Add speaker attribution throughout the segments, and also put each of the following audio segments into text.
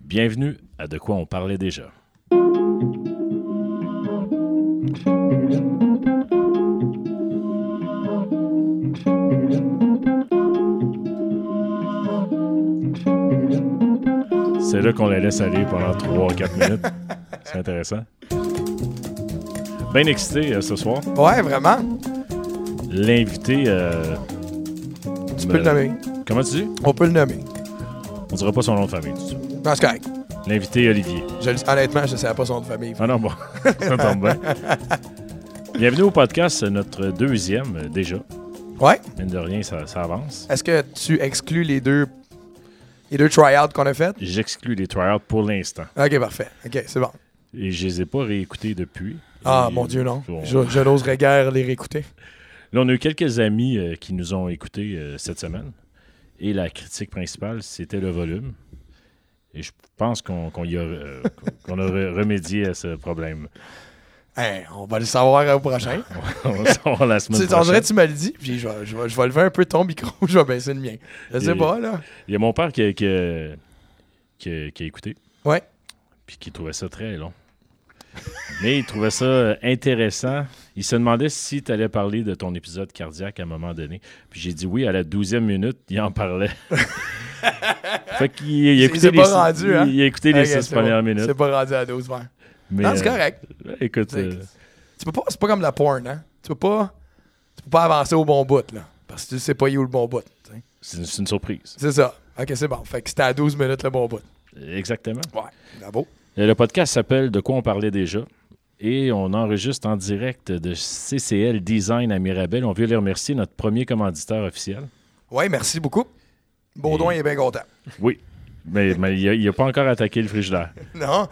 Speaker 1: Bienvenue à De quoi on parlait déjà. C'est là qu'on la laisse aller pendant 3-4 minutes. C'est intéressant. Bien excité euh, ce soir.
Speaker 2: Ouais, vraiment.
Speaker 1: L'invité. euh,
Speaker 2: Tu
Speaker 1: me-
Speaker 2: peux le nommer.
Speaker 1: Comment tu dis
Speaker 2: On peut le nommer.
Speaker 1: On dira pas son nom de famille. tout ça.
Speaker 2: Non, c'est correct.
Speaker 1: L'invité Olivier.
Speaker 2: Je le- honnêtement, je ne savais pas son nom de famille.
Speaker 1: Ah non, bon, ça tombe bien. Bienvenue au podcast, notre deuxième euh, déjà.
Speaker 2: Ouais.
Speaker 1: Mine de rien, ça, ça avance.
Speaker 2: Est-ce que tu exclus les deux, les deux try-outs qu'on a fait?
Speaker 1: J'exclus les tryouts pour l'instant.
Speaker 2: Ok, parfait. Ok, c'est bon.
Speaker 1: Et je les ai pas réécoutés depuis.
Speaker 2: Ah,
Speaker 1: Et
Speaker 2: mon Dieu, non.
Speaker 1: on-
Speaker 2: Je, je n'oserais guère les réécouter.
Speaker 1: Là, on a eu quelques amis euh, qui nous ont écoutés euh, cette semaine. Et la critique principale, c'était le volume. Et je pense qu'on qu'on y a, euh, qu'on a re- remédié à ce problème.
Speaker 2: Hein, on va le savoir au prochain.
Speaker 1: on va le savoir la
Speaker 2: Tu
Speaker 1: Ah, semaine
Speaker 2: sais, on dirait
Speaker 1: prochaine.
Speaker 2: que tu me le dis, puis je vais, je vais- je vais lever un peu ton micro, je vais baisser le mien. Je sais
Speaker 1: Et-
Speaker 2: pas, là.
Speaker 1: Il y a mon père qui a- qui a- qui a- qui a écouté.
Speaker 2: Ouais.
Speaker 1: puis qui trouvait ça très long. Mais il trouvait ça euh, intéressant. Il se demandait si tu allais parler de ton épisode cardiaque à un moment donné. Puis j'ai dit oui, à la douzième minute, il en parlait. fait qu'il il a
Speaker 2: C'est-
Speaker 1: écouté
Speaker 2: c'est
Speaker 1: les,
Speaker 2: pas
Speaker 1: six-
Speaker 2: rendu, hein?
Speaker 1: il a écouté les
Speaker 2: Ok,
Speaker 1: six
Speaker 2: c'est
Speaker 1: premières
Speaker 2: bon.
Speaker 1: minutes.
Speaker 2: C'est pas rendu à 12 verres.
Speaker 1: Mais,
Speaker 2: Non, c'est
Speaker 1: euh,
Speaker 2: correct.
Speaker 1: écoute,
Speaker 2: C'est-
Speaker 1: euh,
Speaker 2: Tu peux pas, c'est pas comme la porn, hein? Tu peux pas, tu peux pas avancer au bon bout, là. Parce que tu sais pas il est où le bon bout. tu sais.
Speaker 1: c'est une- c'est une surprise.
Speaker 2: C'est ça. Ok, c'est bon. Fait que c'était à 12 minutes le bon bout.
Speaker 1: Exactement.
Speaker 2: Ouais. Bravo.
Speaker 1: Et Euh, Le podcast s'appelle De quoi on parlait déjà. Et on enregistre en direct de CCL Design à Mirabel. On veut les remercier, notre premier commanditaire officiel.
Speaker 2: Ouais, merci beaucoup. Baudouin
Speaker 1: Et-
Speaker 2: est bien content.
Speaker 1: Oui, mais, mais il n'a pas encore attaqué le frigidaire.
Speaker 2: Non?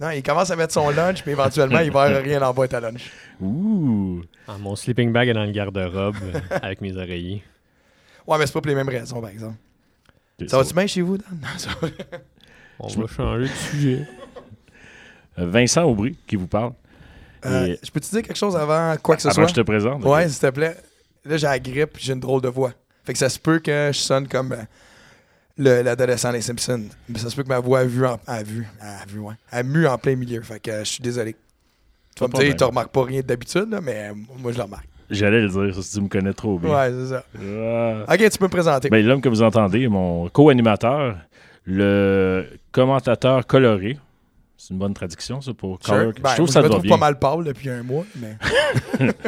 Speaker 2: Non, il commence à mettre son lunch, mais éventuellement, il verra rien dans la boîte à lunch.
Speaker 1: Ouh!
Speaker 3: Ah, mon sleeping bag est dans le garde-robe euh, avec mes oreillers.
Speaker 2: Ouais, mais c'est pas pour les mêmes raisons, par exemple. Ça va-tu bien chez vous, Dan? Non, ça va.
Speaker 3: On
Speaker 1: Je
Speaker 3: va changer de sujet.
Speaker 1: Vincent Aubry qui vous parle.
Speaker 2: Euh,
Speaker 1: Et-
Speaker 2: Je peux te dire quelque chose avant quoi que ce
Speaker 1: Avant
Speaker 2: soit?
Speaker 1: que je te présente.
Speaker 2: Ouais, s'il te plaît. Là, j'ai la grippe, puis j'ai une drôle de voix. Fait que ça se peut que je sonne comme euh, le- l'adolescent des Simpsons. Mais ça se peut que ma voix a vu, en, a vu, a vu, ouais, a mu en plein milieu. Fait que euh, je suis désolé. Tu vas me
Speaker 1: Pas
Speaker 2: dire,
Speaker 1: bien.
Speaker 2: tu remarques pas rien d'habitude, là, mais euh, moi, je le remarque.
Speaker 1: J'allais le dire, si tu me connais trop bien.
Speaker 2: Ouais, c'est ça.
Speaker 1: Ah.
Speaker 2: Ok, tu peux me présenter.
Speaker 1: Ben, L'homme que vous entendez, mon co-animateur, le commentateur coloré. C'est une bonne traduction, ça, pour
Speaker 2: Sure.
Speaker 1: color.
Speaker 2: Ben,
Speaker 1: je trouve
Speaker 2: moi,
Speaker 1: ça
Speaker 2: me
Speaker 1: te va
Speaker 2: trouve
Speaker 1: bien.
Speaker 2: pas mal pâle depuis un mois, mais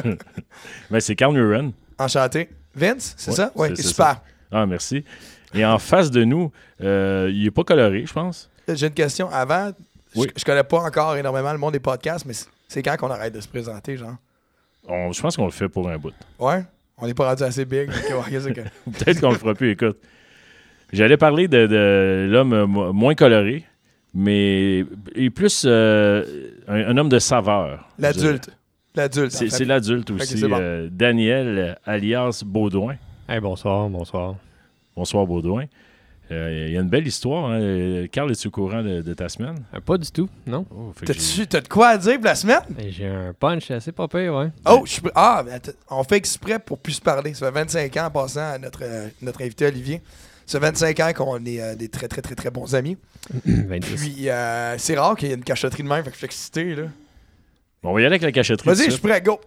Speaker 1: Ben, c'est Carl Muren.
Speaker 2: enchanté. Vince, c'est
Speaker 1: Ouais,
Speaker 2: ça? Oui,
Speaker 1: c'est- c'est
Speaker 2: super.
Speaker 1: Ah, merci. Et en face de nous, euh, il n'est pas coloré, je pense.
Speaker 2: Euh, J'ai une question. Avant, je-
Speaker 1: Oui.
Speaker 2: je, connais pas encore énormément le monde des podcasts, mais c'est- c'est quand qu'on arrête de se présenter, genre?
Speaker 1: On- je pense qu'on le fait pour un bout.
Speaker 2: Ouais? On n'est pas rendu assez big. ok, ouais, c'est que-
Speaker 1: Peut-être qu'on le fera plus, écoute. J'allais parler de, de l'homme euh, mo- moins coloré, mais et plus euh, un, un homme de saveur.
Speaker 2: L'adulte. L'adulte.
Speaker 1: C'est
Speaker 2: en fait.
Speaker 1: c'est l'adulte aussi.
Speaker 2: c'est bon.
Speaker 1: euh, Daniel euh, alias Baudouin.
Speaker 3: Hey, bonsoir, bonsoir.
Speaker 1: Bonsoir Baudouin. Euh, Il y a une belle histoire. hein. Euh, Carl, es-tu au courant de, de ta semaine?
Speaker 3: Euh, pas du tout, non?
Speaker 1: Oh, fait que j'ai-
Speaker 2: T'as-tu- T'as de quoi à dire pour la semaine?
Speaker 3: Mais J'ai un punch assez pas pire, ouais.
Speaker 2: Oh, je suis. pr- Ah, ben, att- on fait exprès pour plus se parler. Ça fait 25 ans en passant à notre, euh, notre invité Olivier. Ça fait 25 ans qu'on est euh, des très, très, très, très bons amis.
Speaker 3: 26.
Speaker 2: Puis, euh, c'est rare qu'il y ait une cachotterie de même, fait que je suis excité, là.
Speaker 1: On va y aller avec la cacheterie.
Speaker 2: Vas-y,
Speaker 1: tout
Speaker 2: je
Speaker 1: de
Speaker 2: suis
Speaker 1: suite.
Speaker 2: prêt, go!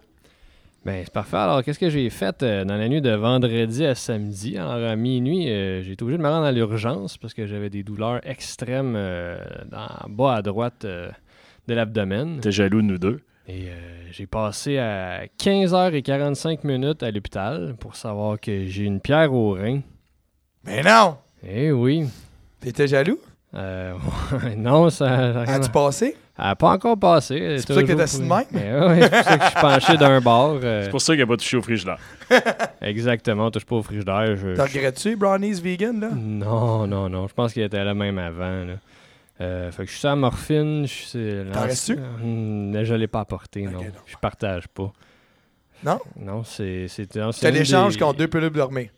Speaker 3: Ben, c'est parfait. Alors, qu'est-ce que j'ai fait euh, dans la nuit de vendredi à samedi? Alors, à minuit, euh, j'ai été obligé de me rendre à l'urgence parce que j'avais des douleurs extrêmes euh, en bas à droite euh, de l'abdomen.
Speaker 1: T'es jaloux de nous deux.
Speaker 3: Et euh, j'ai passé à 15h45 minutes à l'hôpital pour savoir que j'ai une pierre au rein.
Speaker 2: Mais non!
Speaker 3: Eh oui.
Speaker 2: T'étais jaloux?
Speaker 3: Euh, non, ça. ça a rien
Speaker 2: As-tu
Speaker 3: à-
Speaker 2: passé?
Speaker 3: Elle n'a pas encore passé. Elle
Speaker 2: Ah, C'est
Speaker 3: est
Speaker 2: pour ça que
Speaker 3: toujours
Speaker 2: t'es assis de
Speaker 3: pour-
Speaker 2: même?
Speaker 3: Eh ouais, c'est pour ça que je suis penché d'un bord. euh,
Speaker 1: C'est pour ça qu'il n'a pas touché au frigidaire.
Speaker 3: Exactement, on touche pas au frigidaire. Je...
Speaker 2: T'as regretté Brownies Vegan, là?
Speaker 3: Non, non, non. Je pense qu'il était là même avant. là. Euh, fait que je suis sur la morphine. Je suis...
Speaker 2: T'en restes-tu?
Speaker 3: Hum, Je l'ai pas apporté, non.
Speaker 2: Ok, non.
Speaker 3: Je partage pas.
Speaker 2: Non?
Speaker 3: Non, c'est. c'est- non, c'est
Speaker 2: T'as
Speaker 3: une
Speaker 2: l'échange
Speaker 3: des-
Speaker 2: qui ont deux pilules dormées.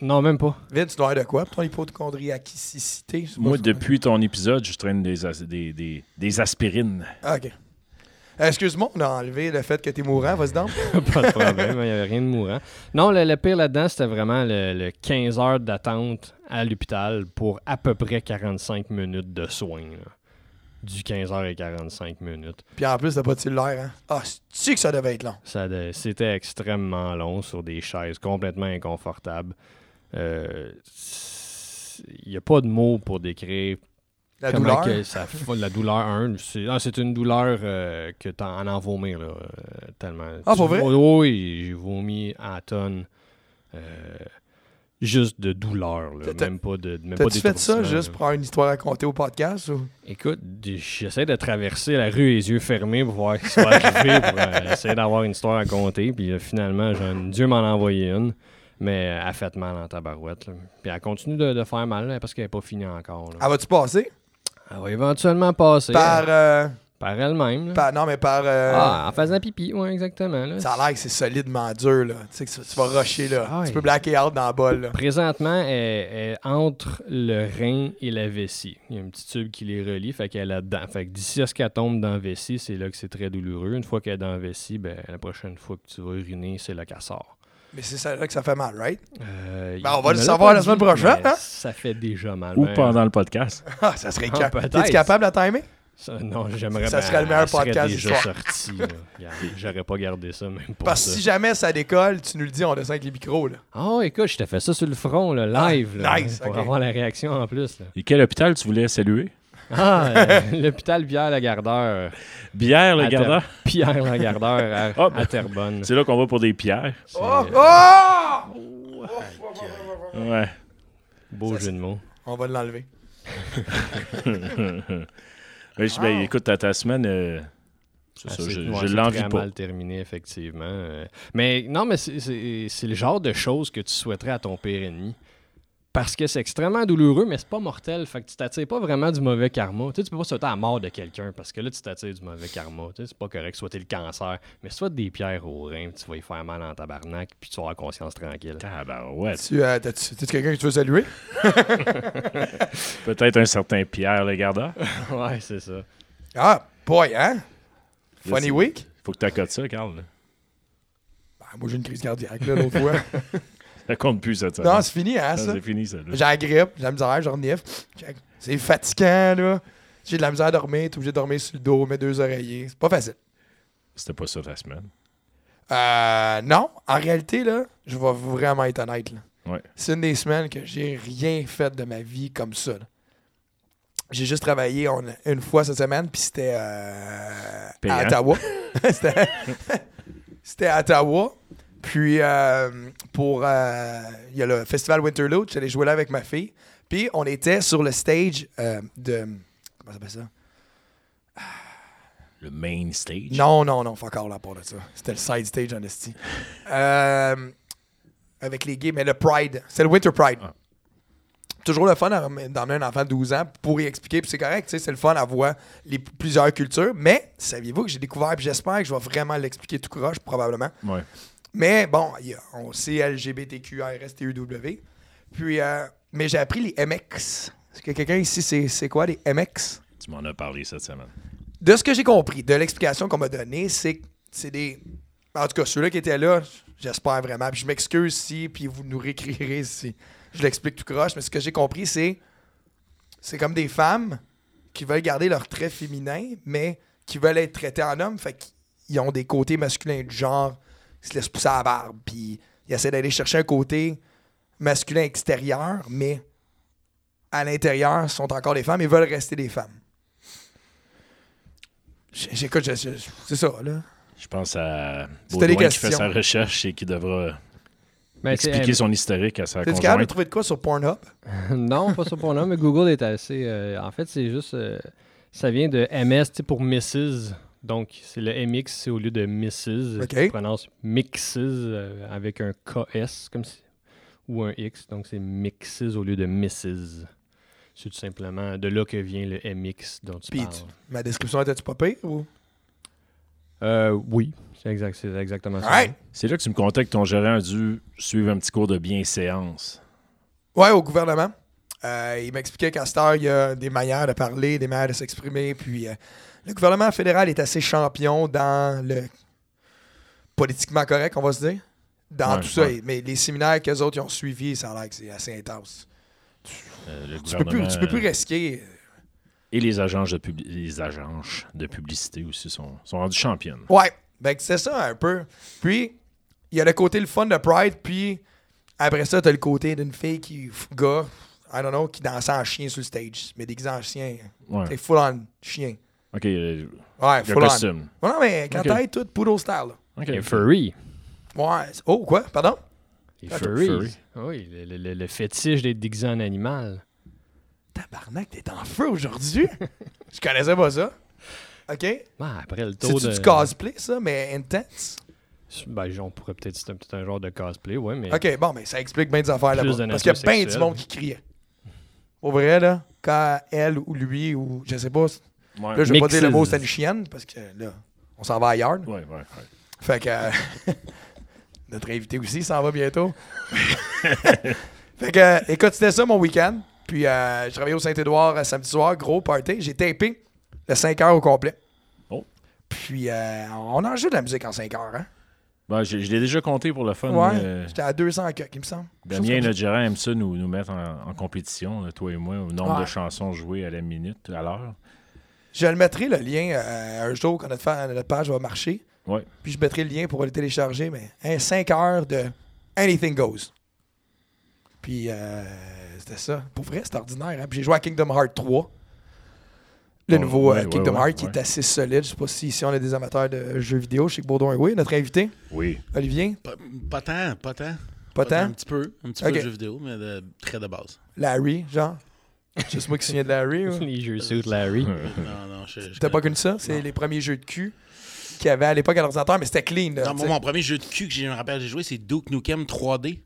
Speaker 3: Non, même pas.
Speaker 2: Vite, tu dois avoir de quoi? pour Ton hypochondriacicité? je sais pas
Speaker 1: Moi,
Speaker 2: si-
Speaker 1: depuis ton épisode, je traîne des, as- des, des, des aspirines.
Speaker 2: Ah, ok. Euh, Excuse-moi, on a enlevé le fait que t'es mourant, vas-y donc.
Speaker 3: pas de problème, il n'y avait rien de mourant. Non, le, le pire là-dedans, c'était vraiment le, le 15 heures d'attente à l'hôpital pour à peu près 45 minutes de soins. là. Du 15 heures et 45 minutes.
Speaker 2: Puis en plus, t'as pas de cellulaire, hein? Ah, c'est que ça devait être long.
Speaker 3: Ça de- C'était extrêmement long sur des chaises complètement inconfortables. Euh, c'est- Il n'y a pas de mots pour décrire
Speaker 2: La
Speaker 3: Comment
Speaker 2: douleur.
Speaker 3: que ça fa- la douleur, un, c'est ah, c'est une douleur euh, que t'en en, en vomir, là, euh, tellement.
Speaker 2: Ah,
Speaker 3: Tu
Speaker 2: pour vrai?
Speaker 3: vo- Oui, j'ai vomi à tonnes. euh, juste de douleur, là,
Speaker 2: T'as-
Speaker 3: même pas de même pas
Speaker 2: T'as-tu fait ça
Speaker 3: d'étourdissement,
Speaker 2: juste
Speaker 3: là.
Speaker 2: pour avoir une histoire à raconter au podcast? Ou...
Speaker 3: Écoute, d- j'essaie de traverser la rue les yeux fermés pour voir ce qui va arriver, pour euh, essayer d'avoir une histoire à compter. Puis là, finalement, j'en- Dieu m'en a envoyé une, mais euh, elle a fait mal en tabarouette. là. Puis elle continue de, de faire mal là, parce qu'elle n'est pas finie encore. là.
Speaker 2: Ah, vas-tu passer?
Speaker 3: Elle va éventuellement passer.
Speaker 2: Par, euh,
Speaker 3: Par elle-même. là.
Speaker 2: par- Non, mais par. euh,
Speaker 3: Ah, en faisant pipi, ouais, exactement. là.
Speaker 2: Ça a l'air que c'est solidement dur, là. Tu sais, que tu tu vas rusher, là.
Speaker 3: Ah,
Speaker 2: Tu
Speaker 3: il-
Speaker 2: peux blacker out dans la bol, là.
Speaker 3: Présentement, elle, elle est entre le rein et la vessie. Il y a un petit tube qui les relie, fait qu'elle est là-dedans. Fait que d'ici à ce qu'elle tombe dans la vessie, c'est là que c'est très douloureux. Une fois qu'elle est dans la vessie, ben, la prochaine fois que tu vas uriner, c'est là qu'elle sort.
Speaker 2: Mais c'est ça là que ça fait mal, right?
Speaker 3: Euh,
Speaker 2: Ben, on
Speaker 3: il
Speaker 2: va le
Speaker 3: me l'a
Speaker 2: savoir
Speaker 3: pas
Speaker 2: la semaine
Speaker 3: dit,
Speaker 2: prochaine,
Speaker 3: mais
Speaker 2: hein?
Speaker 3: Ça fait déjà mal.
Speaker 1: Ou
Speaker 3: Ben,
Speaker 1: pendant le podcast.
Speaker 2: Ah, ça serait
Speaker 3: Ah,
Speaker 2: cap-
Speaker 3: peut-être.
Speaker 2: T'es-tu capable de timer?
Speaker 3: ça- non, j'aimerais
Speaker 2: Ça
Speaker 3: ben,
Speaker 2: serait le meilleur
Speaker 3: elle serait
Speaker 2: podcast
Speaker 3: déjà
Speaker 2: d'histoire.
Speaker 3: sorti. là. Regarde, J'aurais pas gardé ça même pour
Speaker 2: Parce que
Speaker 3: ça.
Speaker 2: si jamais ça décolle, tu nous le dis, on descend avec les micros, là.
Speaker 3: Ah, écoute, je t'ai fait ça sur le front, là, live,
Speaker 2: Ah,
Speaker 3: là,
Speaker 2: nice,
Speaker 3: pour
Speaker 2: ok.
Speaker 3: avoir la réaction en plus. là.
Speaker 1: Et quel hôpital tu voulais saluer?
Speaker 3: Ah, euh, l'hôpital Pierre-Lagardeur.
Speaker 1: Bière, le
Speaker 3: À
Speaker 1: gardeur.
Speaker 3: Terre- Pierre-Lagardeur à,
Speaker 1: Ah, ben.
Speaker 3: à Terrebonne.
Speaker 1: C'est là qu'on va pour des pierres.
Speaker 3: C'est
Speaker 2: Oh! Oh!
Speaker 1: Ouais.
Speaker 3: beau jeu de mots.
Speaker 2: On va l'enlever.
Speaker 1: Ben, je- ben, écoute, ta, ta semaine, euh, c'est
Speaker 3: Ah,
Speaker 1: ça,
Speaker 3: c'est-
Speaker 1: je,
Speaker 3: ouais,
Speaker 1: je
Speaker 3: c'est
Speaker 1: l'envie
Speaker 3: très
Speaker 1: pas.
Speaker 3: mal terminé, effectivement. Euh, Mais non, mais c'est- c'est c'est le genre de choses que tu souhaiterais à ton pire ennemi. Parce que c'est extrêmement douloureux, mais c'est pas mortel. Fait que tu t'attires pas vraiment du mauvais karma. Tu, sais, tu peux pas souhaiter la mort de quelqu'un parce que là, tu t'attires du mauvais karma. Tu sais, c'est pas correct. Soit t'es le cancer, mais soit des pierres au rein, puis tu vas y faire mal en tabarnak, puis tu vas avoir conscience tranquille.
Speaker 1: Tabarouette.
Speaker 2: Tu, euh, t'as-tu- t'es-tu quelqu'un que tu veux saluer?
Speaker 1: Peut-être un certain Pierre, le gardeur.
Speaker 3: ouais, c'est ça.
Speaker 2: Ah, boy, hein? Funny
Speaker 1: Yes.
Speaker 2: week?
Speaker 1: Faut que tu accotes ça, Carl. là.
Speaker 2: Ben, moi, j'ai une crise cardiaque, là, l'autre fois.
Speaker 1: Ça compte plus, cette semaine.
Speaker 2: non, c'est fini, hein,
Speaker 1: Ah,
Speaker 2: ça?
Speaker 1: c'est fini, ça. là.
Speaker 2: J'ai la grippe, j'ai la misère, j'en renifle. Check. C'est fatigant, là. J'ai de la misère à dormir, t'es obligé de dormir sur le dos, mettre deux oreillers. C'est pas facile.
Speaker 1: C'était pas ça ta semaine.
Speaker 2: Euh, non, en réalité, là, je vais vraiment être honnête. là.
Speaker 1: Ouais.
Speaker 2: C'est une des semaines que j'ai rien fait de ma vie comme ça. là. J'ai juste travaillé on- une fois cette semaine, puis c'était euh,
Speaker 1: Payant.
Speaker 2: à Ottawa. c'était, c'était à Ottawa. Puis euh, pour. euh, Il y a le festival Winterlude, j'allais jouer là avec ma fille. Puis on était sur le stage euh, de. Comment ça s'appelle ça?
Speaker 1: Le main stage.
Speaker 2: Non, non, non, fuck all à part de ça. C'était le side stage, honesty. euh, avec les gays, mais le Pride. C'est le Winter Pride.
Speaker 1: Ah.
Speaker 2: Toujours le fun à rem- d'emmener un enfant de 12 ans pour y expliquer, puis c'est correct, tu sais, c'est le fun à voir les p- plusieurs cultures. Mais saviez-vous que j'ai découvert, puis j'espère que je vais vraiment l'expliquer tout croche, probablement.
Speaker 1: Ouais.
Speaker 2: Mais bon, il y a- on sait LGBTQRSTUW. Puis, euh, mais j'ai appris les MX. Est-ce que quelqu'un ici sait c'est quoi les MX?
Speaker 1: Tu m'en as parlé cette semaine.
Speaker 2: de ce que j'ai compris, de l'explication qu'on m'a donnée, c'est que c'est des. En tout cas, ceux-là qui étaient là, j'espère vraiment. Puis je m'excuse si, puis vous nous réécrirez si. Je l'explique tout croche, mais ce que j'ai compris, c'est. C'est comme des femmes qui veulent garder leur trait féminin, mais qui veulent être traitées en homme. Fait qu'ils ont des côtés masculins du genre, ils se laissent pousser à la barbe, puis ils essaient d'aller chercher un côté masculin extérieur, mais à l'intérieur, sont encore des femmes et veulent rester des femmes. J- J'écoute, je- je- c'est ça, là.
Speaker 1: Je pense à
Speaker 2: C'était les
Speaker 1: Baudouin qui fait
Speaker 2: questions.
Speaker 1: sa recherche et qui devra
Speaker 3: Mais c'est-
Speaker 1: expliquer son historique à sa
Speaker 2: T'es-tu capable de
Speaker 1: conjointe.
Speaker 2: trouver de quoi sur Pornhub?
Speaker 3: non, pas ça pour nom, mais Google est assez. euh, en fait, c'est juste. euh, ça vient de MS, tu sais, pour Mrs. Donc, c'est le MX, c'est au lieu de Mrs.
Speaker 2: Ok.
Speaker 3: Tu prononces Mixes euh, avec un KS, comme si. Ou un X. Donc, c'est Mixes au lieu de Mrs. C'est tout simplement de là que vient le MX dont tu
Speaker 2: Puis
Speaker 3: parles.
Speaker 2: tu- Ma description était-tu pas pire? Ou...
Speaker 3: Euh, oui, c'est exact, c'est exactement ça.
Speaker 2: Alright.
Speaker 1: C'est là que tu me contactes que ton gérant a dû suivre un petit cours de bienséance.
Speaker 2: Ouais, au gouvernement. Euh, il m'expliquait qu'à cette heure, il y a des manières de parler, des manières de s'exprimer. Puis euh, le gouvernement fédéral est assez champion dans le politiquement correct, on va se dire. Dans
Speaker 1: Ouais,
Speaker 2: tout ça.
Speaker 1: ouais.
Speaker 2: Et- Mais les séminaires qu'eux autres ils ont suivis, ça a l'air que c'est assez intense.
Speaker 1: Euh, le
Speaker 2: Tu peux, plus, tu peux plus
Speaker 1: gouvernement, euh,
Speaker 2: risquer.
Speaker 1: Et les agences de, publi- les agences de publicité aussi sont, sont rendues championnes.
Speaker 2: Ouais, ben c'est ça un peu. Puis, il y a le côté le fun de Pride, puis après ça, t'as le côté d'une fille qui, f- gars, I don't know, qui dansait en chien sur le stage, mais déguisé en chien.
Speaker 1: Ouais.
Speaker 2: C'est full on chien.
Speaker 1: OK, euh,
Speaker 2: Ouais,
Speaker 1: le
Speaker 2: full on.
Speaker 1: costume.
Speaker 2: Ouais, non, mais quand
Speaker 1: Ok.
Speaker 2: t'as tout poodle style, là.
Speaker 1: OK.
Speaker 3: Et furry.
Speaker 2: Ouais. c'est- Oh, quoi? Pardon?
Speaker 3: Et
Speaker 1: Ah,
Speaker 3: furry.
Speaker 1: furry.
Speaker 3: Oui, le, le- le- le fétiche d'être déguisé en animal.
Speaker 2: Tabarnak, t'es en feu aujourd'hui? Je connaissais pas ça. OK?
Speaker 3: Ah, après le tour
Speaker 2: C'est-tu
Speaker 3: de...
Speaker 2: du cosplay, ça, mais intense?
Speaker 3: Ben, on pourrait peut-être... C'est un- peut-être un genre de cosplay, ouais, mais...
Speaker 2: OK, bon, mais ça explique bien des affaires
Speaker 3: Plus
Speaker 2: là-bas.
Speaker 3: de
Speaker 2: Parce qu'il y a
Speaker 3: nature
Speaker 2: bien du
Speaker 3: sexuelle.
Speaker 2: monde qui criait. Au vrai, là, quand elle ou lui ou je sais pas,
Speaker 1: Ouais.
Speaker 2: là, je vais pas
Speaker 3: Mixes.
Speaker 2: dire le mot c'est une chienne parce que là, on s'en va à Yard.
Speaker 1: Ouais, ouais, ouais.
Speaker 2: Fait que euh, notre invité aussi s'en va bientôt. fait que, euh, écoute, c'était ça mon week-end. Puis euh, je travaillais au Saint-Édouard euh, samedi soir, gros party. J'ai tapé le 5 heures au complet.
Speaker 1: Oh.
Speaker 2: Puis euh, on en joue de la musique en 5 heures, hein?
Speaker 1: Bon, Ben, je, je l'ai déjà compté pour le fun.
Speaker 2: Ouais.
Speaker 1: euh,
Speaker 2: J'étais à 200 coques, il me semble. Quelque chose
Speaker 1: Damien,
Speaker 2: comme
Speaker 1: notre gérant, aime ça nous, nous mettre en, en compétition, là, toi et moi, au nombre
Speaker 2: Ouais.
Speaker 1: de chansons jouées à la minute, à l'heure.
Speaker 2: Je le mettrai le lien euh, un jour quand notre, fa- notre page va marcher.
Speaker 1: Ouais.
Speaker 2: Puis je mettrai le lien pour le télécharger, mais hein, 5 heures de Anything Goes. Puis euh, c'était ça. Pour vrai, c'est ordinaire. hein. Puis j'ai joué à Kingdom Hearts 3. Le
Speaker 1: Oh,
Speaker 2: nouveau euh,
Speaker 1: ouais,
Speaker 2: Kingdom
Speaker 1: ouais,
Speaker 2: Hearts
Speaker 1: ouais,
Speaker 2: qui
Speaker 1: ouais.
Speaker 2: est assez solide. Je sais pas si, si on est des amateurs de jeux vidéo. Je sais que Baudouin, oui. Notre invité,
Speaker 1: Oui.
Speaker 2: Olivier,
Speaker 4: Pas, pas tant, pas tant.
Speaker 2: pas
Speaker 4: tant,
Speaker 2: tant,
Speaker 4: Un petit peu, un petit
Speaker 2: Ok.
Speaker 4: peu de jeux vidéo, mais de- très de base.
Speaker 2: Larry, genre. Juste moi qui signais de Larry. ou-
Speaker 3: Les jeux suit Larry.
Speaker 4: Non, non, je. je
Speaker 2: T'as pas
Speaker 4: connais
Speaker 2: connu ça? C'est
Speaker 4: Non.
Speaker 2: les premiers jeux de cul qu'il y avait à l'époque à l'ordinateur, mais c'était clean. là,
Speaker 4: Non,
Speaker 2: tu
Speaker 4: moi,
Speaker 2: sais.
Speaker 4: mon premier jeu de cul que je me rappelle j'ai joué, c'est Duke Nukem 3D.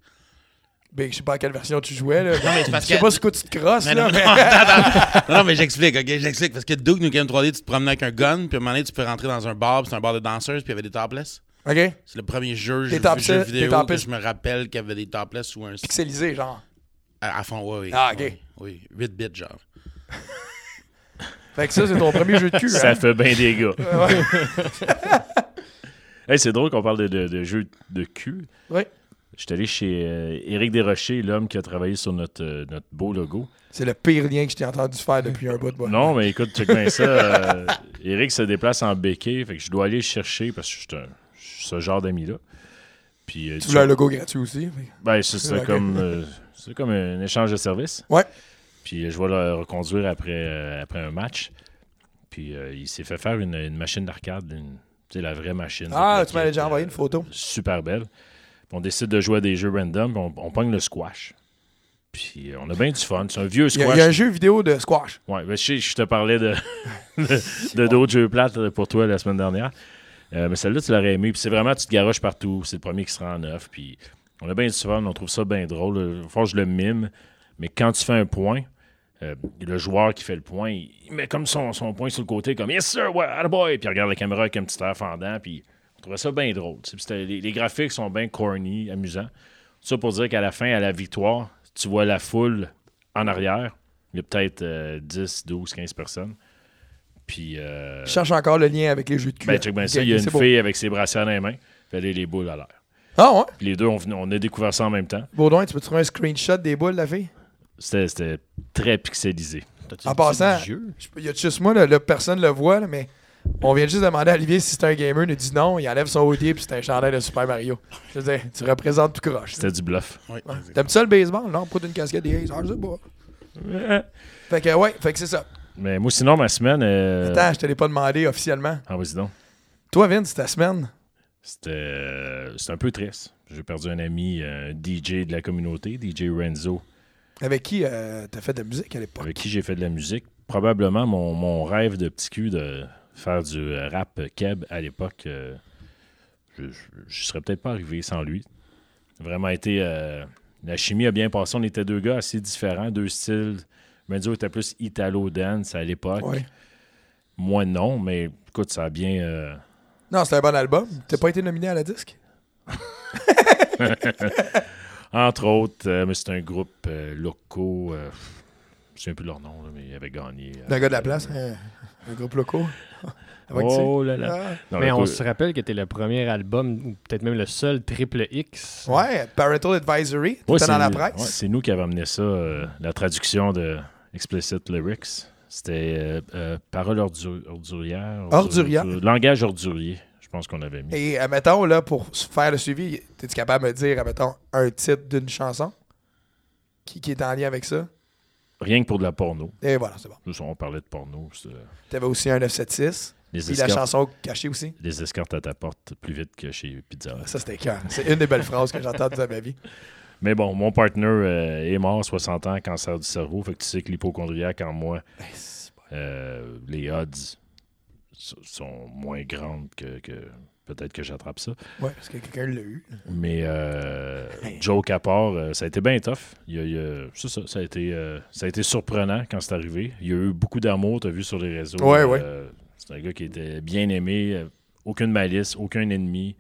Speaker 2: Ben, je sais pas à quelle version tu jouais, là.
Speaker 4: Non, mais c'est
Speaker 2: Je
Speaker 4: parce
Speaker 2: sais
Speaker 4: que.
Speaker 2: pas ce coup tu te crosses,
Speaker 4: Mais
Speaker 2: là,
Speaker 4: non,
Speaker 2: mais...
Speaker 4: non, attends, attends. Non, mais j'explique, ok? J'explique. Parce que Duke Nukem 3D, tu te promenais avec un gun, puis à un moment donné, tu peux rentrer dans un bar, puis c'est un bar de danseuses, puis il y avait des topless.
Speaker 2: OK?
Speaker 4: C'est le premier jeu,
Speaker 2: Des
Speaker 4: jeu,
Speaker 2: topless,
Speaker 4: jeu
Speaker 2: des
Speaker 4: vidéo que
Speaker 2: topless.
Speaker 4: je me rappelle qu'il y avait des topless ou un.
Speaker 2: Pixelisé, genre.
Speaker 4: À, à fond, oui, oui.
Speaker 2: Ah, ok.
Speaker 4: Oui, oui. 8 bits, genre.
Speaker 2: Fait que ça, c'est ton premier jeu de cul,
Speaker 1: Ça
Speaker 2: hein?
Speaker 1: fait bien des gars.
Speaker 2: Ouais.
Speaker 1: Hey, c'est drôle qu'on parle de, de, de jeux de cul.
Speaker 2: Oui.
Speaker 1: Je suis allé chez euh, Éric Desrochers, l'homme qui a travaillé sur notre, euh, notre beau logo.
Speaker 2: C'est le pire lien que je t'ai entendu faire depuis un bout de moi.
Speaker 1: Non, mais écoute, check bien ça. euh, Eric se déplace en béquet, fait que je dois aller le chercher parce que je suis, un- je suis ce genre d'ami-là. Puis, euh,
Speaker 2: Tu
Speaker 1: tu-
Speaker 2: voulais un logo gratuit aussi, mais...
Speaker 1: ben, c'est c'est
Speaker 2: Ok.
Speaker 1: comme, euh, c'est comme un échange de services.
Speaker 2: Ouais.
Speaker 1: Puis euh, je vais le reconduire après, euh, après un match. Puis euh, il s'est fait faire une, une machine d'arcade, une- tu sais, la vraie machine.
Speaker 2: Ah,
Speaker 1: Avec
Speaker 2: tu m'as
Speaker 1: la-
Speaker 2: déjà envoyé une photo.
Speaker 1: super belle. Puis on décide de jouer à des jeux random, puis on, on pogne le squash. Puis euh, on a bien du fun. C'est un vieux
Speaker 2: Il y, a,
Speaker 1: squash.
Speaker 2: il y a un jeu vidéo de squash.
Speaker 1: Ouais, ben, je, sais, je te parlais de de- de d'autres jeux plates euh, pour toi la semaine dernière. Euh, mais celle-là, tu l'aurais aimé. Puis c'est vraiment, tu te garoches partout. C'est le premier qui se rend en neuf. Puis on a bien du fun. On trouve ça bien drôle. Euh, Faut que je le mime. Mais quand tu fais un point, euh, le joueur qui fait le point, il il met comme son, son point sur le côté, comme Yes, sir, ouais, attaboy! Puis il regarde la caméra avec un petit air fendant. Puis on trouvait ça bien drôle. tu sais. Puis c'était- les, les graphiques sont bien corny, amusants. Ça pour dire qu'à la fin, à la victoire, tu vois la foule en arrière. Il y a peut-être euh, 10, 12, 15 personnes. Puis. euh,
Speaker 2: Je cherche encore le lien avec les jeux de cul.
Speaker 1: ben, check bien
Speaker 2: Ok,
Speaker 1: ça. Il y a
Speaker 2: ok,
Speaker 1: une
Speaker 2: c'est beau.
Speaker 1: fille avec ses brassières dans les mains. Puis elle a les boules à l'air.
Speaker 2: Ah ouais?
Speaker 1: Puis les deux, on, venait- on a découvert ça en même temps.
Speaker 2: Baudouin, tu peux trouver un screenshot des boules, la fille?
Speaker 1: C'était c'était très pixelisé.
Speaker 3: T'as-tu
Speaker 2: En
Speaker 3: le petit
Speaker 2: passant,
Speaker 3: jeu?
Speaker 2: je- il y a juste moi, là, là, personne le voit, là, mais... On vient juste demander à Olivier si c'est un gamer, il nous dit non, il enlève son OD puis c'est un chandail de Super Mario. Je veux dire, tu représentes tout croche.
Speaker 1: C'était du bluff.
Speaker 4: Oui.
Speaker 2: Ouais. T'aimes ça le baseball? Non, pas d'une casquette des A's. Ah, je sais pas. Fait que, ouais, fait que c'est ça.
Speaker 1: Mais moi, sinon, ma semaine. euh,
Speaker 2: Attends, je te l'ai pas demandé officiellement.
Speaker 1: Ah, vas-y donc.
Speaker 2: Toi, Vince, ta semaine?
Speaker 1: C'était euh, c'était un peu triste. J'ai perdu un ami, euh, un DJ de la communauté, DJ Renzo,
Speaker 2: Avec qui euh, t'as fait de la musique à l'époque?
Speaker 1: avec qui j'ai fait de la musique. Probablement mon, mon rêve de petit cul de faire du rap keb à l'époque. euh, je ne serais peut-être pas arrivé sans lui. Vraiment été. euh, la chimie a bien passé. On était deux gars assez différents, deux styles. Renzo était plus italo-dance à l'époque.
Speaker 2: Ouais.
Speaker 1: Moi, non, mais écoute, ça a bien. euh,
Speaker 2: Non, c'était un bon album. T'as pas été nominé à la disque?
Speaker 1: Entre autres, euh, mais c'est un groupe euh, locaux. euh, pff, me souviens plus de leur nom, là, mais ils avaient gagné. euh,
Speaker 2: D'un gars de la place, un, un groupe local. Avec Ah,
Speaker 1: Oh là là.
Speaker 2: ça.
Speaker 1: Non,
Speaker 3: Mais
Speaker 1: le
Speaker 3: on
Speaker 1: coup-
Speaker 3: se rappelle que t'es le premier album, ou peut-être même le seul triple X.
Speaker 2: Ouais, Parental Advisory,
Speaker 1: Ouais,
Speaker 2: t'étais
Speaker 1: c'est-
Speaker 2: dans la
Speaker 1: ouais,
Speaker 2: presse.
Speaker 1: c'est nous qui avons amené ça, euh, la traduction de Explicit Lyrics. C'était euh, euh, Parole ordu- ordurière.
Speaker 2: Ordurière.
Speaker 1: ordu- Langage ordurier, je pense qu'on avait mis.
Speaker 2: Et admettons, là, pour s- faire le suivi, t'es-tu capable de me dire, admettons, un titre d'une chanson qui, qui est en lien avec ça?
Speaker 1: Rien que pour de la porno.
Speaker 2: Et voilà, c'est bon.
Speaker 1: Nous, on parlait de porno. c'est, euh,
Speaker 2: T'avais aussi un 976,
Speaker 1: Les
Speaker 2: puis la
Speaker 1: escortes,
Speaker 2: chanson cachée aussi.
Speaker 1: les escortes à ta porte plus vite que chez Pizza. Hut.
Speaker 2: Ah, Ça, c'était cœur. C'est une des belles phrases que j'ai entendues dans ma vie.
Speaker 1: Mais bon, mon partner euh, est mort, 60 ans, cancer du cerveau. Fait que tu sais que l'hypochondriaque en moi, euh, les odds so- sont moins grandes que, que- peut-être que j'attrape ça.
Speaker 2: Ouais, parce que quelqu'un l'a eu.
Speaker 1: Mais euh, joke à part, euh, ça a été bien tough. Il y a- il y a- c'est ça, ça a, été, euh, ça a été surprenant quand c'est arrivé. Il y a eu beaucoup d'amour, tu as vu sur les réseaux. Euh,
Speaker 2: Ouais, ouais.
Speaker 1: C'est un gars qui était bien aimé, euh, aucune malice, aucun ennemi.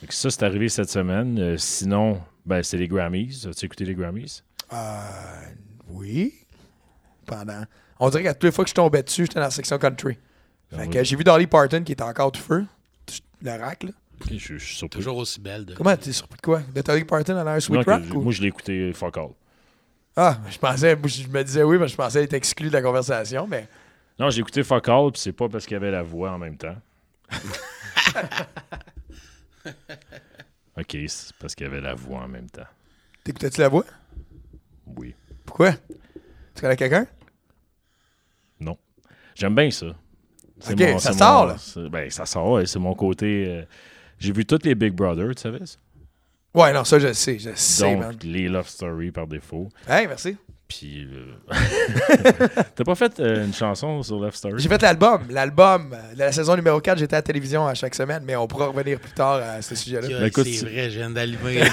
Speaker 1: Fait que ça, c'est arrivé cette semaine. Euh, sinon, ben, c'est les Grammys. As-tu écouté les Grammys?
Speaker 2: Euh, oui. Pendant. On dirait qu'à toutes les fois que je tombais dessus, j'étais dans la section country. Fait que j'ai vu Dolly Parton qui était encore tout feu. Le rack, là.
Speaker 1: Ok, je, je suis surpris.
Speaker 4: Toujours aussi belle. De...
Speaker 2: Comment t'es surpris de quoi? De Dolly Parton à l'air
Speaker 1: Non,
Speaker 2: Sweet
Speaker 1: que-
Speaker 2: Rock? ou-
Speaker 1: Moi, je l'ai écouté fuck all.
Speaker 2: Ah, je pensais, je me disais oui, mais je pensais être exclu de la conversation, mais
Speaker 1: Non, j'ai écouté fuck all, puis c'est pas parce qu'il y avait la voix en même temps. ok, c'est parce qu'il y avait la voix en même temps.
Speaker 2: t'écoutais-tu la voix?
Speaker 1: Oui.
Speaker 2: Pourquoi? Tu connais quelqu'un?
Speaker 1: J'aime bien ça. C'est
Speaker 2: Ok, ça sort, là.
Speaker 1: c'est- Ben, ça sort, ouais, c'est mon côté. euh, j'ai vu toutes les Big Brother, tu savais ça?
Speaker 2: Ouais, non, ça, je le sais, je le sais,
Speaker 1: Donc,
Speaker 2: man.
Speaker 1: les Love Story par défaut.
Speaker 2: Hey, merci.
Speaker 1: Puis. euh, T'as pas fait euh, une chanson sur Love Story?
Speaker 2: J'ai fait l'album, l'album. euh, La saison numéro 4, j'étais à la télévision à chaque semaine, mais on pourra revenir plus tard à ce sujet-là.
Speaker 4: Écoute,
Speaker 1: Ben, écoute,
Speaker 4: c'est
Speaker 1: tu-
Speaker 4: vrai, je viens d'allumer.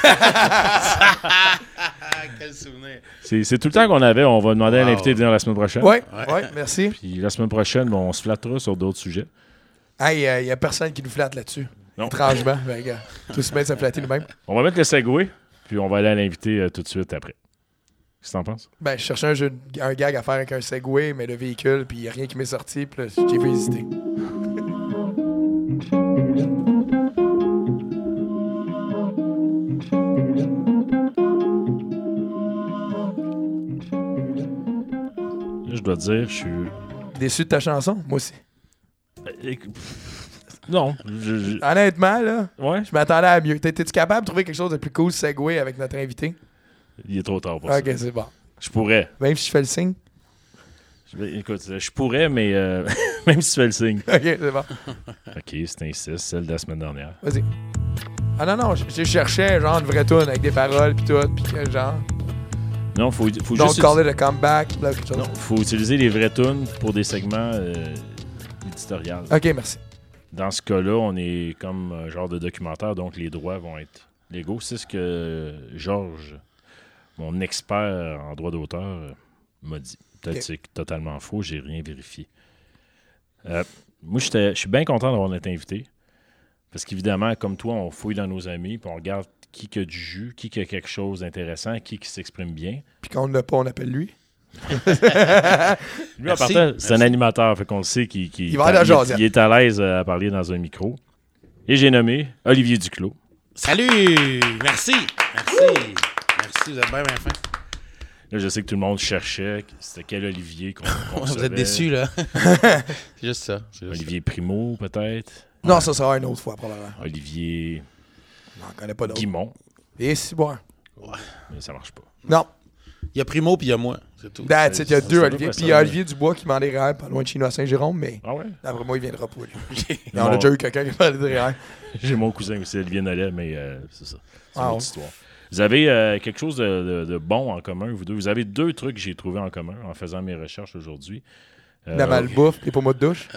Speaker 4: Quel souvenir.
Speaker 1: C'est c'est tout le temps qu'on avait. On va demander à
Speaker 4: Wow.
Speaker 1: l'invité de venir la semaine prochaine.
Speaker 2: Ouais, ouais, merci.
Speaker 1: Puis la semaine prochaine, ben, on se flattera sur d'autres sujets.
Speaker 2: Hey, il n'y a personne qui nous flatte là-dessus.
Speaker 1: Non.
Speaker 2: Étrangement. Fait que, euh, Tout se met à se flatter nous-mêmes.
Speaker 1: On va mettre le segway, puis on va aller à l'invité euh, tout de suite après. Qu'est-ce que t'en penses?
Speaker 2: Ben, je cherchais un, jeu, de- un gag à faire avec un Segway, mais le véhicule, puis il n'y a rien qui m'est sorti, puis là, j'ai fait hésiter.
Speaker 1: Là, je dois te dire, je suis.
Speaker 2: Déçu de ta chanson? Moi aussi.
Speaker 1: Euh, pff, Non. je- je-
Speaker 2: Honnêtement, là,
Speaker 1: Ouais,
Speaker 2: je m'attendais à mieux. T'es- T'es-tu capable de trouver quelque chose de plus cool Segway avec notre invité?
Speaker 1: il est trop tard pour
Speaker 2: Ok,
Speaker 1: ça.
Speaker 2: c'est bon.
Speaker 1: Je pourrais.
Speaker 2: Même si je fais le signe?
Speaker 1: Je vais- Écoute, je pourrais, mais euh, même si tu fais le signe.
Speaker 2: Ok, c'est bon.
Speaker 1: OK, c'est un 6, celle de la semaine dernière.
Speaker 2: Vas-y. Ah non, non, j'ai cherché genre une vraie tune avec des paroles, puis tout, puis que genre.
Speaker 1: Non, faut, faut
Speaker 2: Don't
Speaker 1: juste.
Speaker 2: call it a comeback, là, quelque chose.
Speaker 1: Non, faut utiliser les vraies tunes pour des segments euh, éditoriales.
Speaker 2: Ok, merci.
Speaker 1: Dans ce cas-là, on est comme un genre de documentaire, donc les droits vont être légaux. C'est ce que Georges, mon expert en droit d'auteur, euh, m'a dit. Peut-être
Speaker 2: Ok.
Speaker 1: que c'est totalement faux, j'ai rien vérifié. Euh, moi, j'étais- je suis bien content d'avoir été invité. Parce qu'évidemment, comme toi, on fouille dans nos amis, puis on regarde qui qui a du jus, qui qui a quelque chose d'intéressant, qui qui s'exprime bien.
Speaker 2: Puis qu'on l'a pas, on appelle lui.
Speaker 1: Lui, en
Speaker 4: Merci.
Speaker 1: partant, c'est un
Speaker 4: Merci.
Speaker 1: animateur, fait qu'on le sait qu'il qu'il-
Speaker 2: Il va aller à Josiane.
Speaker 1: il est à l'aise euh, à parler dans un micro. Et j'ai nommé Olivier Duclos.
Speaker 4: Salut! Merci! Merci! Merci, vous êtes bien, bien fin.
Speaker 1: Là, je sais que tout le monde cherchait. C'était quel Olivier qu'on qu'on
Speaker 4: Vous
Speaker 1: recevait.
Speaker 4: êtes déçus, là. c'est juste ça. c'est juste
Speaker 1: Olivier Primo, peut-être.
Speaker 2: Non, ça sera une autre fois, probablement.
Speaker 1: Olivier
Speaker 2: Non, on connaît pas d'autres.
Speaker 1: Guimont.
Speaker 2: Et si bon.
Speaker 1: Mais ça marche pas.
Speaker 2: Non,
Speaker 4: ça. Il y a Primo puis il y a moi. C'est tout.
Speaker 2: that's it, il y a
Speaker 1: Ça,
Speaker 2: deux
Speaker 1: ça
Speaker 2: Olivier.
Speaker 1: doit
Speaker 2: Puis il y a
Speaker 1: ça,
Speaker 2: Olivier Dubois qui m'en déraille pas loin de chez nous à Saint-Jérôme, mais
Speaker 1: Ah ouais?
Speaker 2: d'après moi, il viendra pas. lui.
Speaker 1: J'ai
Speaker 2: Et on a
Speaker 1: mon-
Speaker 2: déjà eu quelqu'un qui m'a derrière.
Speaker 1: J'ai mon cousin aussi, Olivier Nollet, mais euh, c'est ça. C'est
Speaker 2: Ah
Speaker 1: une autre
Speaker 2: ouais.
Speaker 1: histoire. Vous avez euh, quelque chose de, de- de bon en commun, vous deux. Vous avez deux trucs que j'ai trouvé en commun en faisant mes recherches aujourd'hui. Euh,
Speaker 2: La malbouffe, les pommeaux de douche.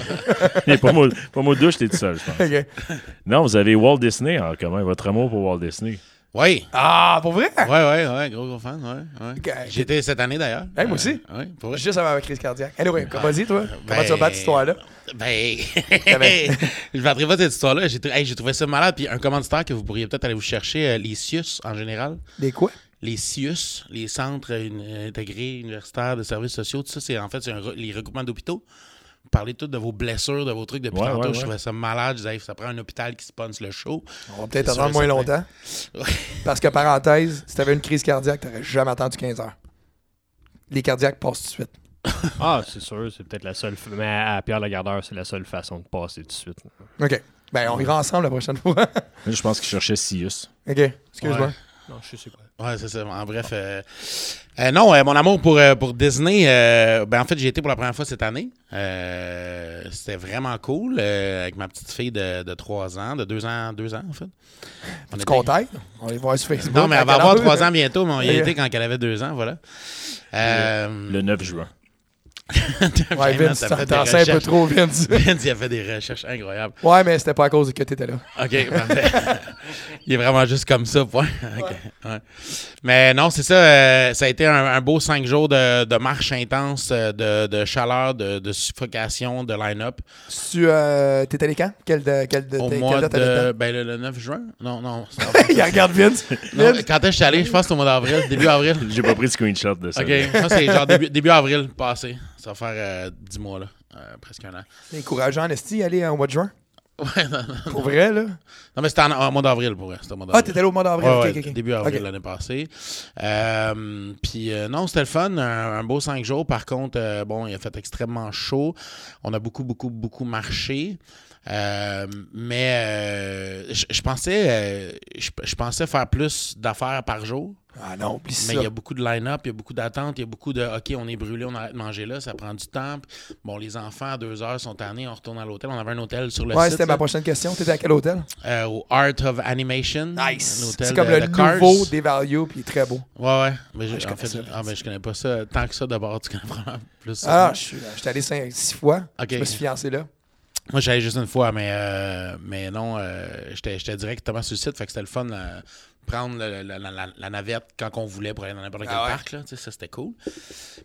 Speaker 1: mais pas moi, pas moi douche, t'es tout seul, je pense.
Speaker 2: Ok.
Speaker 1: Non, vous avez Walt Disney en commun, votre amour pour Walt Disney.
Speaker 4: Oui.
Speaker 2: Ah, pour vrai?
Speaker 4: Ouais, ouais, ouais, gros, gros fan, ouais. ouais.
Speaker 2: Ok.
Speaker 4: J'étais cette année d'ailleurs.
Speaker 2: Hey, moi aussi.
Speaker 4: Euh, ouais, pour vrai.
Speaker 2: Juste avant ma crise cardiaque. Anyway,
Speaker 1: Ah,
Speaker 2: comment dis toi? Comment
Speaker 4: Ben-
Speaker 2: tu vas battre cette histoire-là?
Speaker 4: Ben,
Speaker 2: ben.
Speaker 4: je battrai pas cette histoire-là. J'ai trou- hey, j'ai trouvé ça malade. Puis un commanditaire que vous pourriez peut-être aller vous chercher, euh, les Sius en général.
Speaker 2: Les quoi?
Speaker 4: les CIUS, les centres euh, uni- euh, intégrés universitaires de services sociaux, tout ça, c'est en fait c'est un re- les regroupements d'hôpitaux. Vous parlez tout de vos blessures, de vos trucs depuis
Speaker 1: Ouais, ouais,
Speaker 4: tantôt. Je
Speaker 1: ouais.
Speaker 4: trouvais ça malade. Je disais, hey, ça prend un hôpital qui sponsor le show.
Speaker 2: On va peut-être
Speaker 4: C'est
Speaker 2: attendre
Speaker 4: sûr,
Speaker 2: moins
Speaker 4: certain.
Speaker 2: longtemps. Parce que, parenthèse, si t'avais une crise cardiaque, t'aurais jamais attendu 15 heures. Les cardiaques passent tout de suite.
Speaker 3: Ah, c'est sûr, c'est peut-être la seule. f- Mais à Pierre Lagardeur, c'est la seule façon de passer tout de suite.
Speaker 2: OK. Ben, on ira ensemble la prochaine fois.
Speaker 1: Moi, Je pense qu'il cherchait Sius.
Speaker 2: OK. Excuse-moi.
Speaker 4: Ouais.
Speaker 3: Non, je sais quoi.
Speaker 4: Ouais, c'est ça. En bref, euh, euh, non, euh, mon amour pour, euh, pour Disney, euh, ben en fait, j'ai été pour la première fois cette année. Euh, C'était vraiment cool euh, avec ma petite fille de, de 3 ans, de 2 ans, 2 ans en fait. On
Speaker 2: Tu
Speaker 4: était-
Speaker 2: contactes? On les voit sur Facebook.
Speaker 4: Non, mais elle va
Speaker 2: À
Speaker 4: avoir
Speaker 2: quelle heure?
Speaker 4: 3 ans bientôt, mais on y a
Speaker 2: Et-
Speaker 4: été quand elle avait 2 ans, voilà. Euh,
Speaker 1: Le 9 juin.
Speaker 2: Ouais,
Speaker 4: vraiment,
Speaker 2: Vince,
Speaker 4: t'as
Speaker 2: tu
Speaker 4: fait
Speaker 2: t'en
Speaker 4: des
Speaker 2: t'en sais un peu
Speaker 4: recherches.
Speaker 2: trop, Vince.
Speaker 4: Vince, il a fait des recherches incroyables.
Speaker 2: Ouais, mais c'était pas à cause que t'étais là.
Speaker 4: OK, parfait. Il est vraiment juste comme ça, point. OK, ouais. Mais non, c'est ça. euh, ça a été un, un beau cinq jours de, de marche intense, euh, de, de chaleur, de, de suffocation, de line-up.
Speaker 2: Tu euh, t'étais allé quand? Quelle de, quelle de,
Speaker 4: Au
Speaker 2: quelle
Speaker 4: mois
Speaker 2: date t'avais le
Speaker 4: de...
Speaker 2: temps?
Speaker 4: Ben, le, le 9 juin? Non, non. c'est en-
Speaker 2: Il regarde Vince.
Speaker 4: non,
Speaker 2: Vince,
Speaker 4: quand est-ce que je suis allé? Je pense que c'est au mois d'avril, début avril.
Speaker 1: J'ai pas pris de screenshot de ça.
Speaker 4: OK, ça, c'est genre début, début avril passé. Ça va faire euh, 10 mois, là. Euh, presque un an.
Speaker 2: C'est encourageant, Esti, aller euh, au mois de juin.
Speaker 4: Ouais, non, non.
Speaker 2: Pour vrai, là.
Speaker 4: Non, mais c'était en- en mois d'avril, pour vrai. C'était au mois
Speaker 2: Ah,
Speaker 4: d'avril.
Speaker 2: t'étais allé au mois d'avril.
Speaker 4: Ouais,
Speaker 2: ok,
Speaker 4: ouais,
Speaker 2: ok, ok.
Speaker 4: Début avril
Speaker 2: Ok.
Speaker 4: l'année passée. Euh, puis euh, non, c'était le fun. Un, un beau cinq jours. Par contre, euh, bon, il a fait extrêmement chaud. On a beaucoup, beaucoup, beaucoup marché. Euh, mais euh, je je pensais euh, je je pensais faire plus d'affaires par jour.
Speaker 2: Ah non, oublie ça.
Speaker 4: Mais il y a beaucoup de line-up, il y a beaucoup d'attentes, il y a beaucoup de OK, on est brûlé, on arrête de manger là, ça prend du temps. Bon, les enfants, à deux heures, sont tannés, on retourne à l'hôtel. On avait un hôtel sur le
Speaker 2: Ouais,
Speaker 4: site.
Speaker 2: c'était
Speaker 4: là,
Speaker 2: ma prochaine question. T'étais à quel hôtel?
Speaker 4: euh, au Art of Animation. un hôtel
Speaker 2: C'est comme
Speaker 4: de-
Speaker 2: le
Speaker 4: de Cars.
Speaker 2: nouveau des Value, puis il est très beau.
Speaker 4: Ouais, ouais. Mais je,
Speaker 2: je
Speaker 4: en
Speaker 2: connais
Speaker 4: fait,
Speaker 2: ça,
Speaker 4: ah, ben, je connais pas ça tant que ça d'abord. Tu connais vraiment plus ça.
Speaker 2: Ah, je suis j'étais allé cinq, six fois.
Speaker 4: Ok.
Speaker 2: Je me suis fiancé là.
Speaker 4: Moi, j'allais juste une fois, mais, euh, mais non, euh, j'étais j'étais directement sur le site. Fait que c'était le fun euh, prendre le- le- la, la- la navette quand on voulait pour aller dans n'importe quel
Speaker 2: Ah ouais.
Speaker 4: parc. Là, Tu sais, ça, c'était cool.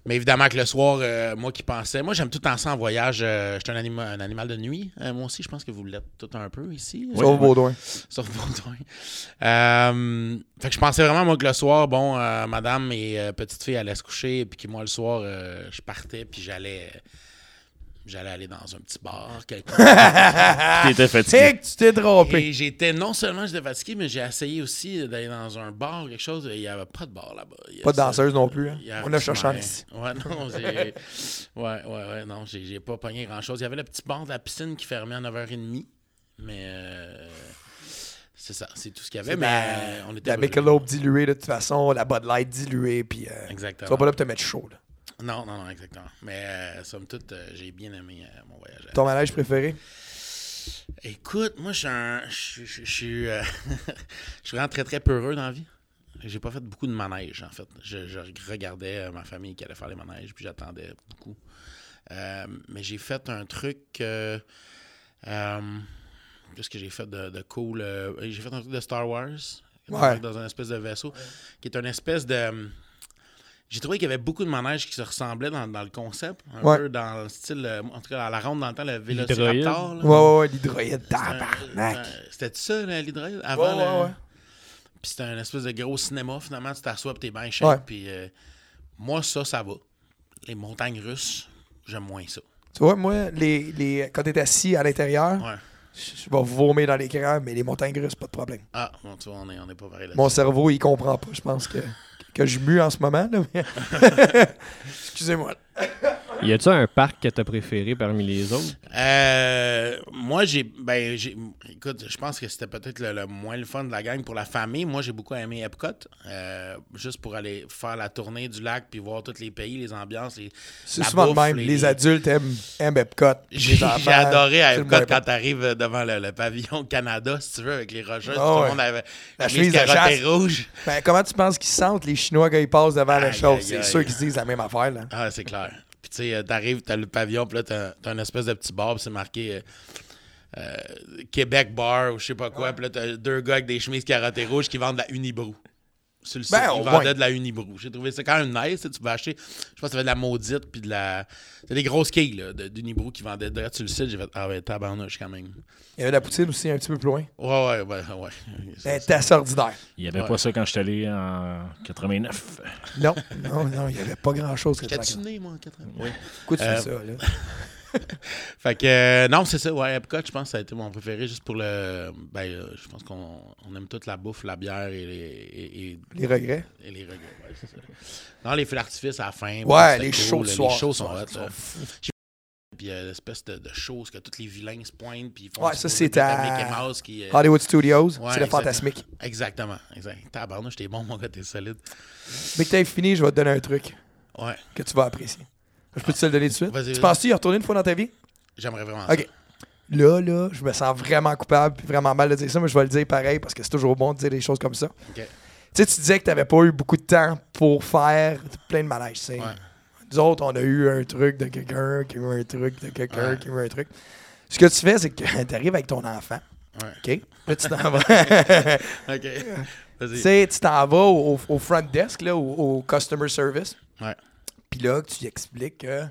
Speaker 4: Mais évidemment que le soir, euh, moi qui pensais, moi, j'aime tout en ça en voyage. euh, j'étais un, anima- un animal de nuit. Euh, moi aussi, je pense que vous l'êtes tout un peu ici.
Speaker 1: Oui.
Speaker 2: Sauf Baudouin.
Speaker 4: Sauf Baudouin. Euh, fait que je pensais vraiment, moi, que le soir, bon, euh, madame et euh, petite fille allaient se coucher, puis que moi, le soir, euh, je partais, puis j'allais. J'allais aller dans un petit bar, quelque
Speaker 1: Qui était fatigué.
Speaker 2: Tic, tu t'es trompé.
Speaker 4: Et j'étais, non seulement j'étais fatigué, mais j'ai essayé aussi d'aller dans un bar ou quelque chose. Il n'y avait pas de bar là-bas. Il y a
Speaker 2: Pas de
Speaker 4: ça.
Speaker 2: danseuse non plus. hein.
Speaker 4: Il y a
Speaker 2: On a
Speaker 4: petit
Speaker 2: cherché en
Speaker 4: marin.
Speaker 2: ici.
Speaker 4: Ouais, non, j'ai. Ouais, ouais, ouais, non, j'ai j'ai pas pogné grand-chose. Il y avait le petit bar de la piscine qui fermait à 9h30, mais. euh, c'est ça, c'est tout ce qu'il y avait,
Speaker 2: C'est
Speaker 4: mais
Speaker 2: la-
Speaker 4: euh, on était.
Speaker 2: La
Speaker 4: brûlés.
Speaker 2: Michelob diluée, de toute façon, la Bud Light diluée, puis euh, tu vas
Speaker 4: Exactement.
Speaker 2: pas là pour te mettre chaud. là.
Speaker 4: Non, non, non, exactement. Mais euh, somme toute, euh, j'ai bien aimé euh, mon voyage.
Speaker 2: Ton manège préféré?
Speaker 4: Écoute, moi, je suis un. Je suis- je suis- je suis euh, je suis vraiment très, très peureux dans la vie. J'ai pas fait beaucoup de manèges, en fait. Je, je regardais euh, ma famille qui allait faire les manèges, puis j'attendais beaucoup. Euh, mais j'ai fait un truc. euh, euh, Qu'est-ce que j'ai fait de, de cool? euh, j'ai fait un truc de Star Wars.
Speaker 2: Ouais.
Speaker 4: Dans un espèce de vaisseau, qui est une espèce de. euh, J'ai trouvé qu'il y avait beaucoup de manèges qui se ressemblaient dans, dans le concept. Un
Speaker 2: Ouais.
Speaker 4: peu dans le style. euh, En tout cas, à la ronde dans le temps, le
Speaker 3: L'hydroïde.
Speaker 4: Vélociraptor. là.
Speaker 2: Ouais, ouais, ouais, l'hydroïde,
Speaker 4: Euh,
Speaker 2: tabarnak.
Speaker 4: euh, C'était ça, là, l'hydroïde?
Speaker 2: Ouais,
Speaker 4: Avant,
Speaker 2: ouais,
Speaker 4: le-
Speaker 2: ouais.
Speaker 4: Puis c'était un espèce de gros cinéma, finalement. Tu t'assois, puis t'es bien
Speaker 2: Ouais.
Speaker 4: cher. Puis euh, moi, ça, ça va. Les montagnes russes, j'aime moins ça.
Speaker 2: Tu vois, moi, les, les, quand t'es assis à l'intérieur,
Speaker 4: Ouais.
Speaker 2: je je vais vomir dans l'écran, mais les montagnes russes, pas de problème.
Speaker 4: Ah, bon, tu vois, on est, on est pas pareil là
Speaker 2: Mon cerveau, il comprend pas, je pense que, que je mue en ce moment. là, mais- Excusez-moi.
Speaker 3: Y a-tu un parc que t'as préféré parmi les autres?
Speaker 4: Euh, moi, j'ai. Ben, j'ai. Écoute, je pense que c'était peut-être le, le moins le fun de la gang pour la famille. Moi, j'ai beaucoup aimé Epcot. euh, juste pour aller faire la tournée du lac, puis voir tous les pays, les ambiances, les,
Speaker 2: C'est
Speaker 4: La
Speaker 2: souvent de
Speaker 4: bouffe,
Speaker 2: même.
Speaker 4: les-
Speaker 2: Les, adultes aiment, aiment Epcot.
Speaker 4: J'ai
Speaker 2: Les enfants,
Speaker 4: j'ai adoré à
Speaker 2: c'est le moins
Speaker 4: Epcot quand
Speaker 2: important.
Speaker 4: t'arrives euh, devant le, le pavillon Canada, si tu veux, avec les rocheuses.
Speaker 2: Ah
Speaker 4: tout
Speaker 2: ouais.
Speaker 4: le monde avait
Speaker 2: La chemise
Speaker 4: chemise
Speaker 2: de
Speaker 4: carotte et
Speaker 2: chasse.
Speaker 4: rouge.
Speaker 2: Ben, comment tu penses qu'ils sentent les Chinois quand ils passent devant la
Speaker 4: Aïe,
Speaker 2: chose?
Speaker 4: aïe,
Speaker 2: C'est
Speaker 4: aïe.
Speaker 2: sûr qu'ils se disent la même affaire. Là.
Speaker 4: Ah, c'est clair. Puis tu sais, euh, t'arrives, t'as le pavillon, puis là, t'as t'as une espèce de petit bar, puis c'est marqué euh, euh, Québec Bar ou je sais pas quoi. Puis là, t'as deux gars avec des chemises carottes et rouges qui vendent de la Unibrew. Sur le site,
Speaker 2: Ben,
Speaker 4: ils
Speaker 2: au
Speaker 4: vendaient
Speaker 2: moins.
Speaker 4: de la Unibrew. J'ai trouvé ça quand même nice. tu sais, Tu pouvais acheter, je pense que ça avait de la maudite, puis de la. C'était des grosses quilles là, de- d'Unibrew qui vendaient direct sur le site. J'ai fait, ah ouais, tabarnouche quand même.
Speaker 2: Il y avait de la poutine aussi un petit peu plus loin. Ben,
Speaker 4: Ouais, ouais, ouais. ouais.
Speaker 2: Elle était assez ordinaire.
Speaker 1: Il n'y avait
Speaker 4: Ouais.
Speaker 1: pas ça quand je suis allé en 89.
Speaker 2: Non, non, non, il n'y avait pas grand-chose. que
Speaker 4: J'étais-tu
Speaker 2: tu
Speaker 4: né, moi, en 80? Oui.
Speaker 2: Pourquoi tu
Speaker 4: Euh,
Speaker 2: fais ça, là?
Speaker 4: Fait que, euh, non, c'est ça, ouais, Epcot, je pense que ça a été mon préféré, juste pour le, ben, euh, je pense qu'on on aime toute la bouffe, la bière et les, et, et-
Speaker 2: Les regrets?
Speaker 4: et les regrets, ouais, c'est ça. Non, les feux d'artifice à la fin.
Speaker 2: Ouais,
Speaker 4: c'était
Speaker 2: les
Speaker 4: cool,
Speaker 2: shows
Speaker 4: là,
Speaker 2: de soir.
Speaker 4: Les shows sont hot,
Speaker 2: Ils sont
Speaker 4: là.
Speaker 2: fous.
Speaker 4: Puis euh, l'espèce de, de shows que tous les vilains se pointent, puis ils font...
Speaker 2: Ouais, ça,
Speaker 4: se poser
Speaker 2: c'est
Speaker 4: des
Speaker 2: à-
Speaker 4: Mickey Mouse qui... euh,
Speaker 2: Hollywood Studios,
Speaker 4: ouais,
Speaker 2: c'est le
Speaker 4: exactement.
Speaker 2: fantasmique.
Speaker 4: Exactement, exact. Tabarnouche, t'es bon, mon gars, t'es solide.
Speaker 2: Dès que t'as fini, je vais te donner un truc
Speaker 4: Ouais,
Speaker 2: que tu vas apprécier. Je peux te le donner tout de suite?
Speaker 4: Vas-y,
Speaker 2: tu
Speaker 4: vas-y.
Speaker 2: penses-tu y retourner une fois dans ta vie?
Speaker 4: j'aimerais vraiment
Speaker 2: OK. Là, là, je me sens vraiment coupable puis vraiment mal de dire ça, mais je vais le dire pareil parce que c'est toujours bon de dire des choses comme ça.
Speaker 4: ça. OK.
Speaker 2: Tu sais, tu disais que t'avais pas eu beaucoup de temps pour faire plein de malaise, tu sais.
Speaker 4: Ouais.
Speaker 2: Nous autres, on a eu un truc de quelqu'un, qui a eu un truc de quelqu'un,
Speaker 4: Ouais.
Speaker 2: qui a eu un truc. Ce que tu fais, c'est que t'arrives avec ton enfant,
Speaker 4: Ouais.
Speaker 2: OK? Là, tu t'en vas.
Speaker 4: OK,
Speaker 2: Tu
Speaker 4: vas-y.
Speaker 2: sais, tu t'en vas au, au front desk, là, au, au customer service.
Speaker 4: Ouais.
Speaker 2: Puis là, tu lui expliques que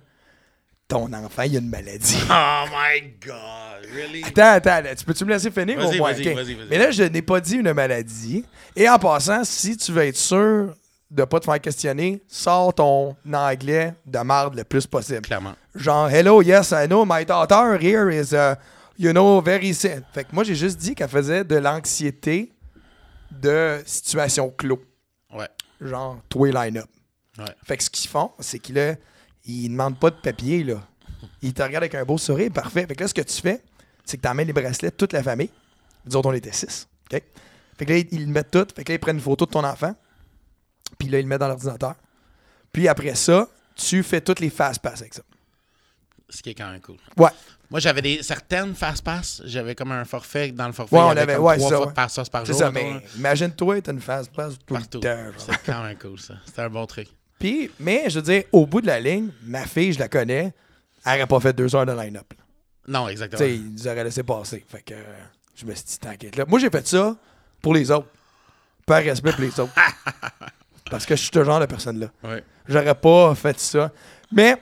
Speaker 2: ton enfant, il a une maladie.
Speaker 4: Oh my God, really?
Speaker 2: Attends, attends, là, tu peux-tu me laisser finir?
Speaker 4: Vas-y,
Speaker 2: au moins?
Speaker 4: vas-y,
Speaker 2: Ok.
Speaker 4: vas-y, vas-y.
Speaker 2: Mais là, je n'ai pas dit une maladie. Et en passant, si tu veux être sûr de pas te faire questionner, sors ton anglais de marde le plus possible.
Speaker 4: Clairement.
Speaker 2: Genre, hello, yes, I know, my daughter here is, uh, you know, very sick. Fait que moi, j'ai juste dit qu'elle faisait de l'anxiété de situation clos.
Speaker 4: Ouais,
Speaker 2: genre toi line-up.
Speaker 4: ouais.
Speaker 2: Fait que ce qu'ils font, c'est qu'ils là, ils demandent pas de papier, là. Ils te regardent avec un beau sourire, parfait. Fait que là, ce que tu fais, c'est que tu emmènes les bracelets de toute la famille. Nous autres, on était six. OK? Fait que là, ils- ils le mettent tout. Fait que là, ils prennent une photo de ton enfant. Puis là, ils le mettent dans l'ordinateur. Puis après ça, tu fais toutes les fast-pass avec ça.
Speaker 4: Ce qui est quand même cool.
Speaker 2: Ouais.
Speaker 4: Moi, j'avais des certaines fast pass. J'avais comme un forfait dans le forfait.
Speaker 2: Ouais,
Speaker 4: il y
Speaker 2: on
Speaker 4: avait
Speaker 2: l'avait,
Speaker 4: comme
Speaker 2: ouais,
Speaker 4: trois
Speaker 2: c'est ça,
Speaker 4: fois
Speaker 2: ouais.
Speaker 4: de fast pass par
Speaker 2: C'est
Speaker 4: jour.
Speaker 2: ça,
Speaker 4: mettons,
Speaker 2: mais
Speaker 4: là,
Speaker 2: imagine-toi, t'as une fast-pass tout
Speaker 4: Partout.
Speaker 2: le temps. genre.
Speaker 4: C'est quand même cool, ça. C'était un bon truc.
Speaker 2: Puis, mais je veux dire, au bout de la ligne, ma fille, je la connais, elle n'aurait pas fait deux heures de line-up. là.
Speaker 4: Non,
Speaker 2: Tu sais,
Speaker 4: exactement.
Speaker 2: ils nous auraient laissé passer. Fait que euh, je me suis dit, t'inquiète là. Moi, j'ai fait ça pour les autres. Par respect pour les autres. Parce que je suis ce genre de personne-là.
Speaker 4: Ouais.
Speaker 2: J'aurais pas fait ça. Mais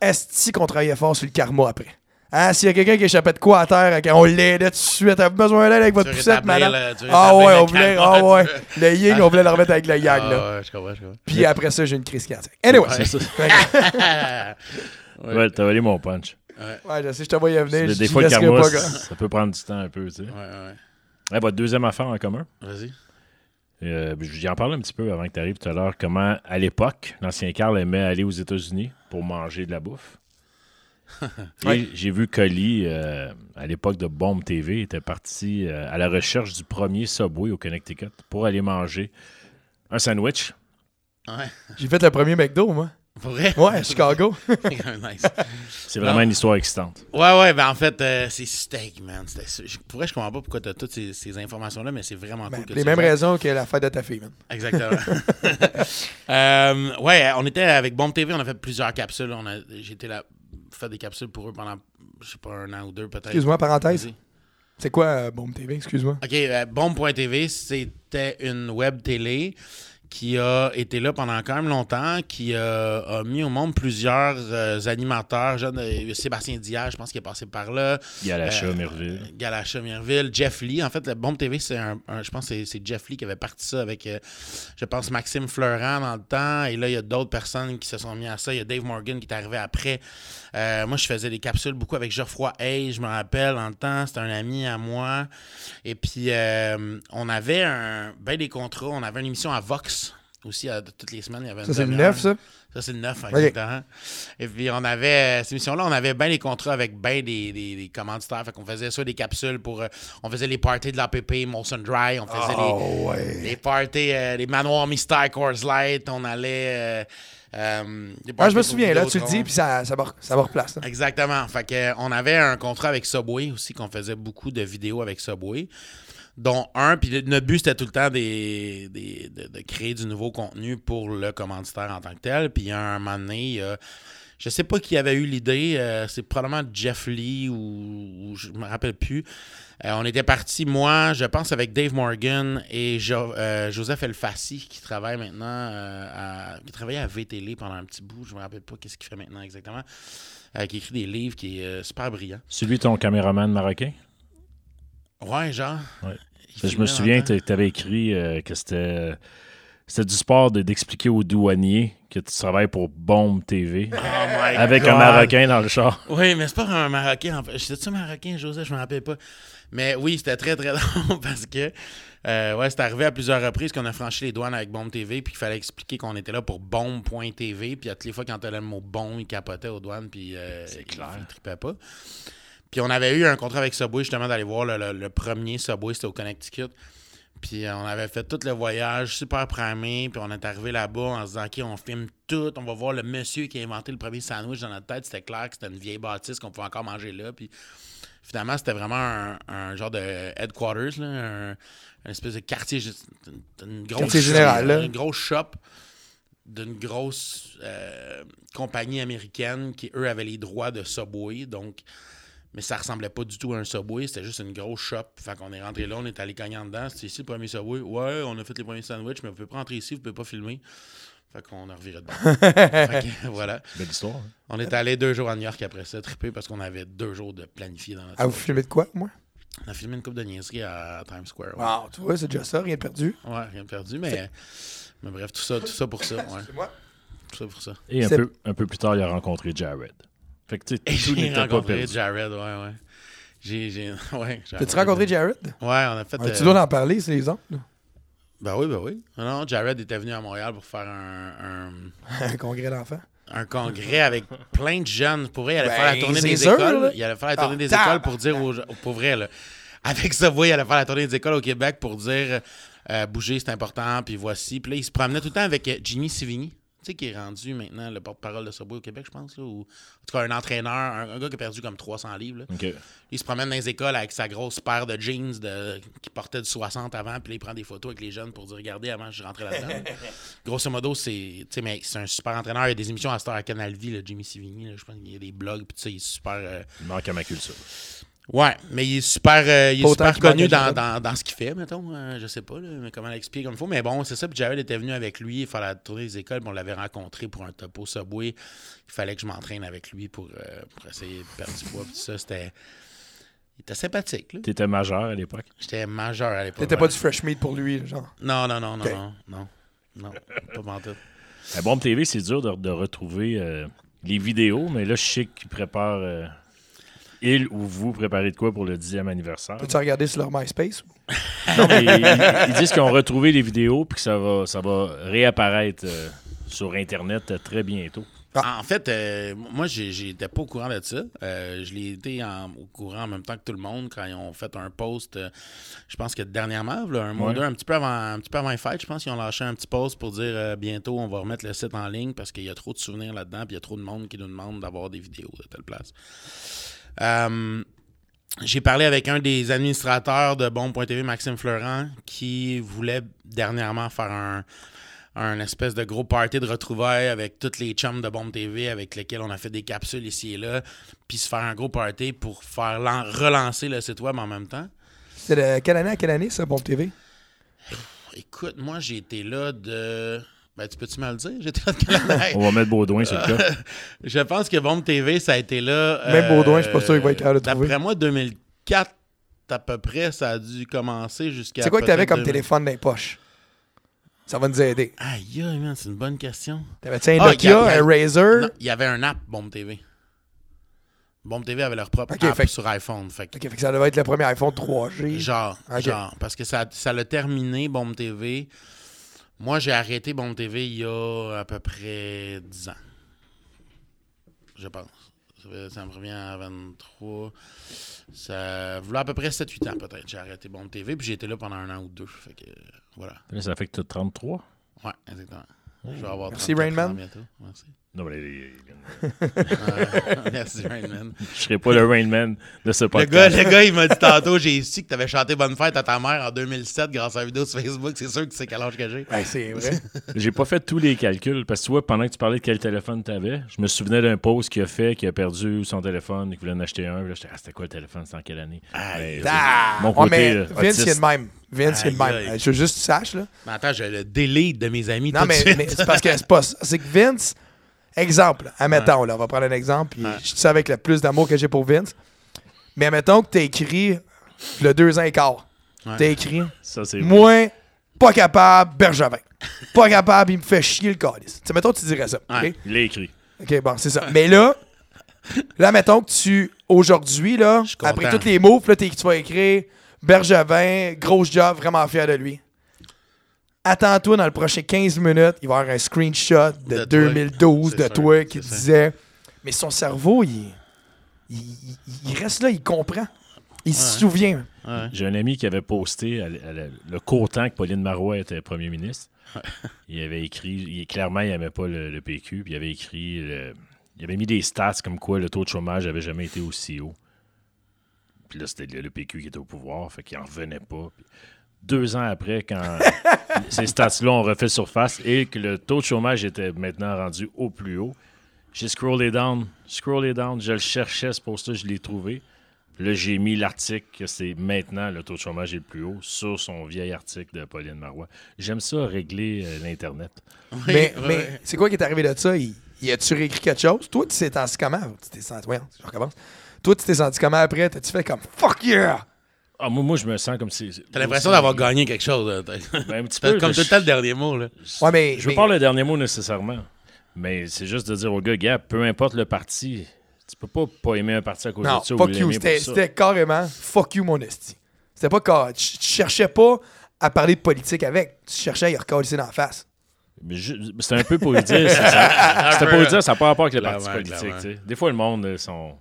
Speaker 2: est-ce qu'on travaillait fort sur le karma après? Hein, S'il y a quelqu'un qui échappait de quoi à terre, euh, on l'aidait tout de suite. T'as besoin d'aide avec votre
Speaker 4: Tu veux
Speaker 2: poussette,
Speaker 4: rétablir
Speaker 2: madame?
Speaker 4: le- tu veux
Speaker 2: ah
Speaker 4: rétablir
Speaker 2: ouais,
Speaker 4: le
Speaker 2: on voulait.
Speaker 4: karma,
Speaker 2: Ah
Speaker 4: tu
Speaker 2: ouais.
Speaker 4: veux.
Speaker 2: Le yin, on voulait le remettre avec le yang, là.
Speaker 4: Ah, ouais, je comprends, je comprends.
Speaker 2: Puis après ça, j'ai une crise cardiaque. Anyway.
Speaker 1: C'est ça.
Speaker 2: Fait que-
Speaker 1: Ouais, t'as volé mon punch.
Speaker 2: ouais, je sais, je te voyais venir.
Speaker 1: Mais
Speaker 2: je-
Speaker 1: des
Speaker 2: je
Speaker 1: fois, le
Speaker 2: laisserai
Speaker 1: karma,
Speaker 2: pas,
Speaker 1: c-
Speaker 2: gars.
Speaker 1: ça peut prendre du temps un peu. Tu sais.
Speaker 4: Ouais, ouais.
Speaker 1: Ouais, votre deuxième affaire en commun,
Speaker 4: Vas-y.
Speaker 1: euh, j'en parle un petit peu avant que tu arrives tout à l'heure, comment à l'époque, l'ancien Carl aimait aller aux États-Unis pour manger de la bouffe. Et
Speaker 2: Ouais.
Speaker 1: J'ai vu Collie, euh, à l'époque de Bombe TV, était parti euh, à la recherche du premier Subway au Connecticut pour aller manger un sandwich.
Speaker 4: Ouais.
Speaker 2: J'ai fait le premier McDo, moi.
Speaker 4: Pour vrai?
Speaker 2: Ouais, à Chicago.
Speaker 4: C'est quand même nice.
Speaker 1: C'est vraiment
Speaker 4: Non.
Speaker 1: une histoire excitante.
Speaker 4: Ouais, ouais, ben en fait, euh, c'est steak, man. C'était ça. Je, pour vrai, je comprends pas pourquoi t'as toutes ces, ces informations-là, mais Ah, c'est Ben, vraiment
Speaker 2: Ben,
Speaker 4: cool que
Speaker 2: les
Speaker 4: tu
Speaker 2: mêmes
Speaker 4: les aies.
Speaker 2: raisons que la fête de ta fille, man.
Speaker 4: Exactement. Euh, ouais, on était avec Bombe TV, on a fait plusieurs capsules. On a, j'ai été là, fait des capsules pour eux pendant, je sais pas, un an ou deux peut-être.
Speaker 2: Excuse-moi, parenthèse.
Speaker 4: Vas-y.
Speaker 2: C'est quoi euh, Bombe TV, excuse-moi?
Speaker 4: OK, euh, Bombe.tv, c'était une web télé qui a été là pendant quand même longtemps, qui euh, a mis au monde plusieurs euh, animateurs. Jeune, euh, Sébastien Diaz, je pense qu'il est passé par là.
Speaker 1: Il y a la
Speaker 4: Euh,
Speaker 1: Merville.
Speaker 4: Galacha Merville, Jeff Lee. En fait, le Bombe TV, c'est un, un- je pense que c'est- c'est Jeff Lee qui avait parti ça avec, euh, je pense, Maxime Fleurant dans le temps. Et là, il y a d'autres personnes qui se sont mis à ça. Il y a Dave Morgan qui est arrivé après. Euh, moi, je faisais des capsules beaucoup avec Geoffroy Hay, je me rappelle, en le temps. C'était un ami à moi. Et puis, euh, on avait un, ben des contrats. On avait une émission à Vox aussi, à- toutes les semaines. Il y avait
Speaker 2: Ça,
Speaker 4: une
Speaker 2: c'est le
Speaker 4: demi-heure.
Speaker 2: 9, ça?
Speaker 4: Ça, c'est le 9,
Speaker 2: Ok.
Speaker 4: exactement. Et puis, on avait, euh, cette émission-là, on avait bien des contrats avec bien des, des, des commanditaires. Fait qu'on faisait soit des capsules pour. euh, on faisait les parties de l'APP, Molson Dry, on faisait
Speaker 2: Ah,
Speaker 4: les, les parties, euh, les manoirs mystères, Coors Light, on allait. euh, euh, des
Speaker 2: Ah, je me
Speaker 4: parties
Speaker 2: souviens, là, tu le dis,
Speaker 4: Vidéotron.
Speaker 2: puis ça, ça, me, re- ça me replace. là.
Speaker 4: Exactement. Fait que, euh, on avait un contrat avec Subway aussi, qu'on faisait beaucoup de vidéos avec Subway, dont un. Puis le- notre but, c'était tout le temps des, des- de, de créer du nouveau contenu pour le commanditaire en tant que tel. Puis il y a un moment donné, il y a- Je sais pas qui avait eu l'idée. euh, c'est probablement Jeff Lee ou, ou je me rappelle plus. Euh, on était parti, moi, je pense, avec Dave Morgan et Jo- euh, Joseph Elfassi, qui travaille maintenant, euh, à- qui travaillait à VTL pendant un petit bout. Je me rappelle pas qu'est-ce qu'il fait maintenant exactement. Euh, qui écrit des livres, qui est euh, super brillant.
Speaker 1: Celui ton caméraman marocain?
Speaker 4: Ouais, genre.
Speaker 1: Ouais.
Speaker 4: il
Speaker 1: Je me
Speaker 4: filmait
Speaker 1: souviens,
Speaker 4: dans le temps.
Speaker 1: tu avais écrit euh, que c'était c'était du sport de- d'expliquer aux douaniers que tu travailles pour Bombe TV
Speaker 4: Oh my
Speaker 1: avec un
Speaker 4: God.
Speaker 1: Marocain dans le char.
Speaker 4: Oui, mais c'est pas un Marocain. En fait. C'était-tu Marocain, Joseph? Je me rappelle pas. Mais oui, c'était très, très long parce que euh, ouais, c'est arrivé à plusieurs reprises qu'on a franchi les douanes avec Bombe TV puis qu'il fallait expliquer qu'on était là pour bombe.tv. Puis à toutes les fois, quand t'allais le mot bombe, ils capotaient aux douanes puis euh, ils-
Speaker 1: clair.
Speaker 4: ils tripaient pas. Puis on avait eu un contrat avec Subway justement d'aller voir le, le- le premier Subway, c'était au Connecticut. Puis euh, on avait fait tout le voyage, super primé. Puis on est arrivé là-bas en se disant, OK, on filme tout. On va voir le monsieur qui a inventé le premier sandwich dans notre tête. C'était clair que c'était une vieille bâtisse qu'on pouvait encore manger là. Puis finalement, c'était vraiment un, un genre de headquarters, là, un, un espèce de quartier, juste une, une grosse
Speaker 2: Quartier général, là.
Speaker 4: une grosse shop d'une grosse euh, compagnie américaine qui, eux, avaient les droits de Subway. Donc, mais ça ressemblait pas du tout à un Subway, c'était juste une grosse shop. Fait qu'on est rentré là, on est allé cogner en dedans. C'était ici le premier Subway. Ouais, on a fait les premiers sandwichs, mais vous pouvez pas rentrer ici, vous pouvez pas filmer. Fait qu'on a reviré de bord. fait que, voilà.
Speaker 1: Belle histoire. hein?
Speaker 4: On est allé deux jours à New York après ça, trippé, parce qu'on avait deux jours de planifié dans notre
Speaker 2: Ah, vous filmez de quoi, moi?
Speaker 4: On a filmé une coupe de niaiseries à Times Square. Ouais,
Speaker 2: Wow, tu vois, c'est déjà ça, rien de perdu.
Speaker 4: Ouais, rien de perdu, mais, mais bref, tout ça, tout ça pour ça. Ouais,
Speaker 2: C'est moi.
Speaker 4: tout ça pour ça.
Speaker 1: Et un
Speaker 2: C'est-
Speaker 1: peu, un peu plus tard, il a rencontré Jared. Fait que tu
Speaker 4: Et
Speaker 1: sais, tout
Speaker 4: j'ai
Speaker 1: n'était pas
Speaker 4: rencontré
Speaker 1: perdu.
Speaker 4: Jared, ouais, ouais. J'ai, j'ai, ouais. j'ai
Speaker 2: T'as-tu rencontré Jared?
Speaker 4: Ouais, on a fait.
Speaker 2: Ouais,
Speaker 4: euh,
Speaker 2: tu dois en parler, c'est les autres. là.
Speaker 4: Ben oui, ben oui. Non, non, Jared était venu à Montréal pour faire un,
Speaker 2: Un congrès d'enfants.
Speaker 4: un- un congrès avec plein de jeunes. Pour vrai, il allait
Speaker 2: Ben,
Speaker 4: faire la tournée
Speaker 2: c'est
Speaker 4: des
Speaker 2: sûr,
Speaker 4: écoles.
Speaker 2: là.
Speaker 4: Il allait faire la
Speaker 2: Ah,
Speaker 4: tournée des écoles
Speaker 2: tabarnak.
Speaker 4: pour dire aux gens. Pour vrai, là. Avec ça, oui, il allait faire la tournée des écoles au Québec pour dire euh, bouger, c'est important, puis voici. Puis là, il se promenait tout le temps avec euh, Jimmy Sivigny. Tu sais, qui est rendu maintenant le porte-parole de Subway au Québec, je pense, là, ou en tout cas un entraîneur, un, un gars qui a perdu comme 300 livres. là.
Speaker 1: Ok.
Speaker 4: Il se promène dans les écoles avec sa grosse paire de jeans de, qui portait du 60 avant, puis là, il prend des photos avec les jeunes pour dire Regardez, avant, je rentrais là-dedans. Grosso modo, c'est tu sais, mais c'est un super entraîneur. Il y a des émissions à Star à Canal Vie, là, Jimmy Sivigny. là, je pense qu'il y a des blogs, puis tu sais, il est super. euh,
Speaker 1: Il manque à ma culture.
Speaker 4: Ouais, mais il est super, euh, il est
Speaker 2: Pas autant
Speaker 4: super
Speaker 2: qu'il
Speaker 4: connu
Speaker 2: manque à
Speaker 4: dans,
Speaker 2: Jared.
Speaker 4: dans, dans ce qu'il fait, mettons. euh, je sais pas là, mais comment l'expliquer comme il faut. Mais bon, c'est ça. Puis Jared était venu avec lui faire la tournée des écoles. puis on l'avait rencontré pour un topo Subway. Il fallait que je m'entraîne avec lui pour, euh, pour essayer de perdre du poids. Puis tout ça, c'était... Il était sympathique. Là.
Speaker 1: Tu étais majeur à l'époque.
Speaker 4: J'étais majeur à l'époque.
Speaker 2: T'étais pas du fresh meat pour lui, genre.
Speaker 4: Non, non, non, non,
Speaker 2: Ok.
Speaker 4: non, non. Non, pas pantoute.
Speaker 1: À Bombe TV, c'est dur de, de retrouver euh, les vidéos, mais là, je sais qu'ils préparent. euh, il ou vous préparez de quoi pour le 10e anniversaire?
Speaker 2: Peux-tu regarder sur leur MySpace?
Speaker 1: Non, mais ils, ils disent qu'ils ont retrouvé les vidéos puis que ça va, ça va réapparaître euh, sur Internet euh, très bientôt.
Speaker 4: En fait, euh, moi, j'ai- j'étais pas au courant de ça. Euh, je l'ai été en- au courant en même temps que tout le monde quand ils ont fait un post. euh, je pense que dernièrement, voilà, un mois ou
Speaker 1: Ouais.
Speaker 4: deux, un petit peu avant, un petit peu avant les fêtes, je pense qu'ils ont lâché un petit post pour dire euh, bientôt on va remettre le site en ligne parce qu'il y a trop de souvenirs là-dedans, puis il y a trop de monde qui nous demande d'avoir des vidéos de telle place. Euh, j'ai parlé avec un des administrateurs de Bombe.tv, Maxime Florent, qui voulait dernièrement faire un, un espèce de gros party de retrouvailles avec tous les chums de Bombe TV avec lesquels on a fait des capsules ici et là, puis se faire un gros party pour faire lan- relancer le site web en même temps.
Speaker 2: C'est de quelle année à quelle année, ça, Bombe TV?
Speaker 4: Écoute, moi, j'ai été là de. Ben, tu peux-tu me le dire? J'étais là de quelle année?
Speaker 1: On va mettre Baudouin sur le cas.
Speaker 4: Je pense que Bombe TV, ça a été là. euh,
Speaker 2: Même Baudouin, je suis pas sûr qu'il va être capable de
Speaker 4: D'après
Speaker 2: trouver.
Speaker 4: moi, 2004, à peu près, ça a dû commencer jusqu'à.
Speaker 2: C'est quoi que t'avais
Speaker 4: peut-être
Speaker 2: comme
Speaker 4: 2000.
Speaker 2: téléphone dans les poches? Ça va nous aider.
Speaker 4: Aïe, aïe, man, c'est une bonne question.
Speaker 2: T'avais-tu un
Speaker 4: Ah, y
Speaker 2: Nokia,
Speaker 4: a- y a-
Speaker 2: un Razer?
Speaker 4: Non, il y avait un app, Bombe TV. Bombe TV avait leur propre
Speaker 2: Ok,
Speaker 4: app
Speaker 2: fait que-
Speaker 4: sur iPhone. Fait que
Speaker 2: Ok, fait que ça devait être le premier iPhone 3G.
Speaker 4: Genre,
Speaker 2: Ok.
Speaker 4: genre. Parce que ça, ça l'a terminé, Bombe TV. Moi, j'ai arrêté Bombe TV il y a à peu près 10 ans. Je pense. Ça, fait- ça me revient à 23. Ça voulait à peu près 7-8 ans, peut-être. J'ai arrêté Bombe TV, puis j'ai été là pendant un an ou deux. Fait que, euh, voilà.
Speaker 1: Ça fait que tu as 33.
Speaker 4: Ouais, exactement. Je vais avoir
Speaker 2: Merci,
Speaker 4: 34
Speaker 2: Rain
Speaker 4: ans
Speaker 2: Man.
Speaker 4: bientôt. Merci.
Speaker 1: Non, mais les- les-
Speaker 4: Ah, merci, Rainman.
Speaker 1: je serais pas le Rain Man de ce
Speaker 4: Le gars,
Speaker 1: podcast.
Speaker 4: le gars, il m'a dit tantôt, j'ai su que t'avais chanté Bonne Fête à ta mère en 2007 grâce à une vidéo sur Facebook. C'est sûr que c'est quel âge que j'ai.
Speaker 2: Ben, c'est vrai.
Speaker 1: J'ai pas fait tous les calculs parce que tu vois, pendant que tu parlais de quel téléphone tu avais, je me souvenais d'un post qu'il a fait, qui a perdu son téléphone, qu'il voulait en acheter un. Puis là, j'étais, ah, c'était quoi le téléphone, c'est en quelle année? Ben,
Speaker 2: Ah!
Speaker 1: Mon
Speaker 2: Ouais,
Speaker 1: côté,
Speaker 2: mais
Speaker 1: euh,
Speaker 2: Vince, il est
Speaker 1: autiste.
Speaker 2: de même. Vince, il est de
Speaker 4: Aïe,
Speaker 2: même.
Speaker 4: aïe.
Speaker 2: Je veux juste que tu saches, là.
Speaker 4: Mais attends, j'ai le delete de mes amis
Speaker 2: Non,
Speaker 4: tout de
Speaker 2: mais,
Speaker 4: suite.
Speaker 2: mais c'est parce que c'est pas ça. C'est que Vince, exemple, admettons, là, on va prendre un exemple, puis je dis ça avec le plus d'amour que j'ai pour Vince, mais admettons que t'as écrit le deux ans et quart.
Speaker 4: Ouais.
Speaker 2: T'as écrit
Speaker 1: Ça, c'est
Speaker 2: Moi, pas capable, Bergevin. Pas capable, il me fait chier le calice. Tu sais, mettons, que tu dirais ça.
Speaker 4: Ouais.
Speaker 2: ok?
Speaker 1: Il l'a écrit.
Speaker 2: OK, bon, c'est ça. Mais là, là, mettons que tu, aujourd'hui, là,
Speaker 4: suis content.
Speaker 2: après toutes les moves, là, t'es- tu vas écrire Bergevin, gros job, vraiment fier de lui. Attends-toi dans le prochain 15 minutes, il va y avoir un screenshot de,
Speaker 4: De toi.
Speaker 2: 2012 de
Speaker 4: C'est sûr,
Speaker 2: toi qui
Speaker 4: c'est ça.
Speaker 2: disait. Mais son cerveau, il, il, il- il reste là, il comprend. Il se souvient.
Speaker 4: Ouais.
Speaker 1: J'ai un ami qui avait posté à l- à la- le court temps que Pauline Marois était premier ministre. Il avait écrit, il- clairement, il n'aimait pas le, le PQ, puis il avait écrit, le- il avait mis des stats comme quoi le taux de chômage n'avait jamais été aussi haut. Puis là, c'était le, le PQ qui était au pouvoir, fait qu'il n'en revenait pas. Puis deux ans après, quand ces stats-là ont refait surface et que le taux de chômage était maintenant rendu au plus haut, j'ai scrollé down, scrollé down, je le cherchais, ce post-là, je l'ai trouvé. Puis Là, j'ai mis l'article que c'est maintenant le taux de chômage est le plus haut sur son vieil article de Pauline Marois. J'aime ça régler euh, l'Internet.
Speaker 2: Mais,
Speaker 4: Oui,
Speaker 2: mais
Speaker 4: oui, oui.
Speaker 2: c'est quoi qui est arrivé de ça? Il, il a-tu réécrit quelque chose? Toi, tu t'es senti comment? Tu t'es senti, voyons, je recommence. Toi, tu t'es senti comment après? T'as-tu fait comme fuck yeah?
Speaker 1: Ah, moi, moi, je me sens comme si.
Speaker 4: T'as l'impression d'avoir gagné quelque chose. là. T'as-
Speaker 1: Ben, un petit
Speaker 4: t'as
Speaker 1: peu,
Speaker 4: comme
Speaker 1: là,
Speaker 4: tout le
Speaker 1: je-
Speaker 4: temps le dernier mot. Là.
Speaker 2: Ouais, mais,
Speaker 1: Je veux
Speaker 2: mais-
Speaker 1: pas le dernier mot nécessairement, mais c'est juste de dire au gars, gars, peu importe le parti, tu peux pas pas aimer un parti à cause
Speaker 2: Non,
Speaker 1: de ça. ou
Speaker 2: fuck you.
Speaker 1: l'aimer
Speaker 2: C'était
Speaker 1: pour ça.
Speaker 2: c'était carrément fuck you, mon esti. C'était pas car. Tu tu cherchais pas à parler de politique avec. Tu cherchais à y recaler dans la face.
Speaker 1: Mais ju- C'était un peu pour lui dire. ça- ça- C'était pour lui dire, ça n'a pas rapport avec le parti
Speaker 4: Clairement,
Speaker 1: politique.
Speaker 4: clairement.
Speaker 1: tu sais. Des fois, le monde, euh, sont.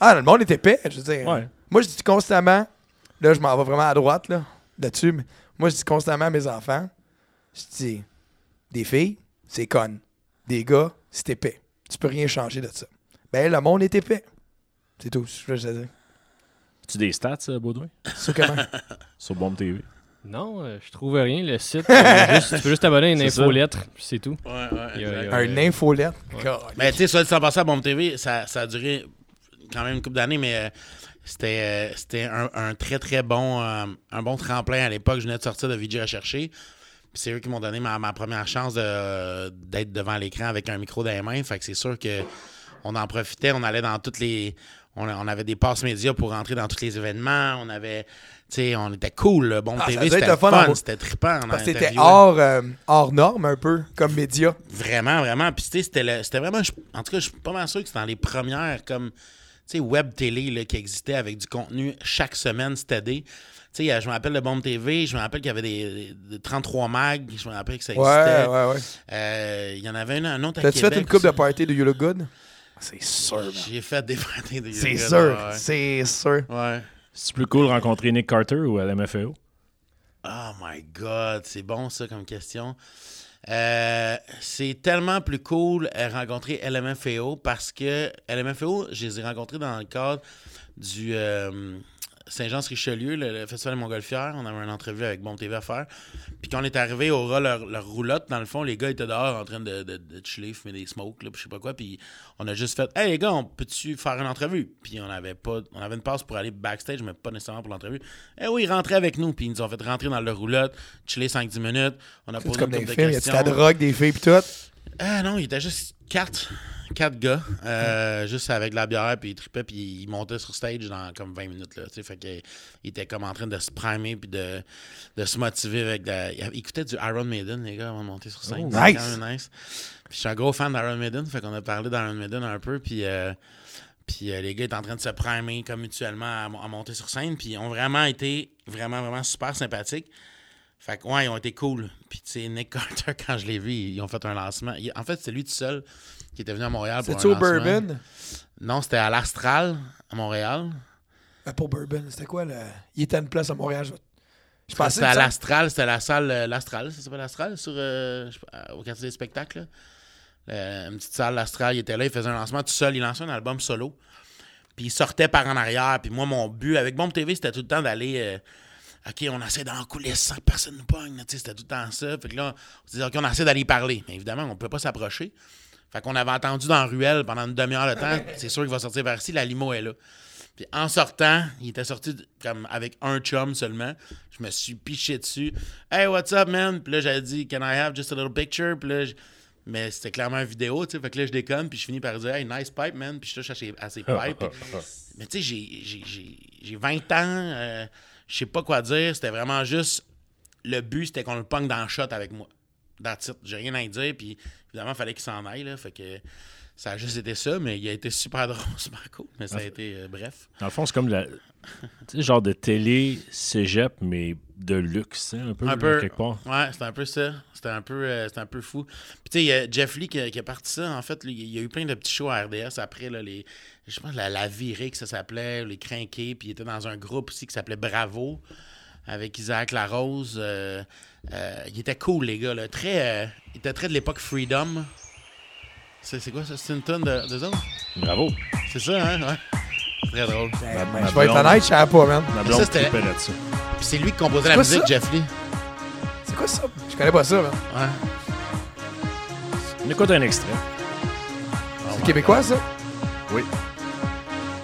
Speaker 2: Ah, le monde était épais, je veux dire.
Speaker 1: Ouais.
Speaker 2: Moi, je dis constamment, là, je m'en vais vraiment à droite, là, là-dessus, mais moi, je dis constamment à mes enfants, je dis, des filles, c'est conne. Des gars, c'est épais. Tu peux rien changer de ça. Ben, le monde est épais. C'est tout, c'est ce que je veux dire.
Speaker 1: Tu des stats, euh, Baudouin,
Speaker 2: Ça, comment?
Speaker 1: sur Bombe TV?
Speaker 3: Non, euh, je trouve rien. Le site, euh, juste- tu peux juste t'abonner à une
Speaker 1: C'est ça.
Speaker 3: infolettre, puis c'est tout.
Speaker 4: Ouais, ouais,
Speaker 3: Il y a-
Speaker 4: exact.
Speaker 3: il y a-
Speaker 1: Euh,
Speaker 2: Un infolette.
Speaker 4: Mais tu sais, ça, sans passer à Bombe TV, ça, ça a duré quand même une couple d'années, mais euh, c'était, euh, c'était un, un très, très bon, euh, un bon tremplin à l'époque. Je venais de sortir de VJ à chercher. Puis c'est eux qui m'ont donné ma, ma première chance de- d'être devant l'écran avec un micro dans les mains. Fait que c'est sûr que on en profitait. On allait dans toutes les. On, a- on avait des passes médias pour rentrer dans tous les événements. On avait. Tu sais, on était cool. là. Bombe
Speaker 2: Ah, ça
Speaker 4: TV,
Speaker 2: devait être
Speaker 4: c'était
Speaker 2: le fun,
Speaker 4: fun.
Speaker 2: en-
Speaker 4: C'était trippant. on
Speaker 2: Parce que c'était
Speaker 4: interviewait.
Speaker 2: hors, euh, hors norme, un peu, comme média.
Speaker 4: Vraiment, vraiment. Puis, tu sais, c'était le- c'était vraiment. je- En tout cas, je suis pas mal sûr que c'était dans les premières, comme, tu sais, web télé là, qui existait avec du contenu chaque semaine, c'était des. Tu sais, euh, je me rappelle le Bombe TV, je me rappelle qu'il y avait des, des 33 mags, je me rappelle que ça
Speaker 2: Ouais,
Speaker 4: existait.
Speaker 2: ouais, ouais.
Speaker 4: Euh, Il y en avait un, un autre à
Speaker 2: T'as-tu
Speaker 4: Ben, Québec.
Speaker 2: fait une coupe de
Speaker 4: aussi.
Speaker 2: party de You Look Good? C'est sûr, man.
Speaker 4: J'ai fait des parties de
Speaker 2: C'est
Speaker 4: yoga,
Speaker 2: sûr,
Speaker 4: ouais.
Speaker 2: c'est sûr.
Speaker 4: Ouais.
Speaker 1: C'est plus cool rencontrer Nick Carter ou à la MFAO?
Speaker 4: Oh my God, c'est bon ça comme question. Euh, c'est tellement plus cool euh, rencontrer LMFAO E parce que LMFAO, E je les ai rencontrés dans le cadre du euh, Saint-Jean-sur-Richelieu, le, le festival des Montgolfières. On avait une entrevue avec Bon TV à faire. Puis quand on est arrivé au ras, leur, leur roulotte, dans le fond, les gars étaient dehors en train de, de, de chiller, fumer des smokes, là, puis je sais pas quoi. Puis on a juste fait Hey les gars, on peut-tu faire une entrevue Puis on avait pas, on avait une passe pour aller backstage, mais pas nécessairement pour l'entrevue. Eh oui, rentrez avec nous. Puis ils nous ont fait rentrer dans leur roulotte, chiller 5-10 minutes. On a
Speaker 2: C'est
Speaker 4: posé
Speaker 2: comme
Speaker 4: une
Speaker 2: des
Speaker 4: couple de
Speaker 2: films, il y a de
Speaker 4: questions.
Speaker 2: la drogue, des filles pis tout.
Speaker 4: Ah non, il était juste quatre, quatre gars, euh, juste avec de la bière, puis ils tripaient, puis ils montaient sur stage dans comme 20 minutes. Là, tu sais, fait que, ils étaient comme en train de se primer, puis de, de se motiver. avec de la- Ils écoutaient du Iron Maiden, les gars, avant de monter sur scène.
Speaker 2: Oh,
Speaker 4: C'était
Speaker 2: nice!
Speaker 4: quand même nice. Puis je suis un gros fan d'Iron Maiden, fait qu'on a parlé d'Iron Maiden un peu, puis... euh, puis euh, les gars étaient en train de se primer comme mutuellement à, à monter sur scène. Puis ils ont vraiment été vraiment, vraiment super sympathiques. Fait que, ouais, ils ont été cool. Puis, tu sais, Nick Carter, quand je l'ai vu, ils ont fait un lancement. Il- en fait, c'est lui tout seul qui était venu à Montréal pour un
Speaker 2: C'était-tu au
Speaker 4: lancement.
Speaker 2: Bourbon?
Speaker 4: Non, c'était à l'Astral, à Montréal.
Speaker 2: Ah, Pas au Bourbon, c'était quoi le. Il était à une place à Montréal. Je, je pensais.
Speaker 4: C'était à
Speaker 2: ça-
Speaker 4: l'Astral, c'était la salle, euh, l'Astral, ça s'appelle l'Astral, sur, euh, je sais pas, euh, au quartier des spectacles. là. Euh, une petite salle, l'Astral, il était là, il faisait un lancement tout seul, il lançait un album solo. Puis il sortait par en arrière. Puis moi, mon but avec Bombe TV, c'était tout le temps d'aller. euh, OK, on essaie d'aller en coulisses sans que personne nous pogne. là, tu sais, C'était tout le temps ça. Fait que là, on se disait, OK, on essaie d'aller parler. Mais évidemment, on ne peut pas s'approcher. Fait qu'on avait entendu dans la Ruelle pendant une demi-heure le temps. C'est sûr qu'il va sortir vers ici. La limo est là. Puis en sortant, il était sorti de- comme avec un chum seulement. Je me suis piché dessus. Hey, what's up, man? Puis là, j'avais dit, Can I have just a little picture? Puis là, je- mais c'était clairement une vidéo, tu sais. Fait que là, je déconne, puis je finis par dire, Hey, nice pipe, man. Puis je touche à ses, à ses pipes. Puis- mais tu sais, j'ai- j'ai- j'ai j'ai 20 ans. euh, je sais pas quoi dire. C'était vraiment juste. Le but, c'était qu'on le pogne dans le shot avec moi. Dans le titre. J'ai rien à y dire, puis évidemment, il fallait qu'il s'en aille, là. Fait que. Ça a juste été ça, mais il a été super drôle, super cool. Mais ça a été euh, bref.
Speaker 1: Dans le fond, c'est comme la. Tu sais, genre de télé cégep, mais de luxe, hein, un peu,
Speaker 4: Un
Speaker 1: là,
Speaker 4: peu.
Speaker 1: quelque part.
Speaker 4: Ouais, c'était un peu ça. C'était un peu, euh, c'était un peu fou. Puis tu sais, il y a Jeff Lee qui a, qui a parti ça. En fait, lui, il y a eu plein de petits shows à RDS après. Là, les, je pense la, la virée que ça s'appelait, les crinqués. Puis il était dans un groupe aussi qui s'appelait Bravo avec Isaac Larose. Euh, euh, il était cool, les gars. Là. Très, euh, il était très de l'époque Freedom. C'est c'est quoi ça? C'est une tonne de, d'eux autres?
Speaker 1: Bravo.
Speaker 4: C'est ça, hein? Ouais. Très drôle. Puis
Speaker 2: Ben,
Speaker 1: ma
Speaker 2: je vais être
Speaker 1: blonde.
Speaker 2: honnête, je savais pas, man.
Speaker 1: Ma
Speaker 4: Mais
Speaker 1: blonde
Speaker 4: ça, c'était-
Speaker 1: trippait là-dessus.
Speaker 4: c'est lui qui composait la
Speaker 2: pas
Speaker 4: musique,
Speaker 2: ça?
Speaker 4: Jeff Lee.
Speaker 2: C'est quoi ça? Je connais pas ça, man.
Speaker 4: Ouais.
Speaker 1: On écoute un extrait.
Speaker 4: Oh
Speaker 2: C'est
Speaker 4: my
Speaker 2: québécois, ça?
Speaker 1: Oui.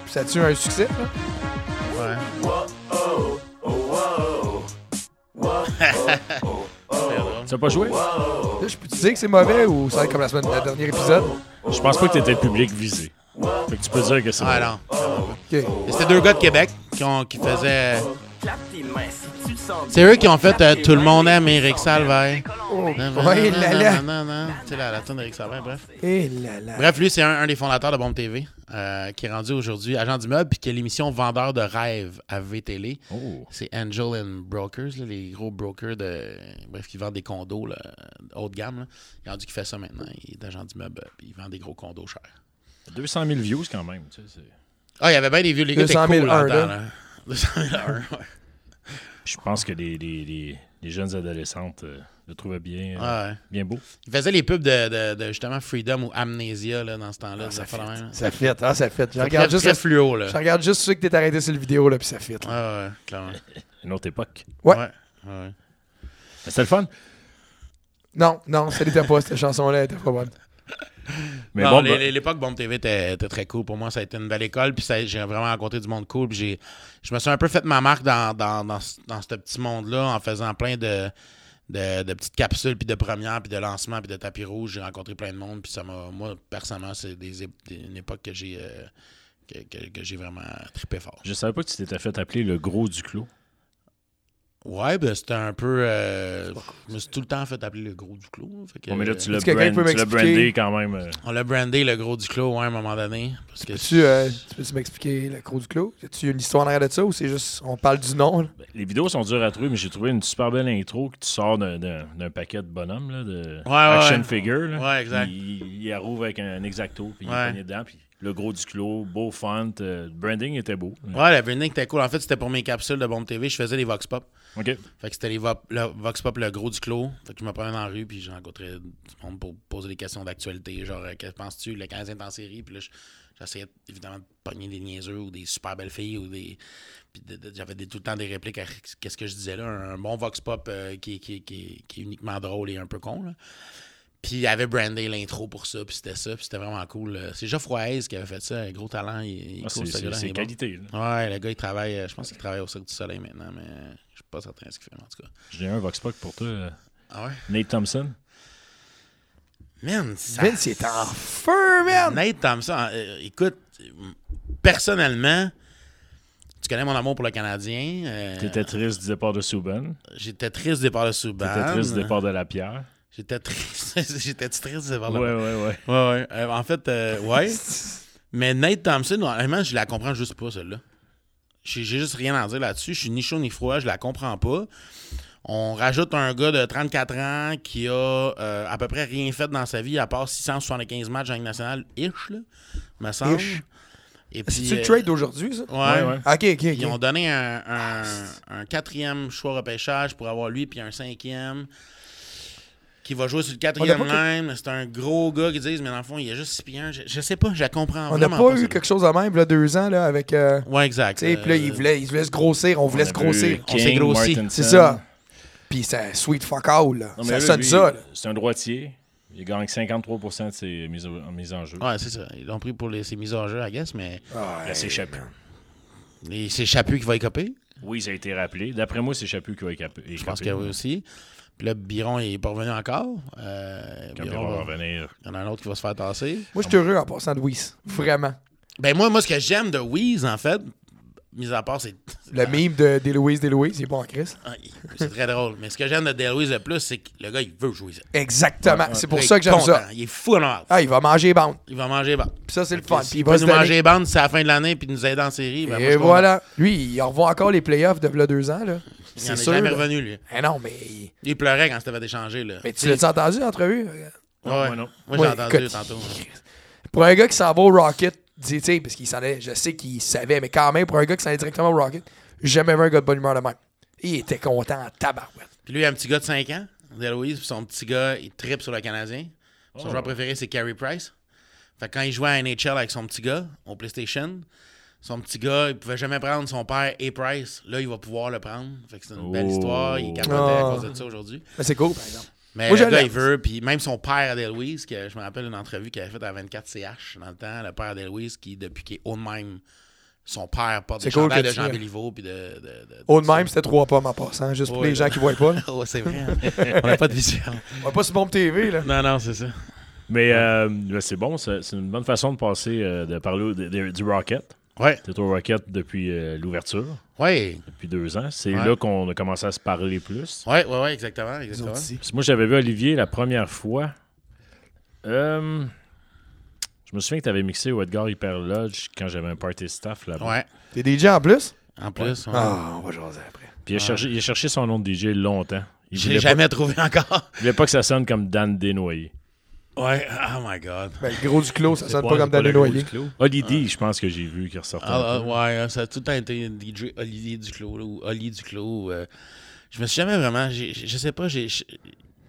Speaker 2: Ça a-tu eu un succès, là?
Speaker 4: God. Ouais.
Speaker 1: Tu n'as pas joué?
Speaker 2: Là, je peux te dire que c'est mauvais ou ça va être comme la semaine, le dernier épisode?
Speaker 1: Je pense pas que tu étais le public visé. Fait que tu peux dire que c'est.
Speaker 4: Ah
Speaker 1: bon.
Speaker 4: non.
Speaker 2: Ok.
Speaker 4: Mais C'était deux gars de Québec qui, ont- qui faisaient.
Speaker 5: Clap tes mains si tu le sens
Speaker 4: C'est eux qui ont fait euh, Tout le monde aime Eric Salvaire.
Speaker 2: Oh,
Speaker 4: Non,
Speaker 2: boy, là, là.
Speaker 4: Tu sais, la, la tune d'Éric Salvaire, bref.
Speaker 2: Eh là là.
Speaker 4: Bref, lui, c'est un, un des fondateurs de Bombe TV euh, qui est rendu aujourd'hui agent d'immeuble puis qui a l'émission Vendeur de rêve à VTL.
Speaker 1: Oh.
Speaker 4: C'est Angel and Brokers, là, les gros brokers de. Bref, qui vendent des condos là, haut de gamme. là. Il est rendu qu'il fait ça maintenant. Il est agent d'immeuble puis il vend des gros condos chers.
Speaker 1: 200 000 views quand même. tu sais, c'est-
Speaker 4: Ah, il y avait bien des vieux. Les gars étaient
Speaker 2: 200
Speaker 4: cool
Speaker 2: 000
Speaker 4: là-dedans,
Speaker 2: là.
Speaker 4: là. 200 001, ouais.
Speaker 1: Je pense que les, les- les- les jeunes adolescentes euh, le trouvaient bien, euh,
Speaker 4: Ouais.
Speaker 1: bien beau.
Speaker 4: Il faisait les pubs de, de- de, justement Freedom ou Amnesia là, dans ce temps-là. ça fait hein,
Speaker 2: Ça fit, ah, ça fit. Je
Speaker 4: Regarde
Speaker 2: regarde juste,
Speaker 4: très
Speaker 2: la-
Speaker 4: fluo là.
Speaker 2: je regarde juste ceux que t'es arrêté sur le vidéo, là, puis ça fit. là.
Speaker 4: Ouais, ouais, clairement.
Speaker 1: Une autre époque.
Speaker 2: Ouais.
Speaker 4: ouais. ouais.
Speaker 1: Mais C'était le fun.
Speaker 2: Non, non, ça l'était pas, cette chanson-là, elle était pas bonne.
Speaker 1: Mais
Speaker 4: non,
Speaker 1: bon,
Speaker 4: les-
Speaker 1: bah,
Speaker 4: les- l'époque Bombe TV était, était très cool. Pour moi, ça a été une belle école. Puis ça- j'ai vraiment rencontré du monde cool. Puis j'ai- je me suis un peu fait ma marque dans, dans, dans, ce- dans ce petit monde-là en faisant plein de, de, de petites capsules, puis de premières, puis de lancements, puis de tapis rouges. J'ai rencontré plein de monde. Puis ça m'a, moi, personnellement, c'est des, ép- des- une époque que j'ai, euh, que, que- que j'ai vraiment trippé fort.
Speaker 1: je savais pas que tu t'étais fait appeler le gros du clos.
Speaker 4: Ouais, ben c'était un peu. euh, je me suis tout le temps fait appeler le gros du clos. hein, fait que,
Speaker 1: Bon, mais là, tu l'as
Speaker 2: Est-ce que quelqu'un
Speaker 1: brand-
Speaker 2: peut
Speaker 1: tu l'as
Speaker 2: m'expliquer?
Speaker 1: brandé quand même. euh,
Speaker 4: On l'a brandé le gros du clos, ouais, à un moment donné. Parce que
Speaker 2: Tu, euh, tu peux-tu m'expliquer le croc du clos? As-tu une histoire en arrière de ça ou c'est juste, on parle du nom, là?
Speaker 1: ben, les vidéos sont dures à trouver, mais j'ai trouvé une super belle intro que tu sors d'un- d'un d'un paquet de bonhommes, là, de
Speaker 4: ouais,
Speaker 1: action
Speaker 4: ouais.
Speaker 1: figure. là.
Speaker 4: Ouais, exact.
Speaker 1: Il, il arrive avec un, un exacto, puis il
Speaker 4: Ouais.
Speaker 1: est pogné dedans, puis le gros du clos, beau font, euh, le branding était beau.
Speaker 4: Ouais, le branding était cool. En fait, c'était pour mes capsules de Bombe TV. Je faisais les Vox Pop.
Speaker 1: OK.
Speaker 4: Fait que c'était les vo- le Vox Pop, le gros du clos. Fait que je me prenais dans la rue, puis je rencontrais du monde pour poser des questions d'actualité. Genre, euh, que penses-tu, le Canadien est en série? Puis là, je- j'essayais évidemment de pogner des niaiseux ou des super belles filles ou des. Puis de- de- j'avais des- tout le temps des répliques à qu'est-ce que je disais là. Un, bon Vox Pop euh, qui, qui, qui, qui est uniquement drôle et un peu con, là. Puis il avait brandé l'intro pour ça, puis c'était ça, puis c'était vraiment cool. Euh, C'est Geoffroy Hayes qui avait fait ça, un gros talent. Il, il est
Speaker 1: Ah, c'est-
Speaker 4: cool, ce
Speaker 1: c'est
Speaker 4: gars-là, il
Speaker 1: c'est
Speaker 4: est bon.
Speaker 1: qualité. là.
Speaker 4: Ouais, le gars, il travaille. euh, Je pense qu'il travaille au Cirque du Soleil maintenant, mais je suis pas certain de ce qu'il fait, mais en tout cas.
Speaker 1: J'ai un Vox Pop pour toi, euh,
Speaker 4: Ah ouais?
Speaker 1: Nate Thompson.
Speaker 4: Man, ça...
Speaker 2: Vince, il est en feu, man!
Speaker 4: Nate Thompson, euh, écoute, euh, personnellement, tu connais mon amour pour le Canadien. euh,
Speaker 1: T'étais triste du départ de Subban.
Speaker 4: J'étais triste du départ de Subban.
Speaker 1: T'étais triste du départ de Lapierre.
Speaker 4: J'étais triste. J'étais triste du départ
Speaker 1: Ouais,
Speaker 4: de
Speaker 1: ouais, ouais.
Speaker 4: Ouais, ouais. Euh, en fait, euh, ouais. Mais Nate Thompson, honnêtement, je la comprends juste pas, celle-là. J'ai j'ai juste rien à dire là-dessus. Je suis ni chaud ni froid, je la comprends pas. On rajoute un gars de 34 ans qui a euh, à peu près rien fait dans sa vie, à part 675 matchs en Ligue nationale, ish, là, me semble.
Speaker 2: Ish.
Speaker 4: Et puis,
Speaker 2: C'est-tu le
Speaker 4: euh,
Speaker 2: trade d'aujourd'hui, ça?
Speaker 4: Ouais,
Speaker 1: Ouais, ouais.
Speaker 2: Ok, ok,
Speaker 4: Ils ont
Speaker 2: ok. Ah,
Speaker 4: donné un, un- un quatrième choix repêchage pour avoir lui, puis un cinquième. qui va jouer sur le
Speaker 2: On
Speaker 4: quatrième
Speaker 2: n'a pas que-
Speaker 4: même. C'est un gros gars qui disent, mais dans le fond, il y a juste six pieds. un. Je, je sais pas, je la comprends
Speaker 2: On n'a
Speaker 4: vraiment.
Speaker 2: pas eu
Speaker 4: celle-là.
Speaker 2: quelque chose de même, là, deux ans, là, avec. euh,
Speaker 4: Ouais, exact.
Speaker 2: tu sais, puis là,
Speaker 4: Euh,
Speaker 2: il voulait, il voulait se grossir, on voulait se grossir.
Speaker 4: On s'est grossi.
Speaker 2: C'est ça. Puis ça, sweet fuck all, là. ça sonne ça, là.
Speaker 1: C'est un droitier. Il gagne 53 de ses mises, au- mises en jeu.
Speaker 4: Ouais, c'est ça. Ils l'ont pris pour les, ses mises en jeu, I guess, mais
Speaker 1: Là, c'est Chaput.
Speaker 4: et c'est Chaput qui va écoper.
Speaker 1: Oui, ça a été rappelé. D'après moi, c'est Chaput qui va écaper.
Speaker 4: Je pense que oui aussi. Puis là, Biron, il est pas revenu encore. Euh,
Speaker 1: Quand il
Speaker 4: Biron
Speaker 1: va
Speaker 4: va-
Speaker 1: revenir.
Speaker 4: Il y en a un autre qui va se faire tasser.
Speaker 2: Moi, je suis heureux en passant de Whis. Vraiment.
Speaker 4: Ben moi, moi ce que j'aime de Wheeze, en fait, mis à part, c'est
Speaker 2: Le mime de Deloise, Deloise, il est bon en Chris.
Speaker 4: Ah, il- c'est très drôle. Mais ce que j'aime de Deloise le plus, c'est que le gars, il veut jouer ça.
Speaker 2: Exactement. Ah, C'est pour
Speaker 4: Il est
Speaker 2: ça que j'aime
Speaker 4: content.
Speaker 2: ça.
Speaker 4: Il est fou en or.
Speaker 2: Ah, il va manger bande.
Speaker 4: Il va manger bande.
Speaker 2: Puis ça, c'est le
Speaker 4: Fait
Speaker 2: fun.
Speaker 4: que
Speaker 2: Puis
Speaker 4: S'il
Speaker 2: il
Speaker 4: va
Speaker 2: va
Speaker 4: nous
Speaker 2: se
Speaker 4: manger bande, c'est à la fin de l'année, puis nous aider en série. ben, moi, je
Speaker 2: Et
Speaker 4: suis
Speaker 2: voilà. Lui, il revoit encore les playoffs de v'là deux ans, là.
Speaker 4: content. Il en
Speaker 2: C'est
Speaker 4: est
Speaker 2: sûr.
Speaker 4: jamais
Speaker 2: là.
Speaker 4: revenu, lui.
Speaker 2: Eh non, mais.
Speaker 4: Il pleurait quand c'était échangé, là.
Speaker 2: Mais tu l'as-tu entendu, l'entrevue? Regarde.
Speaker 4: Ouais.
Speaker 1: Non, moi non.
Speaker 4: Moi,
Speaker 2: Ouais,
Speaker 4: j'ai entendu
Speaker 2: écoute,
Speaker 4: tantôt.
Speaker 2: Pour un gars qui s'en va au Rocket, dis- tu sais, parce qu'il s'en allait, je sais qu'il savait, mais quand même, pour un gars qui s'en allait directement au Rocket, j'ai jamais vu un gars de bonne humeur de même. Il était content en tabarouette.
Speaker 4: Puis lui, il a un petit gars de 5 ans, Deloise, puis son petit gars, il tripe sur le Canadien. Son
Speaker 1: Oh.
Speaker 4: joueur préféré, c'est Carey Price. Fait que quand il jouait à NHL avec son petit gars au PlayStation, son petit gars, il pouvait jamais prendre son père et Price. Là, il va pouvoir le prendre. Fait que c'est une belle
Speaker 1: Oh.
Speaker 4: histoire. Il capotait à
Speaker 2: Ah.
Speaker 4: cause de ça aujourd'hui.
Speaker 2: Mais c'est cool, par exemple.
Speaker 4: Mais
Speaker 2: Moi,
Speaker 4: le
Speaker 2: je
Speaker 4: gars,
Speaker 2: l'aime.
Speaker 4: il veut. Puis même son père, Deloise, que je me rappelle une entrevue qu'il avait faite à 24CH dans le temps, le père Deloise, qui, depuis qu'il est haut de même, son père porte des
Speaker 2: C'est cool
Speaker 4: chandails
Speaker 2: que
Speaker 4: de
Speaker 2: tu-
Speaker 4: Jean Béliveau. Puis de, de, de-
Speaker 2: Au de même, c'était trois pommes en passant, juste pour
Speaker 4: Ouais,
Speaker 2: les
Speaker 4: là.
Speaker 2: gens qui voient pas. là.
Speaker 4: Oh, c'est vrai. hein. On n'a pas de vision.
Speaker 2: On va pas sur Bombe TV, là.
Speaker 4: Non, non, c'est ça.
Speaker 1: Mais euh, ben, c'est bon, ça- c'est une bonne façon de passer, euh, de parler au- de- de- du Rocket.
Speaker 4: Ouais.
Speaker 1: T'es au Rocket depuis euh, l'ouverture,
Speaker 4: Ouais.
Speaker 1: depuis deux ans. C'est
Speaker 4: Ouais.
Speaker 1: là qu'on a commencé à se parler plus.
Speaker 4: Ouais, ouais, ouais, exactement. exactement.
Speaker 1: Parce que moi, j'avais vu Olivier la première fois. Euh, je me souviens que tu avais mixé au Edgar Hyper Lodge quand j'avais un party staff là-bas.
Speaker 4: Ouais.
Speaker 2: T'es DJ en plus?
Speaker 4: En plus,
Speaker 2: hein.
Speaker 4: ouais.
Speaker 2: Ah, on va jaser après.
Speaker 1: Puis il a, cherché, il a cherché son nom de DJ longtemps. Il
Speaker 4: J'ai
Speaker 1: voulait, pas,
Speaker 4: jamais trouvé encore.
Speaker 1: il voulait pas que ça sonne comme Dan Desnoyers.
Speaker 4: Ouais. Oh my God.
Speaker 2: Ben, le gros du clos, ça sonne
Speaker 1: pas-
Speaker 2: pas comme
Speaker 1: c'est pas
Speaker 2: Daniel
Speaker 1: le Ah. gros
Speaker 2: Noyer.
Speaker 1: Holiday, je pense que j'ai vu qui ressortait.
Speaker 4: Ah, ah, ouais, ça a tout le temps été DJ Olivier Duclos là, ou Oli Duclos. euh, je me suis jamais vraiment. j'ai- Je sais pas, j'ai.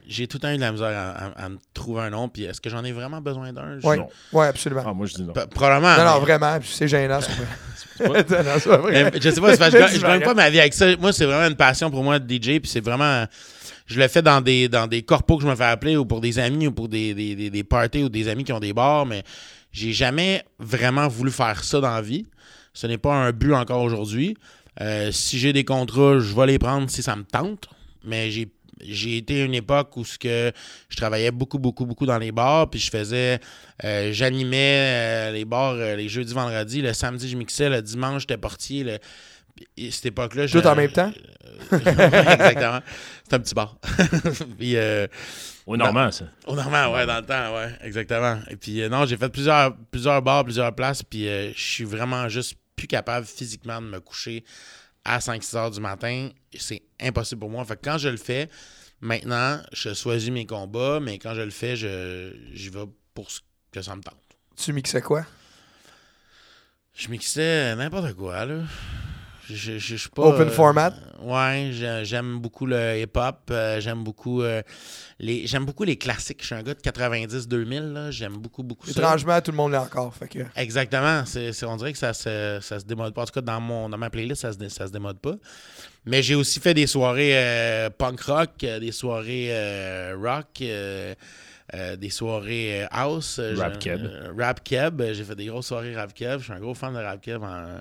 Speaker 4: J'ai tout le temps eu de la misère à, à- à me trouver un nom. Puis est-ce que j'en ai vraiment besoin d'un? Je-
Speaker 2: Oui,
Speaker 1: Non.
Speaker 2: ouais, absolument.
Speaker 1: Ah, moi, je dis non.
Speaker 4: P- Probablement.
Speaker 2: non, non,
Speaker 4: mais-
Speaker 2: vraiment, puis c'est gênant. c'est vrai. Non, non, c'est pas vrai.
Speaker 4: Mais Euh, je sais pas, c'est parce que je gagne- je gagne
Speaker 2: Variant.
Speaker 4: pas ma vie avec ça. Moi, c'est vraiment une passion pour moi de DJ, puis c'est vraiment. Je le fais dans des dans des corpos que je me fais appeler ou pour des amis ou pour des, des, des, des parties ou des amis qui ont des bars, mais j'ai jamais vraiment voulu faire ça dans la vie. Ce n'est pas un but encore aujourd'hui. Euh, si j'ai des contrats, je vais les prendre si ça me tente. Mais j'ai j'ai été à une époque où ce que je travaillais beaucoup, beaucoup, beaucoup dans les bars, puis je faisais, euh, j'animais euh, les bars euh, les jeudis, vendredis, le samedi je mixais, le dimanche j'étais portier. Le... Et cette époque-là, je-
Speaker 2: Tout en même temps?
Speaker 4: Ouais, exactement. C'est un petit bar. puis euh,
Speaker 1: Au Normand, ça.
Speaker 4: au normal, ouais, dans le temps, ouais, exactement. Et puis, euh, non, j'ai fait plusieurs, plusieurs bars, plusieurs places, puis euh, je suis vraiment juste plus capable physiquement de me coucher à 5-6 heures du matin. C'est impossible pour moi. Fait que quand je le fais, maintenant, je choisis mes combats, mais quand je le fais, je, j'y vais pour ce que ça me tente.
Speaker 2: Tu mixais quoi?
Speaker 4: Je mixais n'importe quoi, là. Je, je, je suis pas. euh,
Speaker 2: Open format?
Speaker 4: Ouais, j'ai- j'aime beaucoup le hip-hop. euh, j'aime beaucoup euh, les. J'aime beaucoup les classiques. Je suis un gars de 90-2000, là. J'aime beaucoup, beaucoup ça.
Speaker 2: Étrangement, tout le monde l'a encore. Fait que...
Speaker 4: Exactement. C'est, c'est- on dirait que ça se, ça se démode pas. En tout cas, dans, mon, dans ma playlist, ça se, dé- ça se démode pas. Mais j'ai aussi fait des soirées euh, punk rock, euh, des soirées euh, rock, euh, euh, des soirées euh, house. euh,
Speaker 1: Rap
Speaker 4: je-
Speaker 1: keb.
Speaker 4: euh, rap keb. J'ai fait des grosses soirées rap keb. Je suis un gros fan de rap keb. en-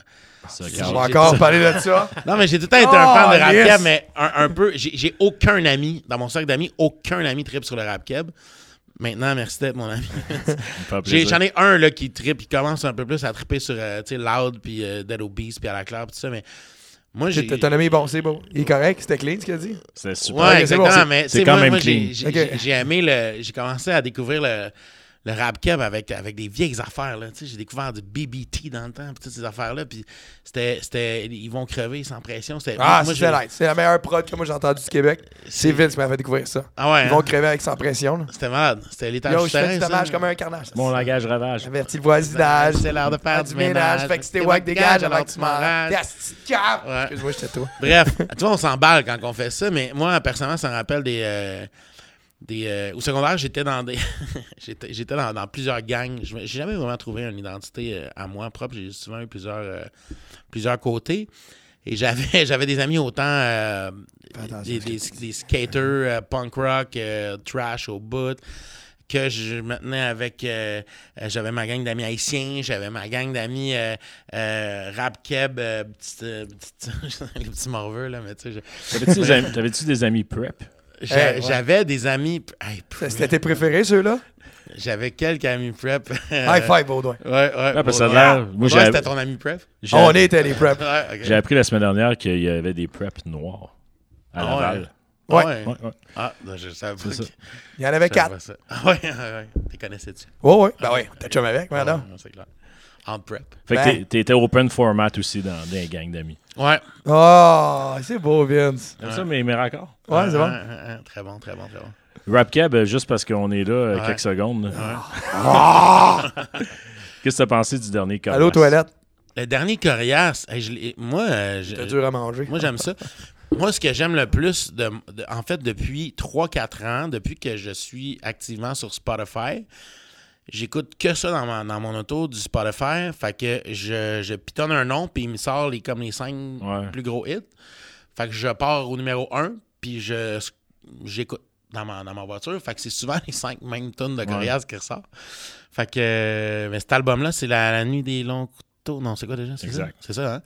Speaker 1: Ça,
Speaker 4: j'ai-
Speaker 1: Carl.
Speaker 2: On va encore parler de ça.
Speaker 4: non, mais j'ai tout le temps été un
Speaker 2: Oh,
Speaker 4: fan de rap
Speaker 2: yes!
Speaker 4: keb, mais un, un peu. J'ai, j'ai aucun ami, dans mon cercle d'amis, aucun ami trip sur le rap keb. Maintenant, merci d'être mon ami.
Speaker 1: Ça me fait
Speaker 4: J'ai-
Speaker 1: plaisir.
Speaker 4: J'en ai, un là, qui tripe, qui commence un peu plus à triper sur euh, tu sais, Loud, puis euh, Dead Obese, puis à la claire, puis tout ça, mais moi, j'ai...
Speaker 2: J'ai- Ton ami est bon, c'est bon. Il est correct, c'était clean ce qu'il a dit.
Speaker 1: C'était super.
Speaker 4: Ouais,
Speaker 2: Ok, c'est bon,
Speaker 4: exactement,
Speaker 2: c'est-
Speaker 4: mais tu
Speaker 1: c'est
Speaker 4: sais,
Speaker 1: quand
Speaker 4: moi,
Speaker 1: même
Speaker 4: moi,
Speaker 1: clean.
Speaker 4: j'ai j'ai-
Speaker 2: Ok.
Speaker 4: j'ai- j'ai aimé le... J'ai commencé à découvrir le, le rap cab avec, avec des vieilles affaires, là, tu sais, j'ai découvert du BBT dans le temps, puis toutes ces affaires-là, puis c'était... c'était- Ils vont crever sans pression, c'était...
Speaker 2: Ah,
Speaker 4: moi,
Speaker 2: c'est
Speaker 4: j'ai-
Speaker 2: nice. C'est la meilleure prod que moi j'ai entendue du Québec. C'est Vince qui m'a fait découvrir ça.
Speaker 4: Ah ouais,
Speaker 2: Ils vont
Speaker 4: hein?
Speaker 2: crever avec sans pression. Là.
Speaker 4: c'était malade, c'était l'étage
Speaker 2: Yo,
Speaker 4: du
Speaker 2: je fais
Speaker 4: terrain,
Speaker 2: du
Speaker 4: ça.
Speaker 2: dommage comme un carnage.
Speaker 1: Mon langage ravage.
Speaker 2: Averti le voisinage.
Speaker 4: C'est l'heure de faire du ménage.
Speaker 2: Fait que c'était
Speaker 4: T'es
Speaker 2: wack,
Speaker 4: wack,
Speaker 2: dégage
Speaker 4: alors
Speaker 2: avant que tu m'en
Speaker 4: rases.
Speaker 2: T'es asti de cave.
Speaker 4: Ouais.
Speaker 2: Excuse-moi, j'étais toi.
Speaker 4: Bref, tu vois, on s'emballe quand on fait ça, mais moi, personnellement, ça me rappelle des, euh, des, euh, au secondaire, j'étais dans des. j'étais j'étais dans, dans plusieurs gangs. Je me- J'ai jamais vraiment trouvé une identité euh, à moi propre. J'ai souvent eu plusieurs, euh, plusieurs côtés. Et j'avais j'avais des amis autant euh,
Speaker 2: Fais attention
Speaker 4: des,
Speaker 2: à ce que
Speaker 4: des- des skaters, euh, punk rock, euh, trash au bout, que je me tenais avec. euh, euh, j'avais ma gang d'amis haïtiens, j'avais ma gang d'amis euh, euh, rap keb, euh, petite, euh, petite- les petits morveux, là, mais tu sais, je-
Speaker 1: T'avais-tu des am- T'avais-tu des amis prep?
Speaker 4: j'a-
Speaker 2: Eh, ouais.
Speaker 4: j'avais des amis. hey,
Speaker 2: C'était tes préférés, ceux-là?
Speaker 4: j'avais quelques amis prep.
Speaker 2: High five, Audouin.
Speaker 4: Ouais, ouais.
Speaker 1: Ouais, parce que ça a
Speaker 4: bon,
Speaker 1: l'air-
Speaker 4: ouais.
Speaker 1: moi,
Speaker 4: Ouais,
Speaker 1: j'ai-
Speaker 4: c'était ton ami prep.
Speaker 1: J'ai-
Speaker 2: Oh, On était les prep.
Speaker 4: Ouais, ok.
Speaker 1: J'ai appris la semaine dernière qu'il y avait des preps noirs à
Speaker 4: Ah ouais.
Speaker 1: Laval.
Speaker 4: Ah ouais.
Speaker 1: Ouais, ouais.
Speaker 4: Ah, non, je savais pas.
Speaker 1: C'est
Speaker 4: que-
Speaker 1: ça.
Speaker 2: Il y en avait
Speaker 4: je savais
Speaker 2: quatre.
Speaker 4: pas ça. Ah ouais, ouais, ouais. T'es connaissais-tu?
Speaker 2: Ouais, ouais. Ben ouais, t'as chum avec, madame.
Speaker 4: Ouais, c'est clair. En prep.
Speaker 1: Fait que
Speaker 2: Ben.
Speaker 1: t'es- t'étais open format aussi dans des gangs d'amis.
Speaker 4: Ouais.
Speaker 2: Oh, c'est beau, Vince.
Speaker 1: Comme ça, mes, mes raccords.
Speaker 2: Ouais, c'est
Speaker 4: Ouais,
Speaker 2: bon.
Speaker 4: ouais, ouais, ouais. Très bon, très bon, très bon.
Speaker 1: Rap Cab, euh, juste parce qu'on est là euh,
Speaker 4: Ouais.
Speaker 1: quelques secondes. là. Qu'est-ce que t'as pensé du dernier coriace?
Speaker 2: Allô, toilette.
Speaker 4: Le dernier coriace, hey, je l'ai- moi, euh, je-
Speaker 2: T'as dur à manger.
Speaker 4: Moi, j'aime ça. Moi, ce que j'aime le plus, de, de- en fait, depuis 3-4 ans, depuis que je suis activement sur Spotify, j'écoute que ça dans, ma- dans mon auto, du Spotify. Fait que je, je pitonne un nom, puis il me sort les, comme les 5
Speaker 1: Ouais.
Speaker 4: plus gros hits. Fait que je pars au numéro 1, puis je j'écoute dans ma, dans ma voiture. Fait que c'est souvent les 5 mêmes tonnes de coriace qui ressortent. Fait que euh, mais cet album-là, c'est la, la nuit des longs couteaux. Non, c'est quoi déjà? C'est
Speaker 1: Exact.
Speaker 4: ça? C'est ça, hein?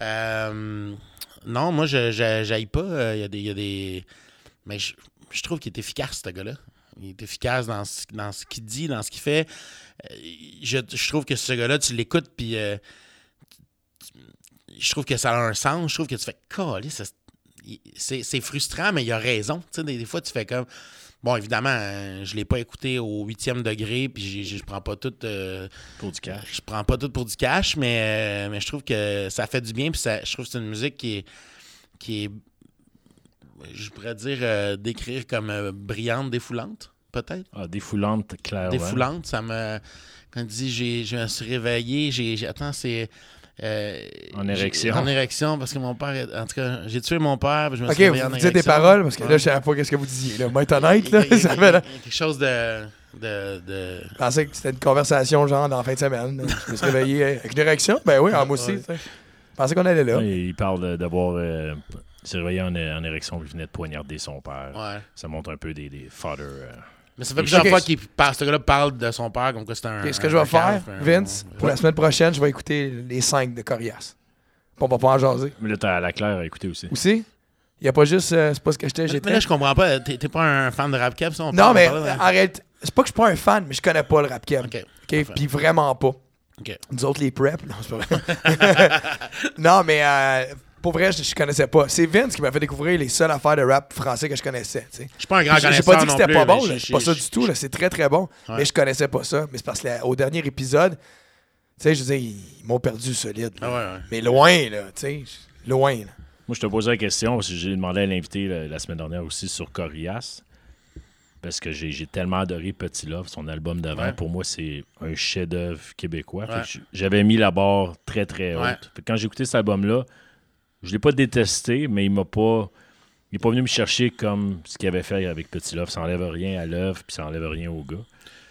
Speaker 4: Euh, non, moi, je j'aille pas. Euh, Il y, a des- il y a des. Mais je, je trouve qu'il est efficace, ce gars-là. Il est efficace dans ce, dans ce qu'il dit, dans ce qu'il fait. Euh, Je, je trouve que ce gars-là, tu l'écoutes, puis euh, je trouve que ça a un sens. Je trouve que tu fais coller. C'est c'est frustrant, mais il a raison. Tu sais, des, des fois, tu fais comme. Bon, évidemment, euh, je l'ai pas écouté au huitième degré, puis j'ai- j'ai- je prends pas tout. euh,
Speaker 1: Pour du cash.
Speaker 4: je prends pas tout pour du cash, mais, euh, mais je trouve que ça fait du bien. Puis ça- je trouve que c'est une musique qui est, qui est je pourrais dire, euh, décrire comme euh, brillante, défoulante, peut-être.
Speaker 1: Ah, défoulante, clairement.
Speaker 4: Défoulante, ça me. Quand il dit j'ai, je me suis réveillé, j'ai. j'ai- Attends, c'est. euh,
Speaker 1: En
Speaker 4: j'ai-
Speaker 1: érection.
Speaker 4: En érection, parce que mon père. est- En tout cas, j'ai tué mon père, puis je me
Speaker 2: Ok,
Speaker 4: suis réveillé
Speaker 2: vous
Speaker 4: en
Speaker 2: vous
Speaker 4: érection.
Speaker 2: dites des paroles, parce que là,
Speaker 4: Ouais.
Speaker 2: je savais pas qu'est-ce que vous disiez. Là. Moi, être honnête,
Speaker 4: Il y a-
Speaker 2: là,
Speaker 4: il y a-
Speaker 2: ça fait. là.
Speaker 4: il y a quelque chose de. de, de...
Speaker 2: Je pensais que c'était une conversation, genre, dans la fin de semaine. là. Je me suis réveillé euh, avec une érection. Ben oui, ah, moi aussi.
Speaker 4: Ouais.
Speaker 2: tu sais. Je pensais qu'on allait là.
Speaker 1: Ouais, Il parle euh, d'avoir. euh, s'est réveillé en, euh, en érection, puis il venait de poignarder son père.
Speaker 4: Ouais.
Speaker 1: Ça monte un peu des, des fodder. euh.
Speaker 4: Mais ça fait
Speaker 2: Et
Speaker 4: plusieurs
Speaker 2: je-
Speaker 4: fois qu'il parle, ce gars-là parle de son père comme quoi c'est un.
Speaker 2: Ok, ce que
Speaker 4: un-
Speaker 2: je vais
Speaker 4: un
Speaker 2: faire,
Speaker 4: cave, un-
Speaker 2: Vince,
Speaker 4: un-
Speaker 2: pour la semaine prochaine, je vais écouter les 5 de Corias. On va pas en jaser.
Speaker 1: Mais là, t'as la claire à écouter aussi.
Speaker 2: Aussi, il n'y a pas juste euh, c'est pas ce que j'étais,
Speaker 4: Mais
Speaker 2: j'étais.
Speaker 4: là, je comprends pas. T'es t'es pas un fan de rap cap, ça? on
Speaker 2: Non,
Speaker 4: parle-
Speaker 2: mais
Speaker 4: on parlait
Speaker 2: euh,
Speaker 4: dans-
Speaker 2: en réalité, c'est pas que je suis pas un fan, mais je connais pas le rap keb.
Speaker 4: hein. Ok.
Speaker 2: OK? Puis vraiment pas.
Speaker 4: Ok.
Speaker 2: Nous autres, les prep. Non, c'est pas vrai. non, mais euh, pour vrai, je, je connaissais pas. C'est Vince qui m'a fait découvrir les seules affaires de rap français que je connaissais. tu sais.
Speaker 4: Je suis pas un grand
Speaker 2: J'ai
Speaker 4: connaisseur.
Speaker 2: j'ai pas dit que
Speaker 4: non
Speaker 2: c'était
Speaker 4: plus,
Speaker 2: pas
Speaker 4: mais
Speaker 2: bon,
Speaker 4: je-
Speaker 2: là.
Speaker 4: je-
Speaker 2: c'est pas ça
Speaker 4: je-
Speaker 2: du tout, là. c'est très très bon,
Speaker 4: Ouais.
Speaker 2: mais je connaissais pas ça. Mais c'est parce que la- au dernier épisode, tu sais, je disais, ils m'ont perdu solide. là.
Speaker 4: Ah ouais, ouais.
Speaker 2: Mais loin, là, tu sais, loin. là.
Speaker 1: Moi, je te posais la question parce que j'ai demandé à l'invité la, la semaine dernière aussi sur Corias. Parce que j'ai j'ai tellement adoré Petit Love, son album d'avant.
Speaker 4: Ouais.
Speaker 1: Pour moi, c'est un chef-d'œuvre québécois. Fait
Speaker 4: Ouais.
Speaker 1: que j- J'avais mis la barre très, très haute.
Speaker 4: Ouais.
Speaker 1: Fait que quand j'ai écouté cet album-là, je l'ai pas détesté, mais il m'a pas. Il n'est pas venu me chercher comme ce qu'il avait fait avec Petit Love. Ça enlève rien à l'œuvre, puis ça enlève rien au gars.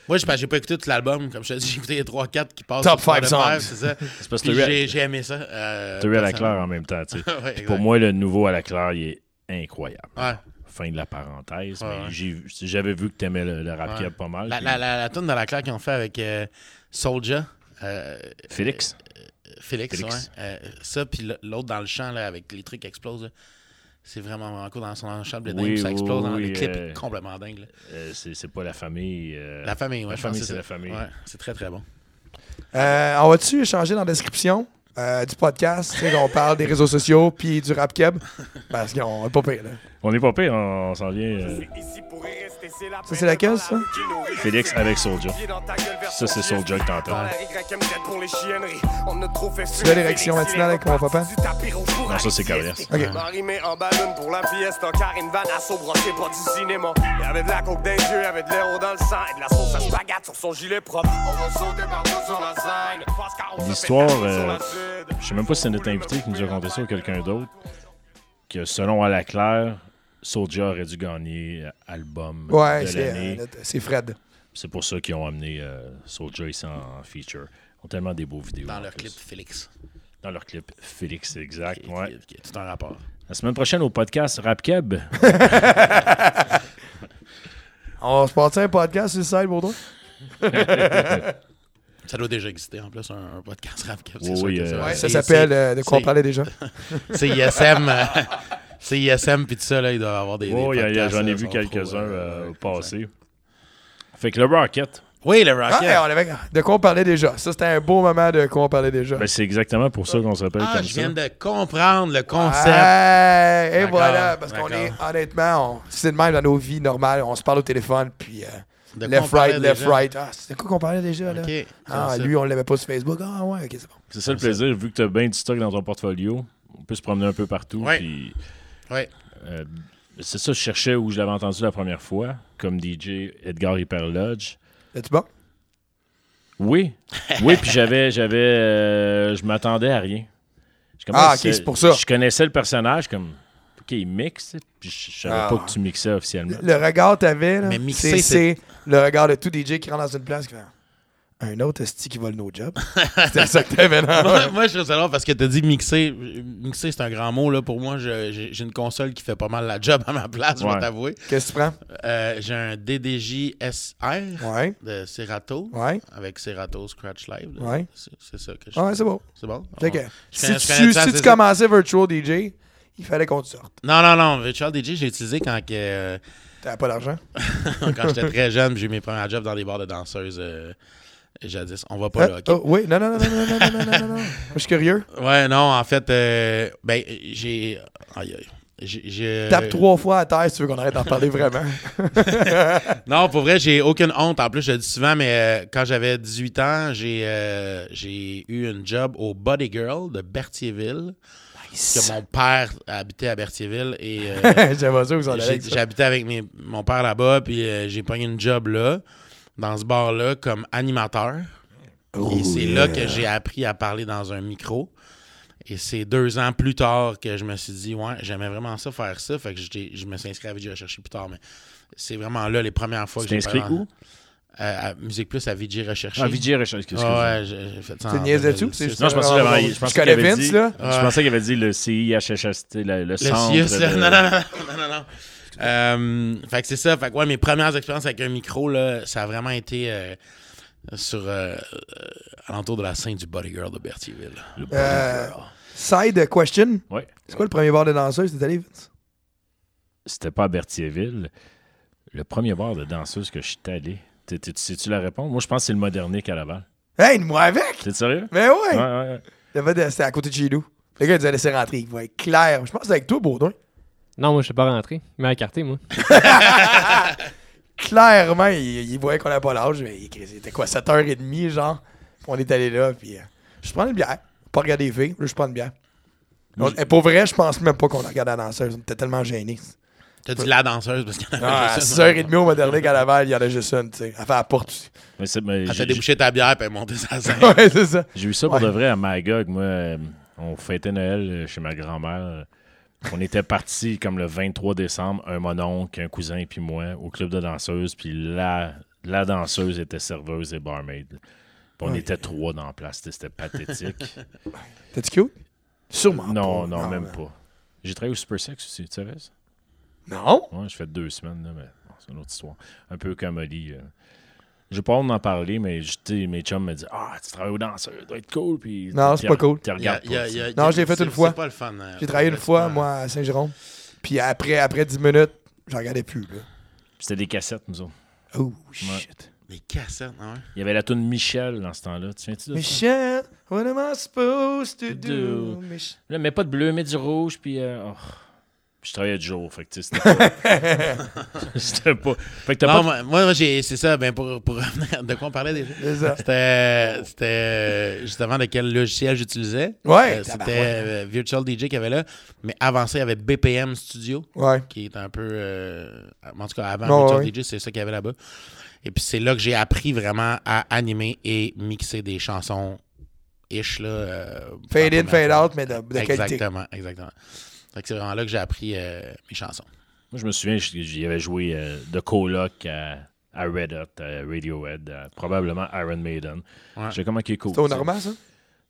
Speaker 4: Moi, je- j'ai pas écouté tout l'album. Comme je te dis, j'ai écouté les 3-4 qui passent.
Speaker 2: Top
Speaker 4: sur
Speaker 2: five
Speaker 4: Spotify,
Speaker 2: songs.
Speaker 4: C'est ça.
Speaker 1: C'est parce que
Speaker 4: Puis
Speaker 1: t'as eu à-
Speaker 4: j'ai j'ai aimé ça. euh,
Speaker 1: t'as eu à la
Speaker 4: personnellement.
Speaker 1: claire en même temps. tu sais.
Speaker 4: Ouais,
Speaker 1: Pour
Speaker 4: exact.
Speaker 1: moi, le nouveau à la claire, il est incroyable.
Speaker 4: Ouais.
Speaker 1: Fin de la parenthèse.
Speaker 4: Ouais,
Speaker 1: mais
Speaker 4: ouais.
Speaker 1: j'ai- J'avais vu que t'aimais le, le rap
Speaker 4: Ouais.
Speaker 1: cap pas mal.
Speaker 4: La,
Speaker 1: puis-
Speaker 4: la, la, la tune de la claire qu'ils ont fait avec euh, Soulja, euh,
Speaker 1: Félix.
Speaker 4: Félix,
Speaker 1: Félix.
Speaker 4: ouais. Euh, ça, puis l- l'autre dans le champ, là, avec les trucs qui explosent, là. c'est vraiment, vraiment cool dans son ensemble de dingue,
Speaker 1: Oui,
Speaker 4: ça explose
Speaker 1: oui,
Speaker 4: dans
Speaker 1: oui,
Speaker 4: le clip
Speaker 1: euh,
Speaker 4: complètement dingue. là.
Speaker 1: Euh, c'est c'est pas la famille. euh,
Speaker 4: La famille, ouais,
Speaker 1: la
Speaker 4: je
Speaker 1: famille,
Speaker 4: pense que
Speaker 1: c'est
Speaker 4: ça.
Speaker 1: la famille.
Speaker 4: Ouais, c'est très, très bon.
Speaker 2: Euh, on va-tu échanger dans la description euh, du podcast, tu sais, qu'on parle des réseaux sociaux puis du rap keb? Parce qu'on est pas pire, là.
Speaker 1: On est pas pire, on, on s'en vient. euh,
Speaker 2: Ça, c'est laquelle, ça?
Speaker 1: Félix avec Soulja. Ça, c'est Soulja que t'entends.
Speaker 2: Tu veux l'érection matinale avec mon papa?
Speaker 1: Non, ça, c'est Cavaliers.
Speaker 2: Ok.
Speaker 6: Marie met en ballon pour la fiesta car une vanne à saubre c'est pas du cinéma. Il y avait de la coke dans les yeux, il y avait de l'héros dans le sang et de la sauce à spaghetti sur son gilet propre. On va sauter partout sur la scène. parce qu'on se fait
Speaker 1: L'histoire,
Speaker 6: taper sur
Speaker 1: euh,
Speaker 6: la sud.
Speaker 1: Je sais même pas si c'est notre invité qui nous a conté ça ou quelqu'un d'autre. Que selon Alain Claire, Soldier aurait dû gagner euh, album
Speaker 2: Ouais,
Speaker 1: de
Speaker 2: c'est,
Speaker 1: l'année.
Speaker 2: euh, c'est Fred.
Speaker 1: C'est pour ça qu'ils ont amené euh, Soldier ici en, en feature. Ils ont tellement des beaux vidéos.
Speaker 4: Dans
Speaker 1: en
Speaker 4: leur
Speaker 1: plus.
Speaker 4: clip Félix.
Speaker 1: Dans leur clip. Félix, c'est exact.
Speaker 4: Qui-
Speaker 1: Ouais.
Speaker 4: qui- qui- C'est un rapport.
Speaker 1: La semaine prochaine au podcast Rap Keb.
Speaker 2: On se porte un podcast sur le site pour toi?
Speaker 4: Ça doit déjà exister en plus, un, un podcast rap. cap,
Speaker 1: Oui,
Speaker 4: c'est sûr
Speaker 1: oui,
Speaker 4: que
Speaker 1: euh,
Speaker 4: va
Speaker 1: Ouais,
Speaker 2: Ça
Speaker 4: exister.
Speaker 2: s'appelle
Speaker 4: C'est-
Speaker 2: euh, De quoi on
Speaker 4: c'est-
Speaker 2: parlait déjà?
Speaker 4: C'est ISM. euh, C'est ISM, puis tout ça, là, il doit avoir des. des
Speaker 1: Oh, il y a- il y a-
Speaker 4: podcasts,
Speaker 1: J'en ai
Speaker 4: euh,
Speaker 1: vu
Speaker 4: sont
Speaker 1: quelques-uns
Speaker 4: pro,
Speaker 1: euh,
Speaker 4: ouais,
Speaker 1: au passé. Fait que le Rocket,
Speaker 4: Oui, le
Speaker 2: Ah,
Speaker 4: Rocket.
Speaker 2: hey, on avait- De quoi on parlait déjà? Ça, c'était un beau moment de quoi on parlait déjà.
Speaker 1: ben, c'est exactement pour ça qu'on se rappelle
Speaker 4: Ah,
Speaker 1: comme
Speaker 4: je
Speaker 1: ça.
Speaker 4: viens de comprendre le concept.
Speaker 2: Ah, Hey, et
Speaker 4: D'accord,
Speaker 2: voilà, parce qu'on est,
Speaker 4: d'accord.
Speaker 2: honnêtement, on- c'est de même dans nos vies normales, on se parle au téléphone, puis euh,
Speaker 4: De quoi on
Speaker 2: left,
Speaker 4: parlait
Speaker 2: right, left,
Speaker 4: déjà?
Speaker 2: right. Ah, c'est de quoi qu'on parlait déjà, là?
Speaker 4: Ok,
Speaker 2: Ah,
Speaker 4: concept.
Speaker 2: lui, on l'avait pas sur Facebook. Ah, ouais, ok, c'est bon.
Speaker 1: C'est ça le plaisir, vu que tu as bien du stock dans ton portfolio, on peut se promener un peu partout.
Speaker 4: Ouais.
Speaker 1: puis,
Speaker 4: Ouais.
Speaker 1: euh, c'est ça, je cherchais où je l'avais entendu la première fois, comme DJ Edgar Hyper Lodge.
Speaker 2: Es-tu bon?
Speaker 1: Oui, oui, puis j'avais, j'avais, euh, je m'attendais à rien. Je comme,
Speaker 2: Ah,
Speaker 1: ah,
Speaker 2: ok, c'est pour ça.
Speaker 1: Je connaissais le personnage comme, ok, il mixe, puis je, je savais
Speaker 2: Ah.
Speaker 1: pas que tu mixais officiellement.
Speaker 2: Le regard que t'avais, là,
Speaker 4: Mais mixer,
Speaker 2: c'est,
Speaker 4: c'est-
Speaker 2: c'est le regard de tout DJ qui rentre dans une place qui fait un autre esti qui vole nos jobs. C'était ça que t'avais
Speaker 4: Moi,
Speaker 2: dans
Speaker 4: moi, je veux savoir parce que t'as dit mixer. Mixer, c'est un grand mot. là Pour moi, Je- j'ai j'ai une console qui fait pas mal la job à ma place, je
Speaker 1: Ouais.
Speaker 4: vais t'avouer.
Speaker 2: Qu'est-ce que tu
Speaker 4: Euh, j'ai un DDJ SR
Speaker 2: prends? Ouais,
Speaker 4: de Serato
Speaker 2: ouais.
Speaker 4: avec Serato Scratch Live. là.
Speaker 2: Ouais. Ah
Speaker 4: C'est c'est ça que je
Speaker 2: Ouais, c'est bon.
Speaker 4: C'est bon?
Speaker 2: Fait que,
Speaker 4: On- Ah je
Speaker 2: si
Speaker 4: connais- je connais
Speaker 2: tu,
Speaker 4: ça,
Speaker 2: si
Speaker 4: c'est
Speaker 2: tu
Speaker 4: ça.
Speaker 2: commençais Virtual DJ, il fallait qu'on te sorte.
Speaker 4: Non, non, non. Virtual DJ, j'ai utilisé quand, que, euh,
Speaker 2: T'avais pas d'argent?
Speaker 4: quand j'étais très jeune. J'ai eu mes premiers jobs dans des bars de danseuses euh, jadis. On va pas là,
Speaker 2: Ah,
Speaker 4: OK?
Speaker 2: oh, oui, non, non, non, non, non, non, non, non, non, non. Moi, je suis curieux.
Speaker 4: Ouais, non, en fait, euh, ben, j'ai. Aïe, aïe. J'ai- j'ai-
Speaker 2: Tape trois fois à terre si tu veux qu'on arrête d'en parler vraiment.
Speaker 4: Non, pour vrai, j'ai aucune honte. En plus, je le dis souvent, mais euh, quand j'avais 18 ans, j'ai euh, j'ai eu une job au Body Girl de Berthierville. Que mon père habitait à Berthierville et euh,
Speaker 2: J'aimerais ça que vous en allez
Speaker 4: J'ai-
Speaker 2: avec ça.
Speaker 4: J'habitais avec mes- mon père là-bas, puis euh, j'ai pogné une job là, dans ce bar-là, comme animateur.
Speaker 1: Oh,
Speaker 4: et c'est là que j'ai appris à parler dans un micro. Et c'est deux ans plus tard que je me suis dit, ouais, j'aimais vraiment ça, faire ça. Fait que j'étais- je me suis inscrit à VJ Recherché plus tard, mais c'est vraiment là les premières fois
Speaker 1: Tu
Speaker 4: que j'ai
Speaker 1: t'es inscrit
Speaker 4: parlé en-
Speaker 1: où?
Speaker 4: Euh, à Musique Plus à VJ Recherché.
Speaker 1: Ah, VJ Recherche, excuse
Speaker 4: Ouais, j'ai j'ai fait ça.
Speaker 2: Tu
Speaker 4: en
Speaker 2: niaisais tout?
Speaker 4: 2006.
Speaker 1: Non, je pensais
Speaker 2: vraiment
Speaker 1: j'avais-
Speaker 2: drôle.
Speaker 1: je pensais
Speaker 2: Je connais
Speaker 1: qu'il avait
Speaker 2: Vince,
Speaker 1: dit-
Speaker 2: là.
Speaker 1: Je pensais qu'il avait dit le CIHHS, le, le
Speaker 4: Le
Speaker 1: centre.
Speaker 4: Sius, là.
Speaker 1: de-
Speaker 4: Non, non, non, non, non, non. Euh, fait que c'est ça. Fait que, ouais, mes premières expériences avec un micro, là, ça a vraiment été euh, sur euh, euh, alentour de la scène du Bodygirl de Berthierville.
Speaker 1: Le body
Speaker 2: Euh,
Speaker 1: girl.
Speaker 2: Side question.
Speaker 1: Ouais.
Speaker 2: C'est quoi le premier bar de danseuse? T'es allé, Vince?
Speaker 1: C'était pas à Berthierville. Le premier bar de danseuse que je suis allé. T'es- t'es- Sais-tu la réponse? Moi, je pense que c'est le Modernique à Laval.
Speaker 2: Hey, moi avec!
Speaker 1: T'es sérieux?
Speaker 2: Mais ouais!
Speaker 1: Ouais, ouais, ouais.
Speaker 2: Le fait de- C'était à côté de chez nous. Le gars, il nous a laissé rentrer. Il va être clair. Je pense que c'est avec toi, Baudouin.
Speaker 3: Non, moi, je suis pas rentré. Il m'a écarté, moi.
Speaker 2: Clairement, il, il voyait qu'on n'avait pas l'âge. Mais il- c'était quoi, 7h30, genre? Puis on est allé là, puis euh, je prends une bière. Pas regarder les filles, je prends une bière. Donc, et pour vrai, je pense même pas qu'on a regardé la danseuse. On était tellement gênés.
Speaker 4: T'as dit la danseuse parce qu'il y en avait
Speaker 2: Ah, à
Speaker 4: juste
Speaker 2: 6h30 au Modernic à Laval, il y en a juste une, tu sais. Elle fait la porte aussi.
Speaker 1: Mais c'est- mais
Speaker 4: Elle
Speaker 1: j'ai-
Speaker 4: t'a débouché ta bière puis elle est montée sa scène.
Speaker 1: Hein?
Speaker 2: ouais, c'est ça.
Speaker 1: J'ai eu ça pour
Speaker 2: Ouais.
Speaker 1: de vrai à Magog. Moi, euh, on fêtait Noël euh, chez ma grand-mère. On était partis comme le 23 décembre, un mononcle, un cousin puis moi, au club de danseuses. Puis la, la danseuse était serveuse et barmaid. Puis on était trois dans la place. C'était- C'était pathétique.
Speaker 2: T'es-tu cute? Sûrement.
Speaker 1: non,
Speaker 2: pas.
Speaker 1: non, même
Speaker 2: mais-
Speaker 1: pas. J'ai travaillé au Super Sex aussi, tu savais ça?
Speaker 2: Non?
Speaker 1: Ouais, je fais deux semaines, là, mais bon, c'est une autre histoire. Un peu comme Oli. euh. J'ai pas honte d'en parler, mais je- tu sais, mes chums me disent Ah, tu travailles au danseur, ça doit être cool. Puis,
Speaker 2: Non, c'est
Speaker 1: tu-
Speaker 2: pas cool.
Speaker 1: Tu
Speaker 4: Il y a-
Speaker 1: regardes
Speaker 4: il y a-
Speaker 1: pas,
Speaker 4: il y a- il y a-
Speaker 2: Non, je l'ai fait
Speaker 4: c'est-
Speaker 2: une fois.
Speaker 4: C'est pas le fun. euh,
Speaker 2: J'ai travaillé une fois,
Speaker 4: honnêtement.
Speaker 2: moi, à Saint-Jérôme. Puis après, après 10 minutes, je regardais plus, là.
Speaker 1: C'était des cassettes, nous autres.
Speaker 2: Oh, shit.
Speaker 4: Des cassettes, ah ouais.
Speaker 1: Il y avait la tune Michel dans ce temps-là. Tu viens-tu de ça?
Speaker 2: Michel, what am I supposed to do?
Speaker 1: Do.
Speaker 2: Mich-
Speaker 1: Là, mets pas de bleu, mets du rouge, puis... euh, oh. Puis Je travaillais de jour, fait que tu sais, c'était pas... c'était pas... Fait que t'as
Speaker 4: Non,
Speaker 1: pas...
Speaker 4: moi, moi, j'ai- c'est ça, ben pour, pour revenir, de quoi on parlait déjà?
Speaker 2: C'est ça.
Speaker 4: C'était, c'était euh, justement de quel logiciel j'utilisais.
Speaker 2: Ouais,
Speaker 4: Euh, c'était
Speaker 2: tabarouette.
Speaker 4: euh, Virtual DJ qu'il y avait là. Mais avant ça, il y avait BPM Studio,
Speaker 2: Ouais.
Speaker 4: qui est un peu. euh, en tout cas, avant
Speaker 2: Ouais,
Speaker 4: Virtual
Speaker 2: ouais.
Speaker 4: DJ, c'est ça qu'il y avait là-bas. Et puis c'est là que j'ai appris vraiment à animer et mixer des chansons ish. Là, euh,
Speaker 2: Fade in, fade
Speaker 4: pour la première
Speaker 2: out, mais de, de qualité.
Speaker 4: Exactement, exactement. Fait que c'est vraiment là que j'ai appris euh, mes chansons.
Speaker 1: Moi, je me souviens, j- j'y avais joué euh, de coloc à, à Red Hot, à Radiohead, à probablement Iron Maiden.
Speaker 4: Ouais.
Speaker 1: Je sais comment qui est cool.
Speaker 2: C'était au
Speaker 1: ça.
Speaker 2: normal, ça?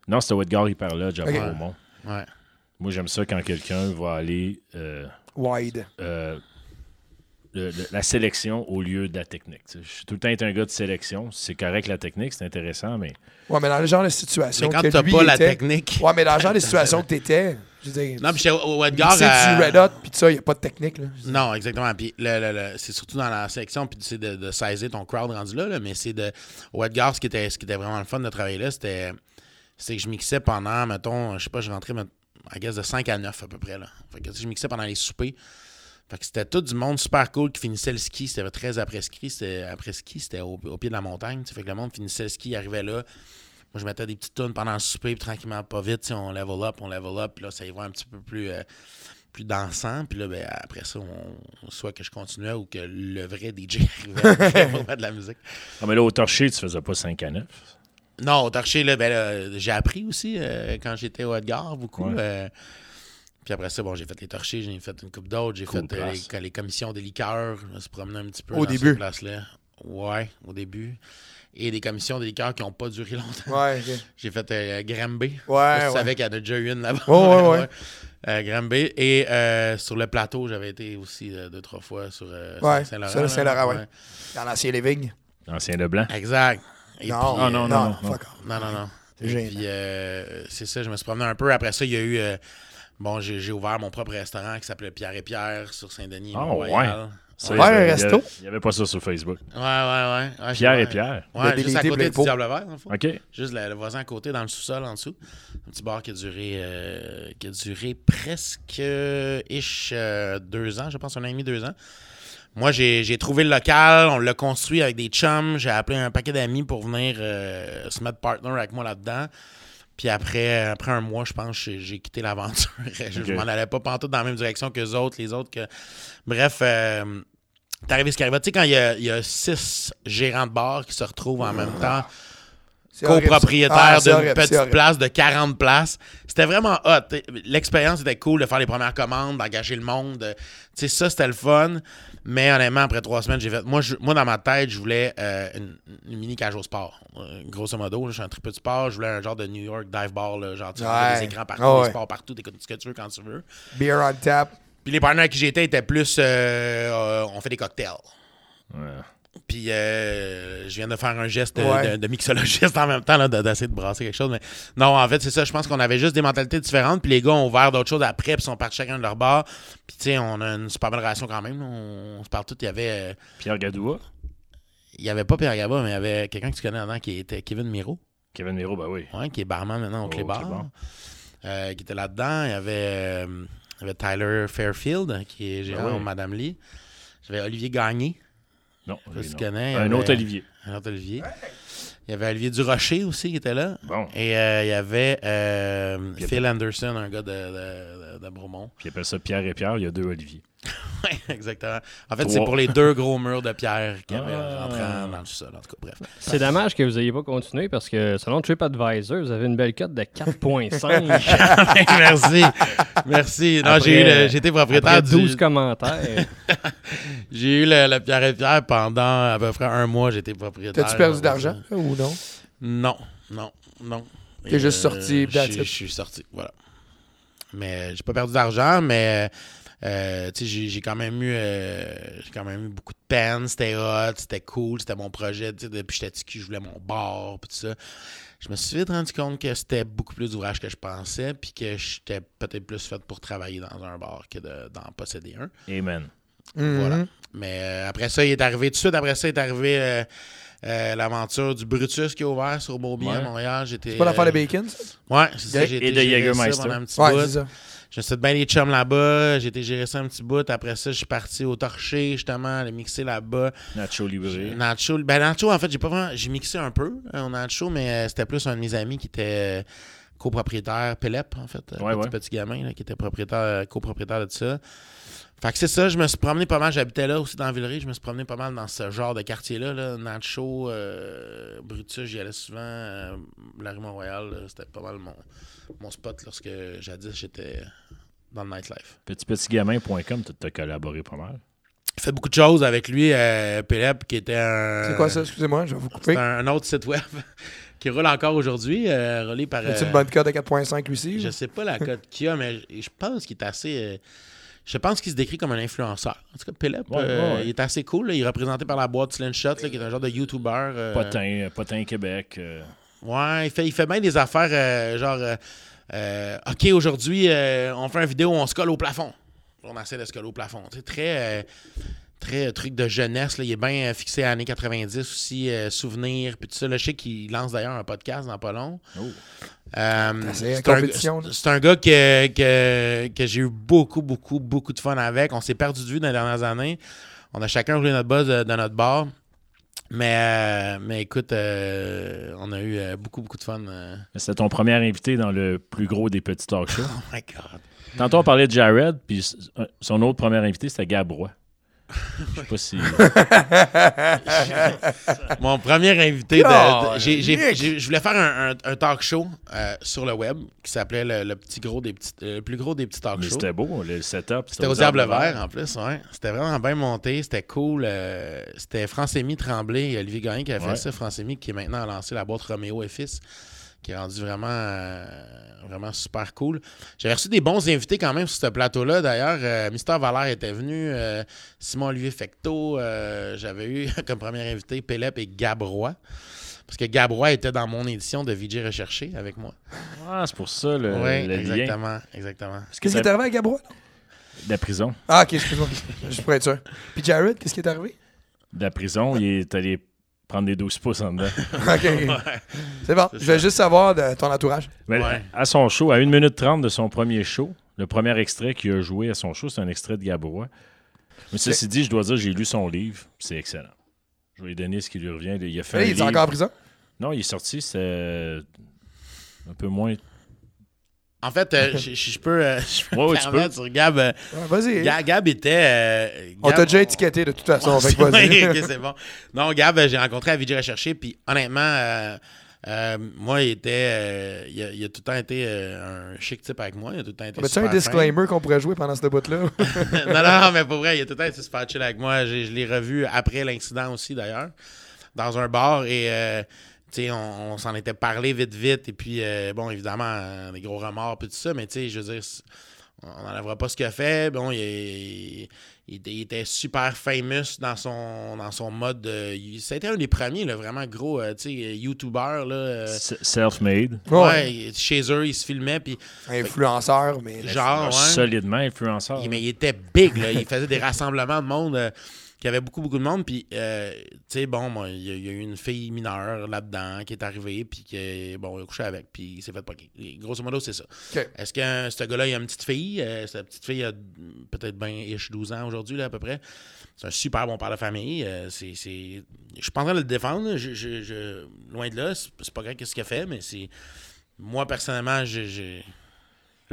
Speaker 1: Non, c'était au Edgar Hyperlodge à
Speaker 2: Ok.
Speaker 1: Beaumont.
Speaker 4: Ouais.
Speaker 1: Moi, j'aime ça quand quelqu'un va aller euh,
Speaker 2: Wide.
Speaker 1: euh, le- le- la sélection au lieu de la technique. tu sais. Je suis tout le temps été un gars de sélection. C'est correct la technique, c'est intéressant, mais
Speaker 2: Ouais, mais dans le genre de situation
Speaker 4: Mais quand
Speaker 2: que
Speaker 4: t'as
Speaker 2: lui
Speaker 4: pas la
Speaker 2: était-
Speaker 4: technique.
Speaker 2: Ouais, mais dans le genre de situation que t'étais, je veux dire...
Speaker 4: Non, puis j'étais au, au
Speaker 2: tu sais,
Speaker 4: Edgar. euh, à-
Speaker 2: du Red Hot, puis tout ça, il n'y a pas de technique, là.
Speaker 4: Non, exactement. Puis le- le- le- c'est surtout dans la section, puis c'est de, de saisir ton crowd rendu là, là, mais c'est de. Au Edgar, ce qui, était, ce qui était vraiment le fun de travailler là, c'était c'est que je mixais pendant, mettons, je sais pas, je rentrais, à guess, de 5 à 9 à peu près. Là. Fait que tu sais, je mixais pendant les soupers. Fait que c'était tout du monde super cool qui finissait le ski. C'était très après-ski. C'était après-ski, c'était au, au pied de la montagne. tu sais. Fait que le monde finissait le ski, arrivait là. Moi, je mettais des petites tunes pendant le souper, puis tranquillement, pas vite, tu sais, on level up, on level up, puis là, ça y va un petit peu plus, euh, plus dansant. Puis là, ben, après ça, on, soit que je continuais ou que le vrai DJ arrivait pour faire de la musique.
Speaker 1: Ah, mais là, au torché, tu faisais pas 5 à 9.
Speaker 4: Non, au Torché, là, ben, là, j'ai appris aussi euh, quand j'étais au Edgar, beaucoup.
Speaker 1: Ouais.
Speaker 4: euh, puis après ça, bon, j'ai fait les Torchés, j'ai fait une coupe d'autres, j'ai
Speaker 1: Cool
Speaker 4: fait euh,
Speaker 1: place.
Speaker 4: les, les commissions des liqueurs, je me suis promené un petit peu
Speaker 2: Au
Speaker 4: dans cette
Speaker 2: début.
Speaker 4: place-là. Ouais, au début. Et des commissions des liqueurs qui n'ont pas duré longtemps.
Speaker 2: Ouais, ok.
Speaker 4: J'ai fait euh, Granby.
Speaker 2: Ouais,
Speaker 4: Je
Speaker 2: ouais.
Speaker 4: savais qu'il y en a déjà eu une là-bas.
Speaker 2: Ouais, ouais, ouais.
Speaker 4: Euh, Granby. Et euh, sur le plateau, j'avais été aussi euh, deux, trois fois sur euh,
Speaker 2: Ouais,
Speaker 4: Saint-Laurent.
Speaker 2: sur le
Speaker 4: là.
Speaker 2: Saint-Laurent, ouais. Dans l'ancien Living.
Speaker 1: Ancien Leblanc.
Speaker 4: Exact. Et
Speaker 2: Non,
Speaker 4: puis,
Speaker 1: non,
Speaker 4: euh,
Speaker 1: non,
Speaker 2: non,
Speaker 1: non.
Speaker 2: fuck off.
Speaker 4: non, non, non.
Speaker 2: C'est
Speaker 4: Et
Speaker 2: gênant.
Speaker 4: Puis euh, c'est ça, je me suis promené un peu. Après ça, il y a eu. euh, bon, j'ai j'ai ouvert mon propre restaurant qui s'appelait Pierre et Pierre sur Saint-Denis.
Speaker 1: Ah,
Speaker 4: Mont-Royal.
Speaker 1: Ça,
Speaker 2: Ouais,
Speaker 1: il y avait-
Speaker 2: un
Speaker 1: il y
Speaker 2: resto.
Speaker 1: avait- Il n'y avait pas ça sur Facebook.
Speaker 4: Ouais, ouais, ouais. ouais,
Speaker 1: Pierre
Speaker 4: j'ai-
Speaker 1: et Pierre.
Speaker 2: Le
Speaker 4: Ouais, juste
Speaker 2: délité
Speaker 4: à côté
Speaker 2: Blinpo.
Speaker 4: du Diable Vert, dans le fond.
Speaker 1: OK.
Speaker 4: Juste le, le voisin à côté, dans le sous-sol, en dessous. Un petit bar qui a duré, euh, qui a duré presque euh, ish, euh, deux ans, je pense, un an et demi, deux ans. Moi, j'ai j'ai trouvé le local, on l'a construit avec des chums. J'ai appelé un paquet d'amis pour venir euh, se mettre partner avec moi là-dedans. Puis après, après un mois, je pense, j'ai j'ai quitté l'aventure. je
Speaker 1: Ok.
Speaker 4: m'en allais pas pantoute dans la même direction que les autres, les autres. Que... Bref, euh, t'es arrivé ce qui arriva. Tu sais, quand il y, a- il y a six gérants de bar qui se retrouvent en même temps
Speaker 2: C'est horrible, ça.
Speaker 4: copropriétaire
Speaker 2: Ah, c'est
Speaker 4: d'une
Speaker 2: horrible, c'est
Speaker 4: petite
Speaker 2: horrible.
Speaker 4: place de 40 places. C'était vraiment hot. T'sais, L'expérience était cool de faire les premières commandes, d'engager le monde. de- Tu sais, ça, c'était le fun. Mais honnêtement, après trois semaines, j'ai fait. Moi, je- moi dans ma tête, je voulais euh, une, une mini cage au sport. Euh, grosso modo, là, je suis un triple de sport. Je voulais un genre de New York dive bar, là, genre, tu sais,
Speaker 2: Ouais.
Speaker 4: des écrans partout,
Speaker 2: Ah ouais.
Speaker 4: des sports partout, t'écoutes ce que tu veux quand tu veux.
Speaker 2: Beer on tap.
Speaker 4: Puis les partenaires avec qui j'étais étaient plus. euh, euh, on fait des cocktails.
Speaker 1: Ouais.
Speaker 4: Puis euh, je viens de faire un geste de-
Speaker 2: Ouais.
Speaker 4: de, de mixologiste en même temps, là, de- d'essayer de brasser quelque chose. Mais non, en fait, c'est ça. Je pense qu'on avait juste des mentalités différentes. Puis les gars ont ouvert d'autres choses après, puis sont partis chacun de leur bar. Puis tu sais, on a une super belle relation quand même. On, on se parle tout. Il y avait, euh,
Speaker 1: Pierre Gadoua.
Speaker 4: il y avait pas Pierre Gaba, mais il y avait quelqu'un que tu connais dedans qui était Kevin Miro,
Speaker 1: Kevin Miro, ben oui.
Speaker 4: ouais, qui est barman maintenant au
Speaker 1: Au
Speaker 4: Clébar,
Speaker 1: Clébar.
Speaker 4: euh, qui était là-dedans. Il y avait, euh, il y avait Tyler Fairfield, hein, qui est gérant
Speaker 1: Ah ouais.
Speaker 4: au Madame Lee. J'avais Olivier Gagné.
Speaker 1: Non,
Speaker 4: Je sais pas si
Speaker 1: non.
Speaker 4: tu connais, il y
Speaker 1: Un
Speaker 4: avait-
Speaker 1: autre Olivier.
Speaker 4: Un autre Olivier. Il y avait Olivier Durocher aussi qui était là.
Speaker 1: Bon,
Speaker 4: Et euh, il y avait euh,
Speaker 1: Puis-
Speaker 4: Phil Anderson, un gars de, de, de- de Bromont.
Speaker 1: puis il appelle ça Pierre et Pierre, il y a deux Olivier.
Speaker 4: Ouais, exactement. En fait,
Speaker 1: Trois.
Speaker 4: c'est pour les deux gros murs de pierre qui avaient
Speaker 1: Ah.
Speaker 4: rentré en- dans le sol. En tout cas, bref.
Speaker 3: C'est dommage que vous n'ayez pas continué parce que selon TripAdvisor, vous avez une belle cote de 4.5
Speaker 4: Merci. Merci.
Speaker 3: Après-
Speaker 4: Non,
Speaker 3: euh,
Speaker 4: j'ai eu le- j'ai été
Speaker 3: après
Speaker 4: propriétaire du-
Speaker 3: 12 commentaires.
Speaker 4: J'ai eu le, le pierre et pierre pendant à peu près un mois. J'étais propriétaire.
Speaker 2: T'as-tu perdu d'argent là, ou non?
Speaker 4: Non, non, non.
Speaker 2: T'es
Speaker 4: Et,
Speaker 2: juste sorti,
Speaker 4: Je
Speaker 2: that's
Speaker 4: suis-
Speaker 2: it.
Speaker 4: je suis sorti, voilà. Mais euh, j'ai pas perdu d'argent, mais euh, tu sais, j'ai j'ai quand même eu euh, j'ai quand même eu beaucoup de peine. C'était hot, c'était cool, c'était mon projet. tu sais, Depuis que j'étais petit, cul, je voulais mon bar, puis tout ça. Je me suis vite rendu compte que c'était beaucoup plus d'ouvrage que je pensais, puis que j'étais peut-être plus fait pour travailler dans un bar que de- d'en posséder un.
Speaker 1: Amen.
Speaker 4: Voilà.
Speaker 2: Mhm.
Speaker 4: Mais euh, après ça, il est arrivé tout de suite. Après ça, il est arrivé euh, euh, l'aventure du Brutus qui a ouvert sur Beaubien à
Speaker 1: Ouais.
Speaker 4: Montréal. J'étais,
Speaker 2: C'est pas l'affaire
Speaker 4: euh,
Speaker 2: de bacon, ça?
Speaker 4: Ouais, c'est ça.
Speaker 2: Et-
Speaker 4: J'ai
Speaker 1: et
Speaker 4: été
Speaker 1: de
Speaker 4: gérer
Speaker 1: Jägermeister.
Speaker 4: ça pendant un petit
Speaker 2: Ouais,
Speaker 4: bout.
Speaker 2: c'est ça.
Speaker 4: Je me suis fait bien les chums là-bas. J'ai été gérer ça un petit bout. Après ça, je suis parti au Torché, justement, le mixer là-bas.
Speaker 1: Nacho Libre.
Speaker 4: Nacho, ben Nacho, en fait, j'ai pas vraiment- J'ai mixé un peu euh, au Nacho, mais euh, c'était plus un de mes amis qui était euh, copropriétaire, Pelep, en fait. Un
Speaker 1: Ouais,
Speaker 4: petit,
Speaker 1: ouais.
Speaker 4: petit gamin là, qui était propriétaire, euh, copropriétaire de ça. Fait que c'est ça, je me suis promené pas mal. J'habitais là aussi dans Villeray. Je me suis promené pas mal dans ce genre de quartier-là. là. Nacho, euh, Brutus, j'y allais souvent. euh, la rue Mont-Royal, là, c'était pas mal mon, mon spot lorsque jadis j'étais dans le nightlife.
Speaker 1: Petitpetitgamin.com, tu as collaboré pas mal.
Speaker 4: Il fait beaucoup de choses avec lui, euh, Péleb, qui était un.
Speaker 2: C'est quoi ça? Excusez-moi, je vais vous couper.
Speaker 4: C'est un, un autre site web qui roule encore aujourd'hui, euh, relé par.
Speaker 2: As-tu
Speaker 4: euh,
Speaker 2: une bonne cote à 4.5 lui aussi?
Speaker 4: Je sais pas la cote qu'il a, mais je je pense qu'il est assez. euh, je pense qu'il se décrit comme un influenceur. En tout cas, Péleb,
Speaker 1: Ouais, ouais,
Speaker 4: euh,
Speaker 1: ouais.
Speaker 4: il est assez cool. là. Il est représenté par la boîte Slingshot, là, qui est un genre de YouTuber. euh,
Speaker 1: Potin, euh, Potin Québec. euh,
Speaker 4: Ouais, il fait, il fait bien des affaires euh, genre euh, euh, OK, aujourd'hui, euh, on fait une vidéo où on se colle au plafond. On essaie de se coller au plafond. C'est très, euh, très euh, truc de jeunesse. là. Il est bien euh, fixé à années 90 aussi, euh, souvenirs, puis tout ça. Là, je sais qu'il lance d'ailleurs un podcast dans pas long.
Speaker 1: oh.
Speaker 4: Euh,
Speaker 2: c'est
Speaker 4: c'est
Speaker 2: la
Speaker 4: un,
Speaker 2: compétition, là.
Speaker 4: c'est- c'est un gars que, que, que j'ai eu beaucoup, beaucoup, beaucoup de fun avec. On s'est perdu de vue dans les dernières années. On a chacun roulé notre buzz euh, dans notre bar. Mais, euh, mais écoute, euh, on a eu euh, beaucoup, beaucoup de fun. euh.
Speaker 1: C'était ton premier invité dans le plus gros des petits talk shows.
Speaker 4: Oh my God.
Speaker 1: Tantôt, on parlait de Jared, puis s- euh, son autre premier invité, c'était Gab Roy. Je sais pas si.
Speaker 4: Mon premier invité, de-
Speaker 2: Oh,
Speaker 4: de- j'ai- j'ai-
Speaker 2: Nick!
Speaker 4: j'ai- je voulais faire un, un- un talk show euh, sur le web qui s'appelait le, le petit gros des petits, euh, le plus gros des petits talk
Speaker 1: Mais
Speaker 4: shows.
Speaker 1: c'était beau, le setup.
Speaker 4: C'était au Diable Vert, en plus, ouais. C'était vraiment bien monté, c'était cool. euh, c'était Francémy Tremblay et Olivier Gagné qui a fait
Speaker 1: Ouais.
Speaker 4: ça. Francémy qui est maintenant a lancé la boîte Roméo et Fils, qui est rendu vraiment, euh, vraiment super cool. J'avais reçu des bons invités quand même sur ce plateau-là. D'ailleurs, euh, Mister Valère était venu, euh, Simon-Olivier Fecteau, euh, j'avais eu comme premier invité Pélep et Gabrois. Parce que Gabrois était dans mon édition de VJ Recherché avec moi.
Speaker 1: Ah, c'est pour ça le,
Speaker 4: oui,
Speaker 1: le lien.
Speaker 4: exactement, exactement.
Speaker 1: Parce que
Speaker 2: Qu'est-ce qui est
Speaker 1: t'as-
Speaker 2: arrivé à Gabrois?
Speaker 1: de la prison.
Speaker 2: Ah, ok, excuse-moi. Je pourrais être sûr. Puis Jared, qu'est-ce qui est arrivé?
Speaker 1: De la prison, il est allé prendre des 12 pouces en dedans.
Speaker 2: Ok. C'est bon. Je veux juste savoir de ton entourage.
Speaker 1: Mais
Speaker 4: Ouais.
Speaker 1: à son show, à 1 minute 30 de son premier show, le premier extrait qu'il a joué à son show, c'est un extrait de Gabrois. Mais ceci dit, je dois dire, j'ai lu son livre, c'est excellent. Je vais lui donner ce qui lui revient. Il a fait un
Speaker 2: Là, il est
Speaker 1: livre.
Speaker 2: encore en prison?
Speaker 1: Non, il est sorti, c'est euh, un peu moins.
Speaker 4: En fait, euh, je- je je peux, euh, je peux
Speaker 1: Ouais, ouais,
Speaker 4: me
Speaker 1: tu peux.
Speaker 4: permettre sur Gab. euh,
Speaker 2: Ouais, Vas-y.
Speaker 4: Ga- Gab était. euh,
Speaker 2: On
Speaker 4: Gab-
Speaker 2: t'a déjà étiqueté de toute façon.
Speaker 4: Ouais,
Speaker 2: fait que
Speaker 4: c'est
Speaker 2: vas-y.
Speaker 4: vrai, ok, c'est bon. Non, Gab, euh, j'ai rencontré à Vidji Recherché, puis honnêtement, euh, euh, moi, il était. euh, il, a, il a tout le temps été euh, un chic type avec moi. Il a tout le temps été.
Speaker 2: Mais tu un
Speaker 4: super fin.
Speaker 2: disclaimer qu'on pourrait jouer pendant ce bout-là?
Speaker 4: non, non, non, mais pour vrai, il a tout le temps été super chill avec moi. J'ai- Je l'ai revu après l'incident aussi, d'ailleurs, dans un bar et. euh, tu sais, on, on s'en était parlé vite, vite. Et puis, euh, bon, évidemment, euh, des gros remords, puis tout ça. Mais, tu sais, je veux dire, c'est- on n'enlèvera pas ce qu'il a fait. Bon, il, est- il était- il était super famous dans son, dans son mode. de- il- ça a été un des premiers, là, vraiment gros, euh, tu sais, YouTuber, là. euh,
Speaker 1: S- Self-made.
Speaker 2: Ouais.
Speaker 4: ouais, il- chez eux, il se filmait, puis
Speaker 2: Influenceur, mais.
Speaker 4: genre, ouais.
Speaker 1: Solidement influenceur.
Speaker 4: Il- mais il était big, là. Il faisait des rassemblements de monde. euh, qu'il y avait beaucoup, beaucoup de monde. Puis, euh, tu sais, bon, moi, il y, a- il y a eu une fille mineure là-dedans qui est arrivée, puis que, bon, il a couché avec, puis il s'est fait poquer. Et Grosso modo, c'est ça.
Speaker 2: Ok.
Speaker 4: Est-ce que euh, ce gars-là, il a une petite fille? Euh, cette petite fille a mm, peut-être ben ish 12 ans aujourd'hui, là, à peu près. C'est un super bon père de famille. Euh, c'est, c'est- Je suis pas en train de le défendre. là. Je, je- je- Loin de là, c'est, c'est pas grave qu'est-ce qu'il a fait, mais c'est... Moi, personnellement, je- je...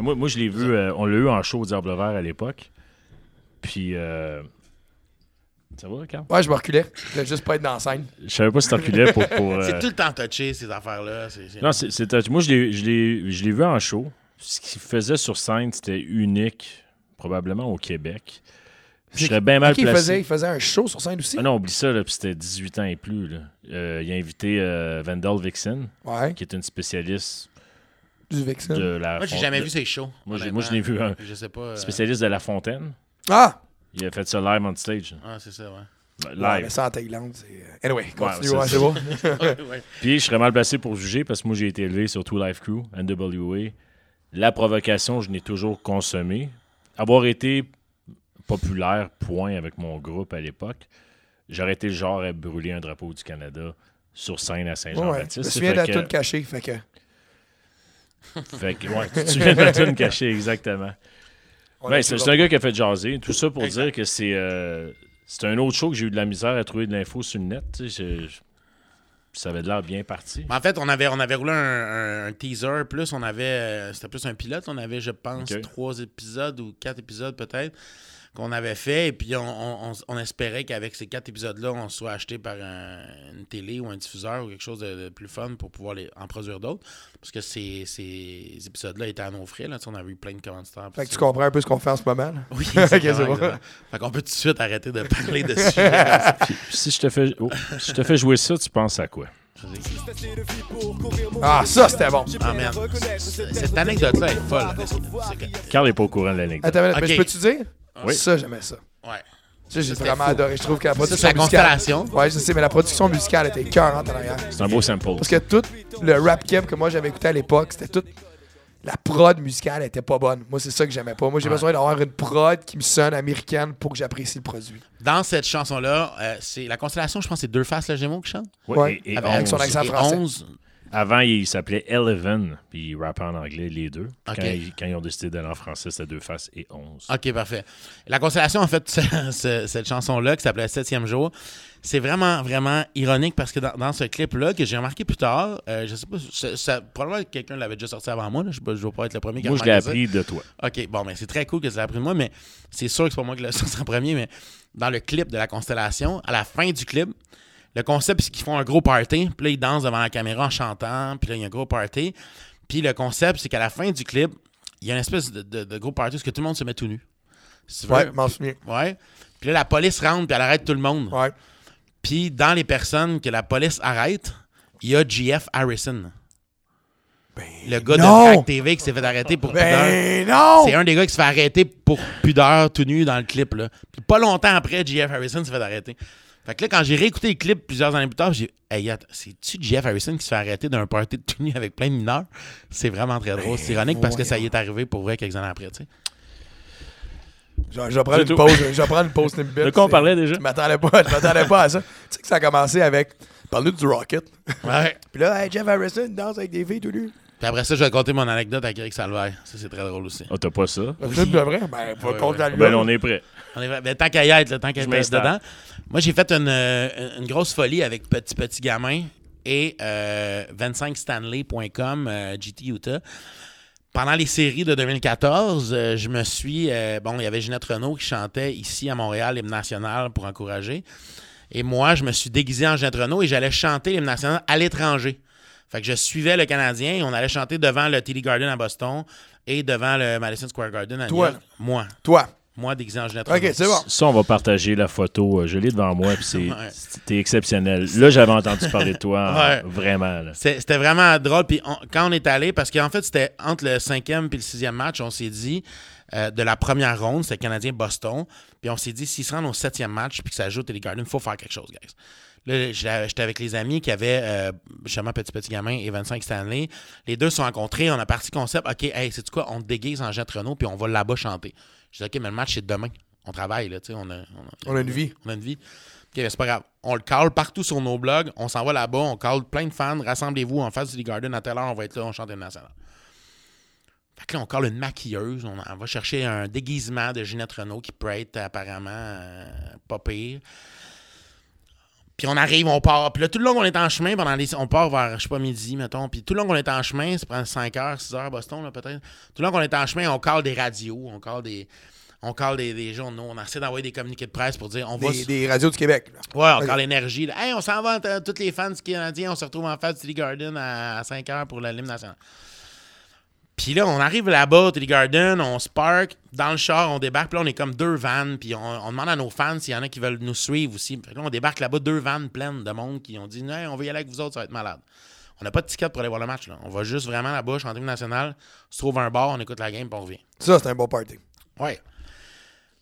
Speaker 1: Moi, moi, je l'ai vu, euh, on l'a eu en show au Diable Vert à l'époque. Puis. euh, Ça va, Carl?
Speaker 2: Ouais, je me reculais. Je voulais juste pas être dans la scène.
Speaker 1: Je savais pas si t'enculais pour. pour euh,
Speaker 4: C'est tout le temps touché, ces affaires-là. C'est, c'est-
Speaker 1: Non, c'est- c'est touch. Moi, je l'ai- je l'ai je l'ai vu en show. Ce qu'il faisait sur scène, c'était unique, probablement au Québec. Je serais bien mal
Speaker 2: Ok, il,
Speaker 1: placé.
Speaker 2: faisait, il faisait un show sur scène aussi.
Speaker 1: Ah non, oublie ça, là, puis c'était 18 ans et plus. Là. Euh, il a invité euh, Vandal Vixen,
Speaker 2: Ouais,
Speaker 1: qui est une spécialiste
Speaker 2: du Vexin.
Speaker 1: de la
Speaker 4: Moi, j'ai
Speaker 1: fon-
Speaker 4: jamais
Speaker 1: de-
Speaker 4: vu ces shows.
Speaker 1: Moi, j'ai-
Speaker 4: honnêtement.
Speaker 1: moi, je l'ai vu, hein.
Speaker 4: Je sais pas. euh,
Speaker 1: Spécialiste de la fontaine.
Speaker 2: Ah!
Speaker 1: Il a fait ça live on stage.
Speaker 4: Ah, c'est ça, ouais.
Speaker 1: Ben,
Speaker 2: Ouais,
Speaker 1: Live.
Speaker 2: mais ça en Thaïlande, c'est. euh, Anyway, continue,
Speaker 1: c'est
Speaker 2: ouais,
Speaker 1: ça.
Speaker 2: c'est bon.
Speaker 4: Ouais.
Speaker 1: Puis je serais mal placé pour juger parce que moi j'ai été élevé sur Two Life Crew, NWA. La provocation, je n'ai toujours consommé. Avoir été populaire, point, avec mon groupe à l'époque, j'aurais été le genre à brûler un drapeau du Canada sur scène à
Speaker 2: Ouais, je me
Speaker 1: Saint-Jean-Baptiste.
Speaker 2: souviens de la
Speaker 1: Fait
Speaker 2: toune cachée, fait que.
Speaker 1: que- fait que, ouais, tu te souviens de la toune cachée, exactement.
Speaker 2: on
Speaker 1: Ben,
Speaker 2: a
Speaker 1: c'est
Speaker 2: tout
Speaker 1: c'est un gars qui a fait jaser. Tout ça pour dire que c'est euh, c'est un autre show que j'ai eu de la misère à trouver de l'info sur le net. tu sais, je- je- ça avait de l'air bien parti.
Speaker 4: Mais En fait, on avait, on avait roulé un, un- un teaser, plus on avait. euh, C'était plus un pilote. On avait, je pense,
Speaker 1: Ok.
Speaker 4: trois épisodes ou quatre épisodes peut-être. qu'on avait fait. Et puis, on, on- on- on espérait qu'avec ces quatre épisodes-là, on soit acheté par un- une télé ou un diffuseur ou quelque chose de, de plus fun pour pouvoir les- en produire d'autres. Parce que ces, ces épisodes-là étaient à nos frais. Là. Tu sais, On avait eu plein de commanditaires. puis
Speaker 2: Fait que tu
Speaker 4: ça.
Speaker 2: comprends un peu ce qu'on fait en ce moment. là.
Speaker 4: Oui,
Speaker 2: Ok, c'est
Speaker 4: exactement,
Speaker 2: bon.
Speaker 4: exactement. Fait qu'on peut tout de suite arrêter de parler de ce sujet.
Speaker 1: Si je te fais, oh, si je te fais jouer ça, tu penses à quoi?
Speaker 2: Ah, ça, c'était bon.
Speaker 4: Ah, man. C- Cette anecdote-là est folle. là. C'est que-
Speaker 1: Carl n'est pas au courant de l'anecdote.
Speaker 2: Attends, mais
Speaker 4: Ok.
Speaker 2: je peux-tu dire?
Speaker 1: Oui.
Speaker 2: Ça, j'aimais ça.
Speaker 4: Ouais.
Speaker 2: Ça, j'ai
Speaker 4: C'était
Speaker 2: vraiment
Speaker 4: fou.
Speaker 2: adoré. Je trouve que la
Speaker 4: c'est
Speaker 2: production
Speaker 4: la
Speaker 2: musicale.
Speaker 4: constellation.
Speaker 2: Ouais, je sais, mais la production musicale était écœurante en arrière.
Speaker 1: C'est un beau sample.
Speaker 2: Parce que tout le rap cap que moi j'avais écouté à l'époque, c'était tout. La prod musicale était pas bonne. Moi, c'est ça que j'aimais pas. Moi, j'ai besoin d'avoir une prod qui me sonne américaine pour que j'apprécie le produit.
Speaker 4: Dans cette chanson-là, euh, c'est la constellation, je pense, c'est deux faces le Gémeaux qui chante.
Speaker 1: Ouais,
Speaker 2: Ouais.
Speaker 1: et- et
Speaker 4: Avec-
Speaker 2: avec son
Speaker 1: onze.
Speaker 2: accent
Speaker 4: et
Speaker 2: français.
Speaker 4: 11.
Speaker 1: Avant, il s'appelait Eleven, puis il rappait en anglais les deux. Puis
Speaker 4: Ok.
Speaker 1: Quand, ils, quand ils ont décidé d'aller en français, c'était deux faces et onze.
Speaker 4: OK, parfait. La constellation, en fait, ce- ce- cette chanson-là qui s'appelait Septième jour, c'est vraiment, vraiment ironique parce que dans, dans ce clip-là, que j'ai remarqué plus tard, euh, je sais pas, ça- ça- probablement que quelqu'un l'avait déjà sorti avant moi, là, je ne vais pas être le premier qui a
Speaker 1: Moi, je l'ai
Speaker 4: remarqué
Speaker 1: appris
Speaker 4: ça.
Speaker 1: de toi.
Speaker 4: OK, bon, mais c'est très cool que tu l'as appris de moi, mais c'est sûr que c'est pas moi qui l'ai sorti en premier, mais dans le clip de la constellation, à la fin du clip, le concept, c'est qu'ils font un gros party, puis là, ils dansent devant la caméra en chantant, puis là, il y a un gros party. Puis le concept, c'est qu'à la fin du clip, il y a une espèce de, de- de gros party où est-ce que tout le monde se met tout nu. Si tu veux.
Speaker 2: Ouais, m'en souviens.
Speaker 4: Ouais. Puis là, la police rentre, puis elle arrête tout le monde.
Speaker 2: Ouais.
Speaker 4: Puis dans les personnes que la police arrête, il y a GF Harrison. le gars
Speaker 2: Ben, non!
Speaker 4: de Crack TV qui s'est fait arrêter pour pudeur.
Speaker 2: Ben non!
Speaker 4: C'est un des gars qui se fait arrêter pour pudeur tout nu dans le clip. Là. Puis pas longtemps après, Jeff Harrison se fait arrêter. Fait que là, quand j'ai réécouté le clip plusieurs années plus tard, j'ai Hey, attends, c'est-tu Jeff Harrison qui se fait arrêter d'un party de tout nu avec plein de mineurs? C'est vraiment très drôle. C'est ironique parce que ça y est arrivé pour vrai quelques années après, tu sais.
Speaker 2: Je, je vais prendre
Speaker 1: C'est
Speaker 2: une
Speaker 1: tout.
Speaker 2: pause. Je vais prendre une pause, Nimbit.
Speaker 1: De quoi on parlait déjà?
Speaker 2: Je m'attendais pas, je m'attendais pas à ça. Tu sais que ça a commencé avec. Parle-nous du Rocket.
Speaker 4: Ouais.
Speaker 2: Puis là, hey, Jeff Harrison danse avec des filles tout nu.
Speaker 4: Puis après ça, je vais raconter mon anecdote avec Eric Salvaire. Ça, c'est très drôle aussi.
Speaker 1: Ah, t'as pas ça?
Speaker 2: Tout de vrai? Ben, faut
Speaker 4: ouais,
Speaker 2: contre
Speaker 4: ouais.
Speaker 2: la
Speaker 1: Ben, là,
Speaker 2: loi.
Speaker 1: on est prêt.
Speaker 4: On est- ben, tant qu'à y être, là, tant qu'à
Speaker 1: Je
Speaker 4: être
Speaker 1: m'installe.
Speaker 4: dedans. Moi, j'ai fait une, euh, une grosse folie avec Petit Petit Gamin et euh, 25stanley.com, euh, GT Utah. Pendant les séries de 2014, euh, je me suis. euh, bon, il y avait Ginette Renault qui chantait ici à Montréal l'hymne national pour encourager. Et moi, je me suis déguisé en Ginette Renault et j'allais chanter l'hymne national à l'étranger. Fait que je suivais le Canadien et on allait chanter devant le Tilly Garden à Boston et devant le Madison Square Garden à New
Speaker 2: Toi.
Speaker 4: York. Moi.
Speaker 2: Toi.
Speaker 4: Moi, déguisé en Ginette
Speaker 2: Ok,
Speaker 4: Renault.
Speaker 2: c'est bon.
Speaker 1: Ça, on va partager la photo. euh, Je l'ai devant moi, puis c'est,
Speaker 4: Ah. Ouais.
Speaker 1: c'est- t'es exceptionnel. Là, j'avais entendu parler de toi, hein,
Speaker 4: Ouais.
Speaker 1: vraiment. là.
Speaker 4: C'est- C'était vraiment drôle. Puis on- quand on est allé, parce qu'en fait, c'était entre le cinquième puis le sixième match, on s'est dit, euh, de la première ronde, c'était Canadien-Boston. Puis on s'est dit, s'ils se rendent au septième match puis que ça joue les Garden, il faut faire quelque chose, guys. Là, j'ai- j'étais avec les amis qui avaient euh, justement Petit Petit Gamin et 25 Stanley. Les deux se sont rencontrés. On a parti concept. OK, hey, c'est quoi? On te déguise en Jette Renault puis on va là-bas chanter. Je dis, OK, mais le match, c'est demain. On travaille, là, tu sais. On a,
Speaker 2: On a une vie.
Speaker 4: on a une vie. Ok, mais c'est pas grave. On le call partout sur nos blogs. On s'en va là-bas. On call plein de fans. Rassemblez-vous en face du Lee Garden. À telle heure, on va être là. On chante le national. Fait que là, on call une maquilleuse. On, on va chercher un déguisement de Ginette Renault qui peut être apparemment euh, pas pire. Puis on arrive, on part. Puis là, tout le long qu'on est en chemin, pendant les, on part vers, je sais pas, midi, mettons. Puis tout le long qu'on est en chemin, ça prend 5 heures, 6 heures à Boston, là, peut-être. Tout le long qu'on est en chemin, on call des radios, on call des, on call des, des journaux, on essaie d'envoyer des communiqués de presse pour dire on va.
Speaker 2: Des,
Speaker 4: se-
Speaker 2: des radios du Québec. là.
Speaker 4: Ouais, encore
Speaker 2: Ok.
Speaker 4: l'énergie. là. Hey, on s'en va, t- toutes les fans du Canadien, on se retrouve en face du Tilly Garden à, 5 h pour la l'hymne national. Puis là, on arrive là-bas, au Tilly Garden, on se park, dans le char, on débarque, puis là, on est comme deux vannes, puis on, on demande à nos fans s'il y en a qui veulent nous suivre aussi. Fait que là, on débarque là-bas, deux vannes pleines de monde qui ont dit Hey, on veut y aller avec vous autres, ça va être malade. On n'a pas de ticket pour aller voir le match, là. On va juste vraiment là-bas, chanter l'hymne national, se trouve un bar, on écoute la game, puis on revient.
Speaker 2: Ça, c'est un bon party.
Speaker 4: Ouais.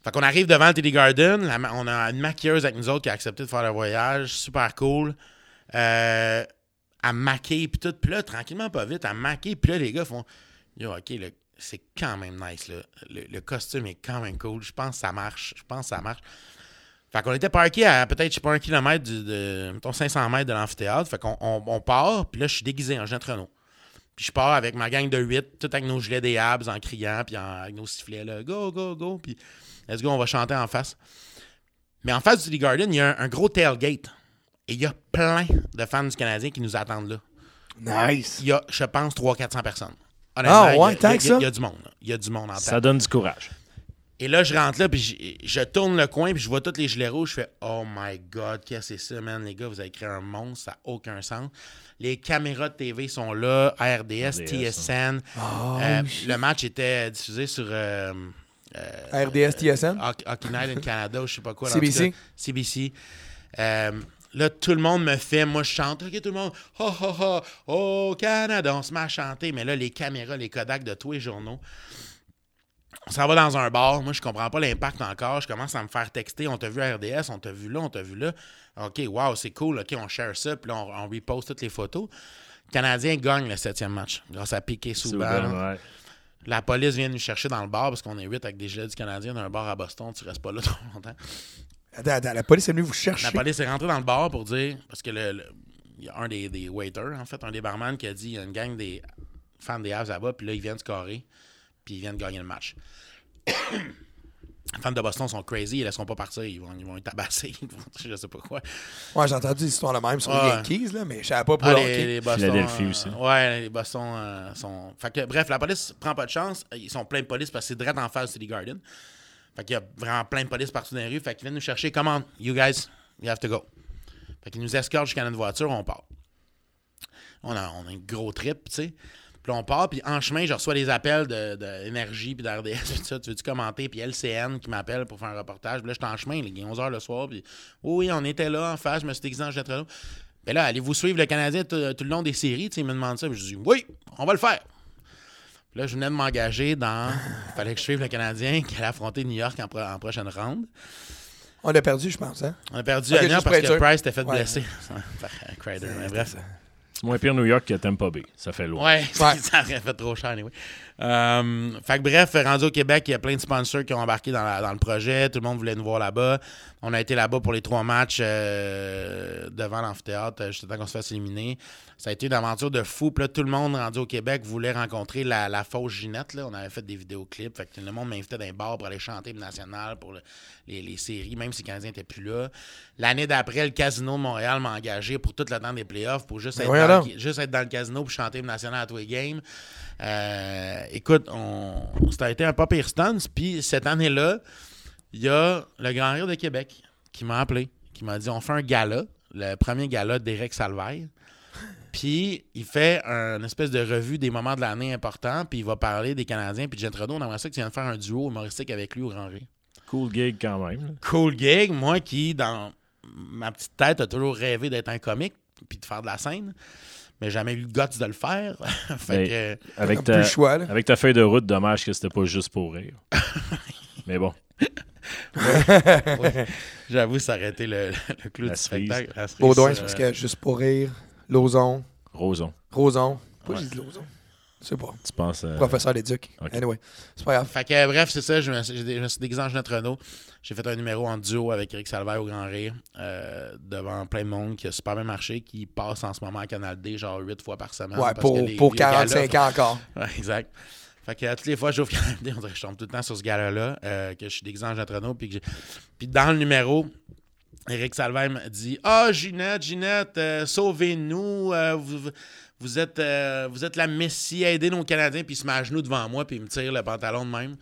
Speaker 4: Fait qu'on arrive devant le Tilly Garden. la ma- on a une maquilleuse avec nous autres qui a accepté de faire le voyage. Super cool. Euh, à maquiller, puis tout. Puis là, tranquillement, pas vite, à maquiller. Puis là, les gars font Yo, OK, là, c'est quand même nice. Là. Le, le costume est quand même cool. Je pense que ça marche. Je pense que ça marche. Fait qu'on était parké à peut-être, je sais pas, un kilomètre, du- de, mettons 500 mètres de l'amphithéâtre. Fait qu'on on, on part, puis là, je suis déguisé en Jean Renault. Puis je pars avec ma gang de 8, tout avec nos gilets des Habs en criant, puis en- avec nos sifflets, là, go, go, go, puis let's go, on va chanter en face. Mais en face du Lee Garden, il y a un, un gros tailgate. Et il y a plein de fans du Canadien qui nous attendent là.
Speaker 2: Nice.
Speaker 4: Il y a, je pense, 300-400 personnes.
Speaker 2: Ah ouais,
Speaker 4: il y a-
Speaker 2: tant
Speaker 4: il y a-
Speaker 2: que ça?
Speaker 4: Il y a du monde. là. Il y a du monde en
Speaker 1: Ça
Speaker 4: tête.
Speaker 1: donne du courage.
Speaker 4: Et là, je rentre là, puis je, je tourne le coin, puis je vois tous les gilets rouges. Je fais Oh my God, qu'est-ce que c'est ça, man? Les gars, vous avez créé un monstre, ça n'a aucun sens. Les caméras de TV sont là, RDS,
Speaker 1: RDS,
Speaker 4: TSN. Euh, le match était diffusé sur euh,
Speaker 2: RDS, TSN.
Speaker 4: Hockey Hockey Night in Canada ou je sais pas quoi.
Speaker 2: CBC.
Speaker 4: En tout cas, CBC. Euh, là, tout le monde me fait, moi je chante, ok, tout le monde, ho ho ho, au Canada, on se met à chanter, mais là, les caméras, les Kodak de tous les journaux. On s'en va dans un bar, moi je comprends pas l'impact encore, je commence à me faire texter, on t'a vu à RDS, on t'a vu là, on t'a vu là. OK, wow, c'est cool, OK, on share ça, puis là, on, on reposte toutes les photos. Le Canadien gagne le septième match grâce à Piqué
Speaker 1: Souban,
Speaker 4: Souban. là.
Speaker 1: ouais.
Speaker 4: La police vient nous chercher dans le bar parce qu'on est huit avec des gilets du Canadien dans un bar à Boston, tu restes pas là trop longtemps.
Speaker 2: Attends, attends, la police est venue vous chercher.
Speaker 4: La police est rentrée dans le bar pour dire. Parce que le, le- il y a un des, des waiters, en fait, un des barman qui a dit il y a une gang des fans des Havs là-bas, puis là, ils viennent scorer, puis ils viennent gagner le match. Les fans de Boston sont crazy, ils ne laisseront pas partir, ils vont, ils vont les tabasser, ils vont- je sais pas quoi.
Speaker 2: Ouais, j'ai entendu l'histoire la même sur
Speaker 4: Ouais.
Speaker 2: les Yankees, là, mais je savais pas pour
Speaker 4: Ah,
Speaker 2: le
Speaker 4: les,
Speaker 2: hockey.
Speaker 4: les Boston,
Speaker 1: Philadelphie
Speaker 4: euh,
Speaker 1: aussi.
Speaker 4: Ouais, les Boston euh, sont. Fait que, bref, la police prend pas de chance. Ils sont plein de police parce que c'est direct en face du City Garden. Fait qu'il y a vraiment plein de police partout dans les rues. Fait qu'ils viennent nous chercher. Come on, you guys, you have to go. Fait qu'ils nous escortent jusqu'à notre voiture, on part. On a, on a un gros trip, tu sais. Puis là, on part, puis en chemin, je reçois des appels de, de Énergie, puis d'RDS, puis tout ça. Tu veux-tu commenter? Puis LCN qui m'appelle pour faire un reportage. Puis là, j'étais en chemin, il est 11h le soir. Puis oui, oui, on était là en face, je me suis déguisé en jet là. Mais là, allez-vous suivre le Canadien tout, tout le long des séries? Tu sais, il me demande ça. Puis je dis oui, on va le faire. Puis là, je venais de m'engager dans. fallait que je suive le Canadien qui allait affronter New York en, pro- en prochaine ronde.
Speaker 2: On l'a perdu, je pense. Hein?
Speaker 4: On a perdu
Speaker 2: Ok,
Speaker 4: à New York
Speaker 2: juste pour
Speaker 4: parce
Speaker 2: être
Speaker 4: que
Speaker 2: sûr.
Speaker 4: Price t'a fait
Speaker 2: Ouais.
Speaker 4: blesser. Crider, mais bref.
Speaker 1: C'est moins pire New York que Tampa Bay. Ça fait loin.
Speaker 4: Ouais,
Speaker 2: Ouais.
Speaker 4: ça aurait fait trop cher, anyway. Euh, fait que bref, rendu au Québec, il y a plein de sponsors qui ont embarqué dans, la- dans le projet. Tout le monde voulait nous voir là-bas. On a été là-bas pour les trois matchs euh, devant l'amphithéâtre, euh, juste le temps qu'on se fasse éliminer. Ça a été une aventure de fou. Puis là, tout le monde rendu au Québec voulait rencontrer la, la fausse Ginette. Là. On avait fait des vidéoclips. Fait que le monde m'invitait dans les bars pour aller chanter le national pour le- les, les séries, même si les Canadiens n'étaient plus là. L'année d'après, le Casino de Montréal m'a engagé pour tout le temps des playoffs pour juste
Speaker 2: Mais
Speaker 4: être
Speaker 2: Ben voyons
Speaker 4: dans le-
Speaker 2: donc.
Speaker 4: juste être dans le casino pour chanter le national à tous les games. Euh, écoute, on, ça a été un pas pire stunts. Puis cette année-là, il y a le Grand Rire de Québec qui m'a appelé, qui m'a dit on fait un gala, le premier gala d'Éric Salvaille. Puis il fait un- une espèce de revue des moments de l'année importants, puis il va parler des Canadiens. Puis Jen Trudeau, on aimerait ça que tu viennes faire un duo humoristique avec lui au Grand Rire
Speaker 1: Cool gig quand même. là.
Speaker 4: cool gig, moi qui, dans ma petite tête, a toujours rêvé d'être un comique puis de faire de la scène, mais jamais eu le guts de le faire. fait
Speaker 1: Mais-
Speaker 4: que,
Speaker 1: Avec
Speaker 2: Comme plus
Speaker 1: ta,
Speaker 2: le choix, là.
Speaker 1: avec ta feuille de route, dommage que c'était pas juste pour rire. Mais bon,
Speaker 4: j'avoue, ça aurait été le, le clou
Speaker 1: La
Speaker 4: du
Speaker 1: cerise.
Speaker 4: spectacle. La cerise,
Speaker 2: Baudouin,
Speaker 4: euh,
Speaker 2: c'est parce que juste pour rire, Lozon,
Speaker 1: Roson,
Speaker 2: Roson. Pourquoi j'ai dit Lozon? Je sais pas.
Speaker 1: tu penses. euh,
Speaker 2: Professeur d'éduc.
Speaker 1: Ok.
Speaker 2: Anyway, c'est pas grave.
Speaker 4: Fait que, bref, c'est ça, je me, suis- j'ai dé- je me suis déguisé en Jeanette Renault. J'ai fait un numéro en duo avec Eric Salvaire au Grand Rire, euh, devant plein de monde qui a super bien marché, qui passe en ce moment à Canal D genre 8 fois par semaine.
Speaker 2: Ouais,
Speaker 4: parce
Speaker 2: pour,
Speaker 4: que les
Speaker 2: pour
Speaker 4: vieux galas
Speaker 2: 45 ans encore.
Speaker 4: Ouais, exact. Fait que euh, toutes les fois que j'ouvre Canal D, on dirait que je tombe tout le temps sur ce gars-là, euh, que je suis déguisé en Jean Treneau, puis que j'ai- Puis dans le numéro, Eric Salvaire me dit Ah, Ginette, Ginette, euh, sauvez-nous. euh, vous, vous êtes, euh, vous êtes la messie, aidez nos Canadiens. Puis il se met à genoux devant moi, puis il me tire le pantalon de même.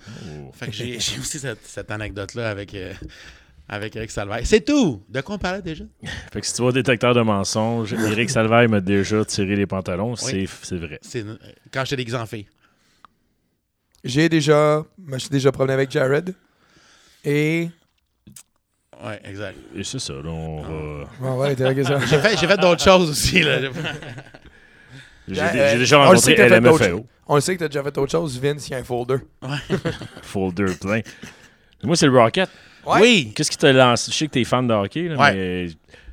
Speaker 4: Fait que j'ai j'ai aussi cette, cette anecdote-là avec, euh, avec Eric Salvaire. C'est tout De quoi on parlait déjà
Speaker 1: Fait que si tu vois détecteur de mensonges, Eric Salvaire m'a déjà tiré les pantalons, c'est- c'est vrai.
Speaker 4: C'est euh, quand j'étais déguisé en fille.
Speaker 2: J'ai déjà. Je me suis déjà promené avec Jared. Et.
Speaker 4: Ouais, exact.
Speaker 1: Et c'est ça, là, on va-
Speaker 2: Bon, ouais, interroguez ça.
Speaker 4: J'ai fait, j'ai fait d'autres choses aussi. Là.
Speaker 1: J'ai
Speaker 2: Euh,
Speaker 4: Ah.
Speaker 1: j'ai déjà
Speaker 2: on le sait
Speaker 1: rencontré
Speaker 2: que t'as fait d'autres
Speaker 1: LMFAO,
Speaker 2: choses. On le sait que t'as déjà fait autre chose, Vince, il y a un folder.
Speaker 1: folder plein. Moi, c'est le Rocket.
Speaker 2: Ouais.
Speaker 4: Oui
Speaker 1: Qu'est-ce qui t'a lancé? Je sais que t'es fan de hockey, là,
Speaker 4: Ouais.
Speaker 1: mais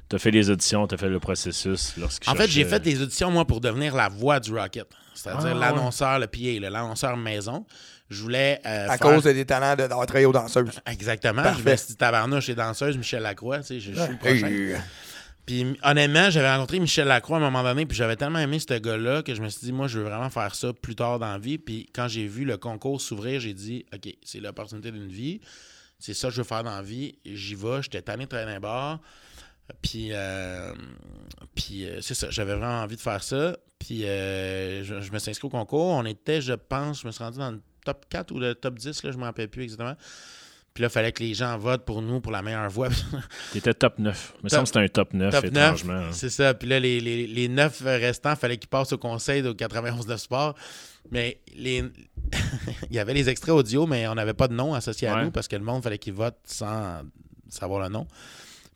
Speaker 1: t'as fait les auditions, t'as fait le processus lorsque
Speaker 4: En fait, j'ai fait des auditions, moi, pour devenir la voix du Rocket. C'est-à-dire
Speaker 1: Ah, ouais.
Speaker 4: l'annonceur, le PA, là, l'annonceur maison. Je voulais. euh,
Speaker 2: À
Speaker 4: faire-
Speaker 2: cause de des talents de- d'avoir travaillé aux danseuses.
Speaker 4: Exactement. Je
Speaker 2: Parfait.
Speaker 4: me suis dit, tabarnouche et danseuse, Michel Lacroix, tu sais, je, je suis le prochain.
Speaker 2: Hey.
Speaker 4: Puis m- honnêtement, j'avais rencontré Michel Lacroix à un moment donné, puis j'avais tellement aimé ce gars-là que je me suis dit, moi, je veux vraiment faire ça plus tard dans la vie. Puis quand j'ai vu le concours s'ouvrir, j'ai dit, OK, c'est l'opportunité d'une vie. C'est ça que je veux faire dans la vie. J'y vais. J'étais tanné de traîner bar. Puis, euh, puis euh, c'est ça. J'avais vraiment envie de faire ça. Puis euh, je, je me suis inscrit au concours. On était, je pense, je me suis rendu dans le top 4 ou le top 10, là, je m'en rappelle plus exactement. Puis là, il fallait que les gens votent pour nous, pour la meilleure voix.
Speaker 1: T'étais top 9. Il me
Speaker 4: Top-
Speaker 1: semble que c'était un top 9,
Speaker 4: top 9.
Speaker 1: étrangement. hein.
Speaker 4: C'est ça. Puis là, les, les, les 9 restants, fallait qu'ils passent au conseil de 91 de sport. Mais les... il y avait les extraits audio, mais on n'avait pas de nom associé à
Speaker 1: Ouais.
Speaker 4: nous parce que le monde fallait qu'il vote sans savoir le nom.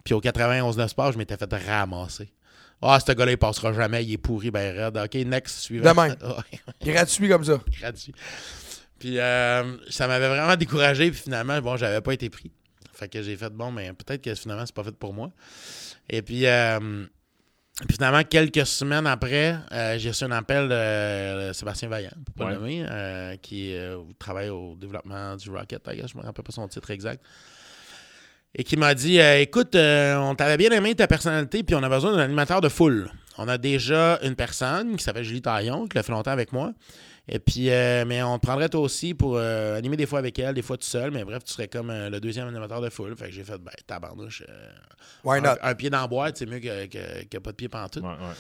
Speaker 4: Puis au 91 de sport, je m'étais fait ramasser. Ah, ce gars-là, il passera jamais, il est pourri, ben raide. OK, next, suivant.
Speaker 2: De même.
Speaker 4: Ouais,
Speaker 2: Gratuit comme ça.
Speaker 4: gratuit. Puis euh, ça m'avait vraiment découragé, puis finalement, bon, j'avais pas été pris. Fait que j'ai fait, bon, mais peut-être que finalement, c'est pas fait pour moi. Et puis, euh, puis finalement, quelques semaines après, euh, j'ai reçu un appel de, de Sébastien Vaillant, pour pas
Speaker 1: Ouais.
Speaker 4: le nommer, euh, qui euh, travaille au développement du Rocket, I guess, je me rappelle pas son titre exact. Et qui m'a dit euh, Écoute, euh, on t'avait bien aimé ta personnalité, puis on a besoin d'un animateur de foule. On a déjà une personne qui s'appelle Julie Taillon, qui l'a fait longtemps avec moi. Et puis, euh, mais on te prendrait toi aussi pour euh, animer des fois avec elle, des fois tout seul, mais bref, tu serais comme euh, le deuxième animateur de foule. Fait que j'ai fait, ben, tabarnouche. euh,
Speaker 2: Why
Speaker 4: un,
Speaker 1: Ah,
Speaker 2: not?
Speaker 4: un pied dans la boîte, c'est mieux que, que- que pas de pied pantoute.
Speaker 1: Ouais, ouais.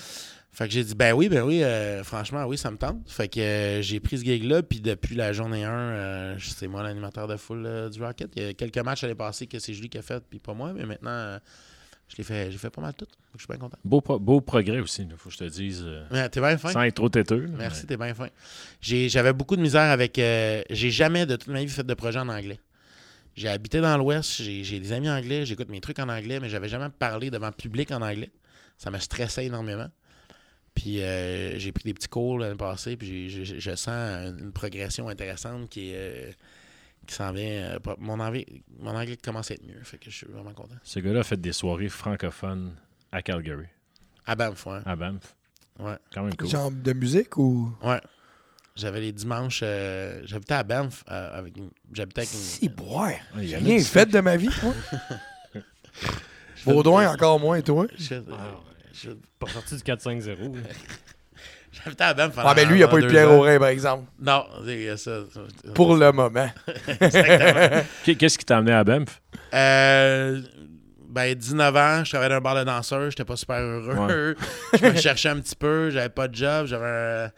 Speaker 4: Fait que j'ai dit, ben oui, ben oui, euh, franchement, oui, ça me tente. Fait que euh, j'ai pris ce gig-là, puis depuis la journée 1, euh, c'est moi l'animateur de foule euh, du Rocket. Il y a quelques matchs l'année passée que c'est Julie qui a fait, puis pas moi, mais maintenant, euh, je l'ai fait, j'ai fait pas mal tout. Fait que Je suis bien content.
Speaker 1: Beau, pro- beau progrès aussi, il faut que je te dise. euh,
Speaker 4: Ouais, T'es bien fin.
Speaker 1: sans être trop têteux. là,
Speaker 4: Merci,
Speaker 1: mais-
Speaker 4: t'es bien fin. J'ai- J'avais beaucoup de misère avec. euh, j'ai jamais de toute ma vie fait de projet en anglais. J'ai habité dans l'Ouest, j'ai j'ai des amis anglais, j'écoute mes trucs en anglais, mais j'avais jamais parlé devant public en anglais. Ça me stressait énormément. Puis euh, j'ai pris des petits cours l'année passée, puis j'ai- j'ai- je sens une progression intéressante qui est. euh, qui s'en vient. euh, pas- mon, anglais, mon anglais commence à être mieux, fait que je suis vraiment content.
Speaker 1: Ce gars-là a fait des soirées francophones à Calgary,
Speaker 4: À Banff, ouais.
Speaker 1: à Banff.
Speaker 4: Ouais.
Speaker 1: Quand même cool.
Speaker 2: Genre de musique ou.
Speaker 4: Ouais. J'avais les dimanches. euh, j'habitais à Banff. euh, avec une- j'habitais avec une-
Speaker 2: Si, boire.
Speaker 1: Ouais, il y
Speaker 2: J'ai
Speaker 1: en a
Speaker 2: rien
Speaker 1: qui-
Speaker 2: fait de ma vie, moi. Baudouin, encore moins, toi.
Speaker 4: Je- je-
Speaker 3: Pas sorti du 4-5-0.
Speaker 4: J'habitais à Banff.
Speaker 2: Ah, mais lui, il
Speaker 4: n'y
Speaker 2: a pas eu de pierre au rein, par exemple.
Speaker 4: Non, il y a ça.
Speaker 2: Pour le moment.
Speaker 4: Exactement.
Speaker 1: Qu'est- Qu'est-ce qui t'a amené à Banff?
Speaker 4: Euh, ben, 19 ans, je travaillais dans un bar de danseur, j'étais pas super heureux. je me cherchais un petit peu, j'avais pas de job, j'avais. un-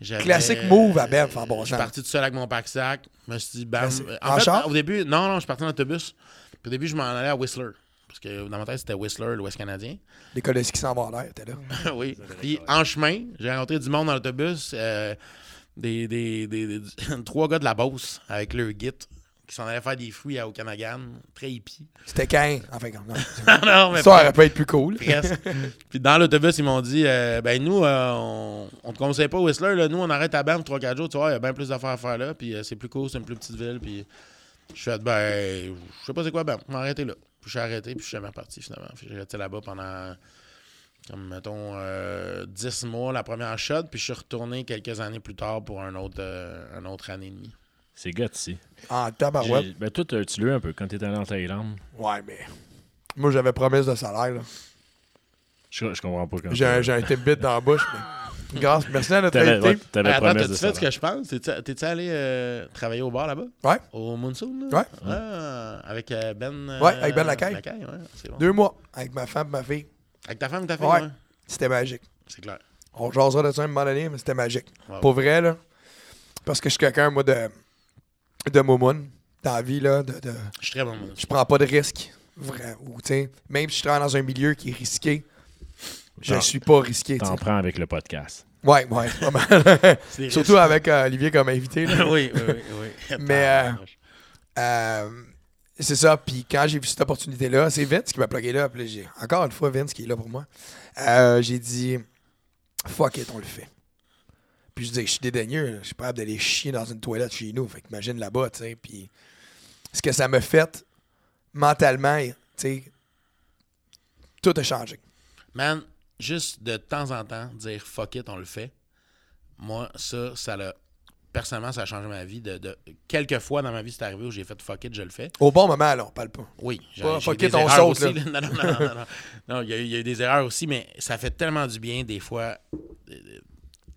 Speaker 4: j'avais-
Speaker 2: Classique move à Banff, en bon
Speaker 4: Je suis
Speaker 2: sens.
Speaker 4: parti tout seul avec mon pack-sac. Je me suis dit, bam.
Speaker 2: Classique.
Speaker 4: En,
Speaker 2: En
Speaker 4: fait,
Speaker 2: char?
Speaker 4: au début, non, non, je suis parti en autobus. Puis au début, je m'en allais à Whistler. Parce que dans ma tête, c'était Whistler, l'Ouest canadien.
Speaker 2: L'école de ski s'en va en l'air, t'es là.
Speaker 4: oui. Puis en chemin, j'ai rencontré du monde dans l'autobus, euh, des, des- des- des- trois gars de la Beauce avec leur git qui s'en allaient faire des fruits à Okanagan, très hippie.
Speaker 2: C'était quand? Enfin, quand même.
Speaker 4: Ah non, mais
Speaker 2: Ça aurait pu être plus cool.
Speaker 4: presque. Puis dans l'autobus, ils m'ont dit euh, ben nous, euh, on, on te conseille pas Whistler, là. nous on arrête à Banff 3-4 jours, tu vois, il y a bien plus d'affaires à faire là, puis euh, c'est plus cool, c'est une plus petite ville, puis je suis fait, ben, je sais pas c'est quoi, ben, je vais m'arrêter là. Puis je suis arrêté, puis je suis jamais reparti finalement. Puis J'ai resté là-bas pendant, comme mettons, euh, 10 mois la première shot, puis je suis retourné quelques années plus tard pour un autre, euh, un autre année et demie.
Speaker 1: C'est gutsy.
Speaker 2: En tabarouette.
Speaker 1: J'ai- Ben, toi, t'as- tu l'as eu un peu quand t'étais allé en Thaïlande.
Speaker 2: Ouais, mais. Moi, j'avais promesse de salaire, là.
Speaker 1: Je, je comprends pas comment.
Speaker 2: J'ai un, j'ai un tidbit dans la bouche, mais. Grâce, merci à notre
Speaker 1: T'avais ouais,
Speaker 2: invité.
Speaker 1: t'avais
Speaker 4: Attends,
Speaker 1: Ben, promesse
Speaker 4: t'as-tu
Speaker 1: de
Speaker 4: fait ce
Speaker 1: salaire.
Speaker 4: que je pense? T'es-tu- T'es-tu allé euh, travailler au bar là-bas?
Speaker 2: Ouais.
Speaker 4: Au Monsoon? là?
Speaker 2: Ouais.
Speaker 4: Ah, avec euh, Ben. euh,
Speaker 2: Ouais, avec Ben Lacaille.
Speaker 4: ouais, c'est bon.
Speaker 2: Deux mois avec ma femme, ma fille.
Speaker 4: Avec ta femme et ta fille,
Speaker 2: Ouais.
Speaker 4: ouais.
Speaker 2: C'était magique.
Speaker 4: C'est clair.
Speaker 2: On jasera de ça à un moment donné, mais c'était magique.
Speaker 4: Wow.
Speaker 2: Pour vrai, là. Parce que je suis quelqu'un, moi, de. de moumoune. Dans la vie, là. De, de-
Speaker 4: Je suis très bon. moi.
Speaker 2: Je prends pas de risques. Vrai. Ou, tu sais, même si je travaille dans un milieu qui est risqué, je
Speaker 1: T'en-
Speaker 2: suis pas risqué, tu sais.
Speaker 1: Ah. T'en prends avec le podcast.
Speaker 2: Ouais, ouais, pas mal.
Speaker 4: C'est des
Speaker 2: Surtout
Speaker 4: risques.
Speaker 2: avec euh, Olivier comme invité, là.
Speaker 4: oui, oui, oui, oui.
Speaker 2: Mais, euh,
Speaker 4: Tabarnouche.
Speaker 2: Euh, c'est ça. Puis quand j'ai vu cette opportunité-là, c'est Vince qui m'a plugué là. Puis là, j'ai encore une fois Vince qui est là pour moi. Euh, j'ai dit, fuck it, on le fait. Puis je dis, je suis dédaigneux. Je suis pas capable d'aller chier dans une toilette chez nous. Fait qu'imagine là-bas, tu sais. Puis ce que ça me fait mentalement, tu sais, tout a changé.
Speaker 4: Man, juste de temps en temps, dire fuck it, on le fait. Moi, ça, ça l'a. Personnellement, ça a changé ma vie. De, de- Quelques fois dans ma vie, c'est arrivé où j'ai fait fuck it, je le fais.
Speaker 2: Au bon moment, là, on parle pas.
Speaker 4: Oui, j'ai
Speaker 2: Pas
Speaker 4: j'ai
Speaker 2: fuck
Speaker 4: eu des
Speaker 2: it, on
Speaker 4: erreurs
Speaker 2: saute,
Speaker 4: aussi. là. Non, non, non, non, non. Non, il y, a eu- il y a eu des erreurs aussi, mais ça fait tellement du bien des fois euh,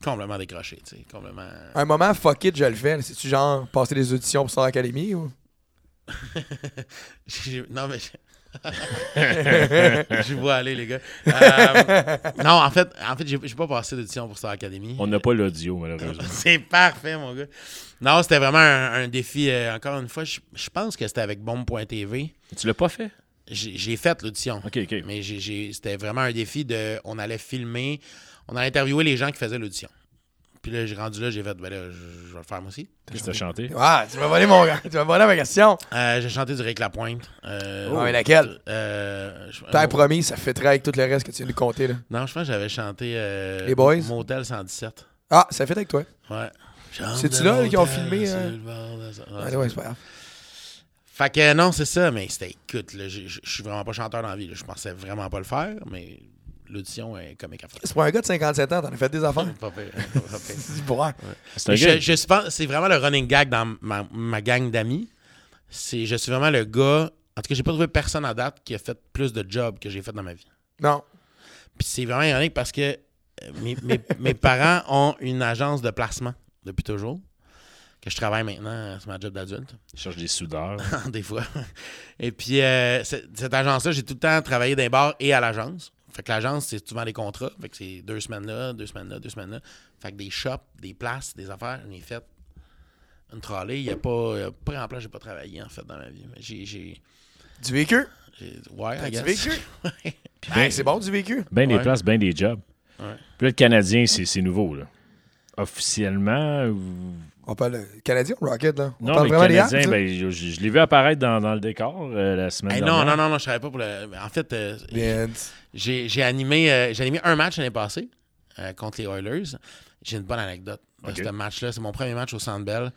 Speaker 4: complètement décroché, tu sais, complètement.
Speaker 2: Un moment, fuck it, je le fais. C'est-tu genre passer des auditions pour Star Academy ou?
Speaker 4: J'ai- non mais Je vous vois aller, les gars. Euh, non, en fait, en fait j'ai j'ai pas passé d'édition pour Star Academy.
Speaker 1: On n'a pas l'audio, malheureusement.
Speaker 4: C'est parfait, mon gars. Non, c'était vraiment un, un défi. euh, encore une fois, je je pense que c'était avec Bombe.tv.
Speaker 1: tu l'as pas fait?
Speaker 4: J'ai j'ai fait l'audition.
Speaker 1: OK, OK.
Speaker 4: Mais j'ai- j'ai- c'était vraiment un défi de. On allait filmer, on allait interviewer les gens qui faisaient l'audition. Puis là, j'ai rendu là, j'ai fait, ben là, je, je vais le faire moi aussi.
Speaker 1: Qu'est-ce que t'as chanté?
Speaker 2: Ah, tu m'as volé mon gars. Tu m'as volé ma question.
Speaker 4: Euh, j'ai chanté du Rick Lapointe. Euh,
Speaker 2: Ah, mais laquelle?
Speaker 4: euh, je-
Speaker 2: T'as
Speaker 4: euh,
Speaker 2: promis, ça fait très avec tout le reste que tu viens de compter. Là.
Speaker 4: Non, je pense que j'avais chanté euh,
Speaker 2: Les Boys?
Speaker 4: Motel 117.
Speaker 2: Ah, ça fait avec toi.
Speaker 4: Ouais.
Speaker 2: C'est-tu
Speaker 4: Chante
Speaker 2: là,
Speaker 4: de
Speaker 2: là, qu'ils ont
Speaker 4: motel
Speaker 2: filmé,
Speaker 4: sur
Speaker 2: hein?
Speaker 4: le bord de sa-
Speaker 2: Ah, ouais, c'est pas grave.
Speaker 4: Fait que non, c'est ça, mais c'était écoute, là, je je- je suis vraiment pas chanteur dans la vie. là. Je pensais vraiment pas le faire, mais l'audition est comique à faire.
Speaker 2: C'est pour un gars de 57 ans, t'en as fait des affaires.
Speaker 4: Pas pire, pas pire.
Speaker 2: C'est pour un.
Speaker 1: C'est un
Speaker 4: Je,
Speaker 1: gars.
Speaker 4: je suis pas- c'est vraiment le running gag dans ma, ma gang d'amis. C'est, je suis vraiment le gars. En tout cas, j'ai pas trouvé personne à date qui a fait plus de jobs que j'ai fait dans ma vie.
Speaker 2: Non.
Speaker 4: Puis c'est vraiment ironique parce que euh, mes, mes- mes parents ont une agence de placement depuis toujours. Que je travaille maintenant, euh, c'est ma job d'adulte,
Speaker 1: Je cherche des soudeurs.
Speaker 4: des fois. Et puis, euh, ce- cette agence-là, j'ai tout le temps travaillé dans les bars et à l'agence. Fait que l'agence, c'est souvent des contrats. Fait que c'est deux semaines là, deux semaines là, deux semaines là. Fait que des shops, des places, des affaires, j'en ai fait une trolley. Il n'y a pas. euh, Pas en place, j'ai pas travaillé en fait dans ma vie. Mais J'ai. j'ai,
Speaker 2: Du vécu.
Speaker 4: j'ai- ouais, I
Speaker 2: T'as du
Speaker 4: guess.
Speaker 2: vécu?
Speaker 4: Ouais.
Speaker 2: Ben, c'est bon, du vécu.
Speaker 1: Ben des
Speaker 4: Ouais.
Speaker 1: places, ben des jobs.
Speaker 4: Ouais.
Speaker 1: Puis là, le Canadien, c'est c'est nouveau, là. Officiellement, ou-
Speaker 2: On parle euh, Canadien ou Rocket, là? On
Speaker 1: non,
Speaker 2: parle
Speaker 1: mais le Canadien,
Speaker 2: Habs, là?
Speaker 1: ben, je, je- je l'ai vu apparaître dans, dans le décor euh, la semaine
Speaker 4: Hey, non,
Speaker 1: dernière.
Speaker 4: non, non, non, je travaille pas pour le. En fait, euh,
Speaker 2: Vince.
Speaker 4: j'ai, j'ai animé, euh, j'ai animé un match l'année passée euh, contre les Oilers. J'ai une bonne anecdote de
Speaker 1: Ok.
Speaker 4: ce match-là. C'est mon premier match au Centre Bell.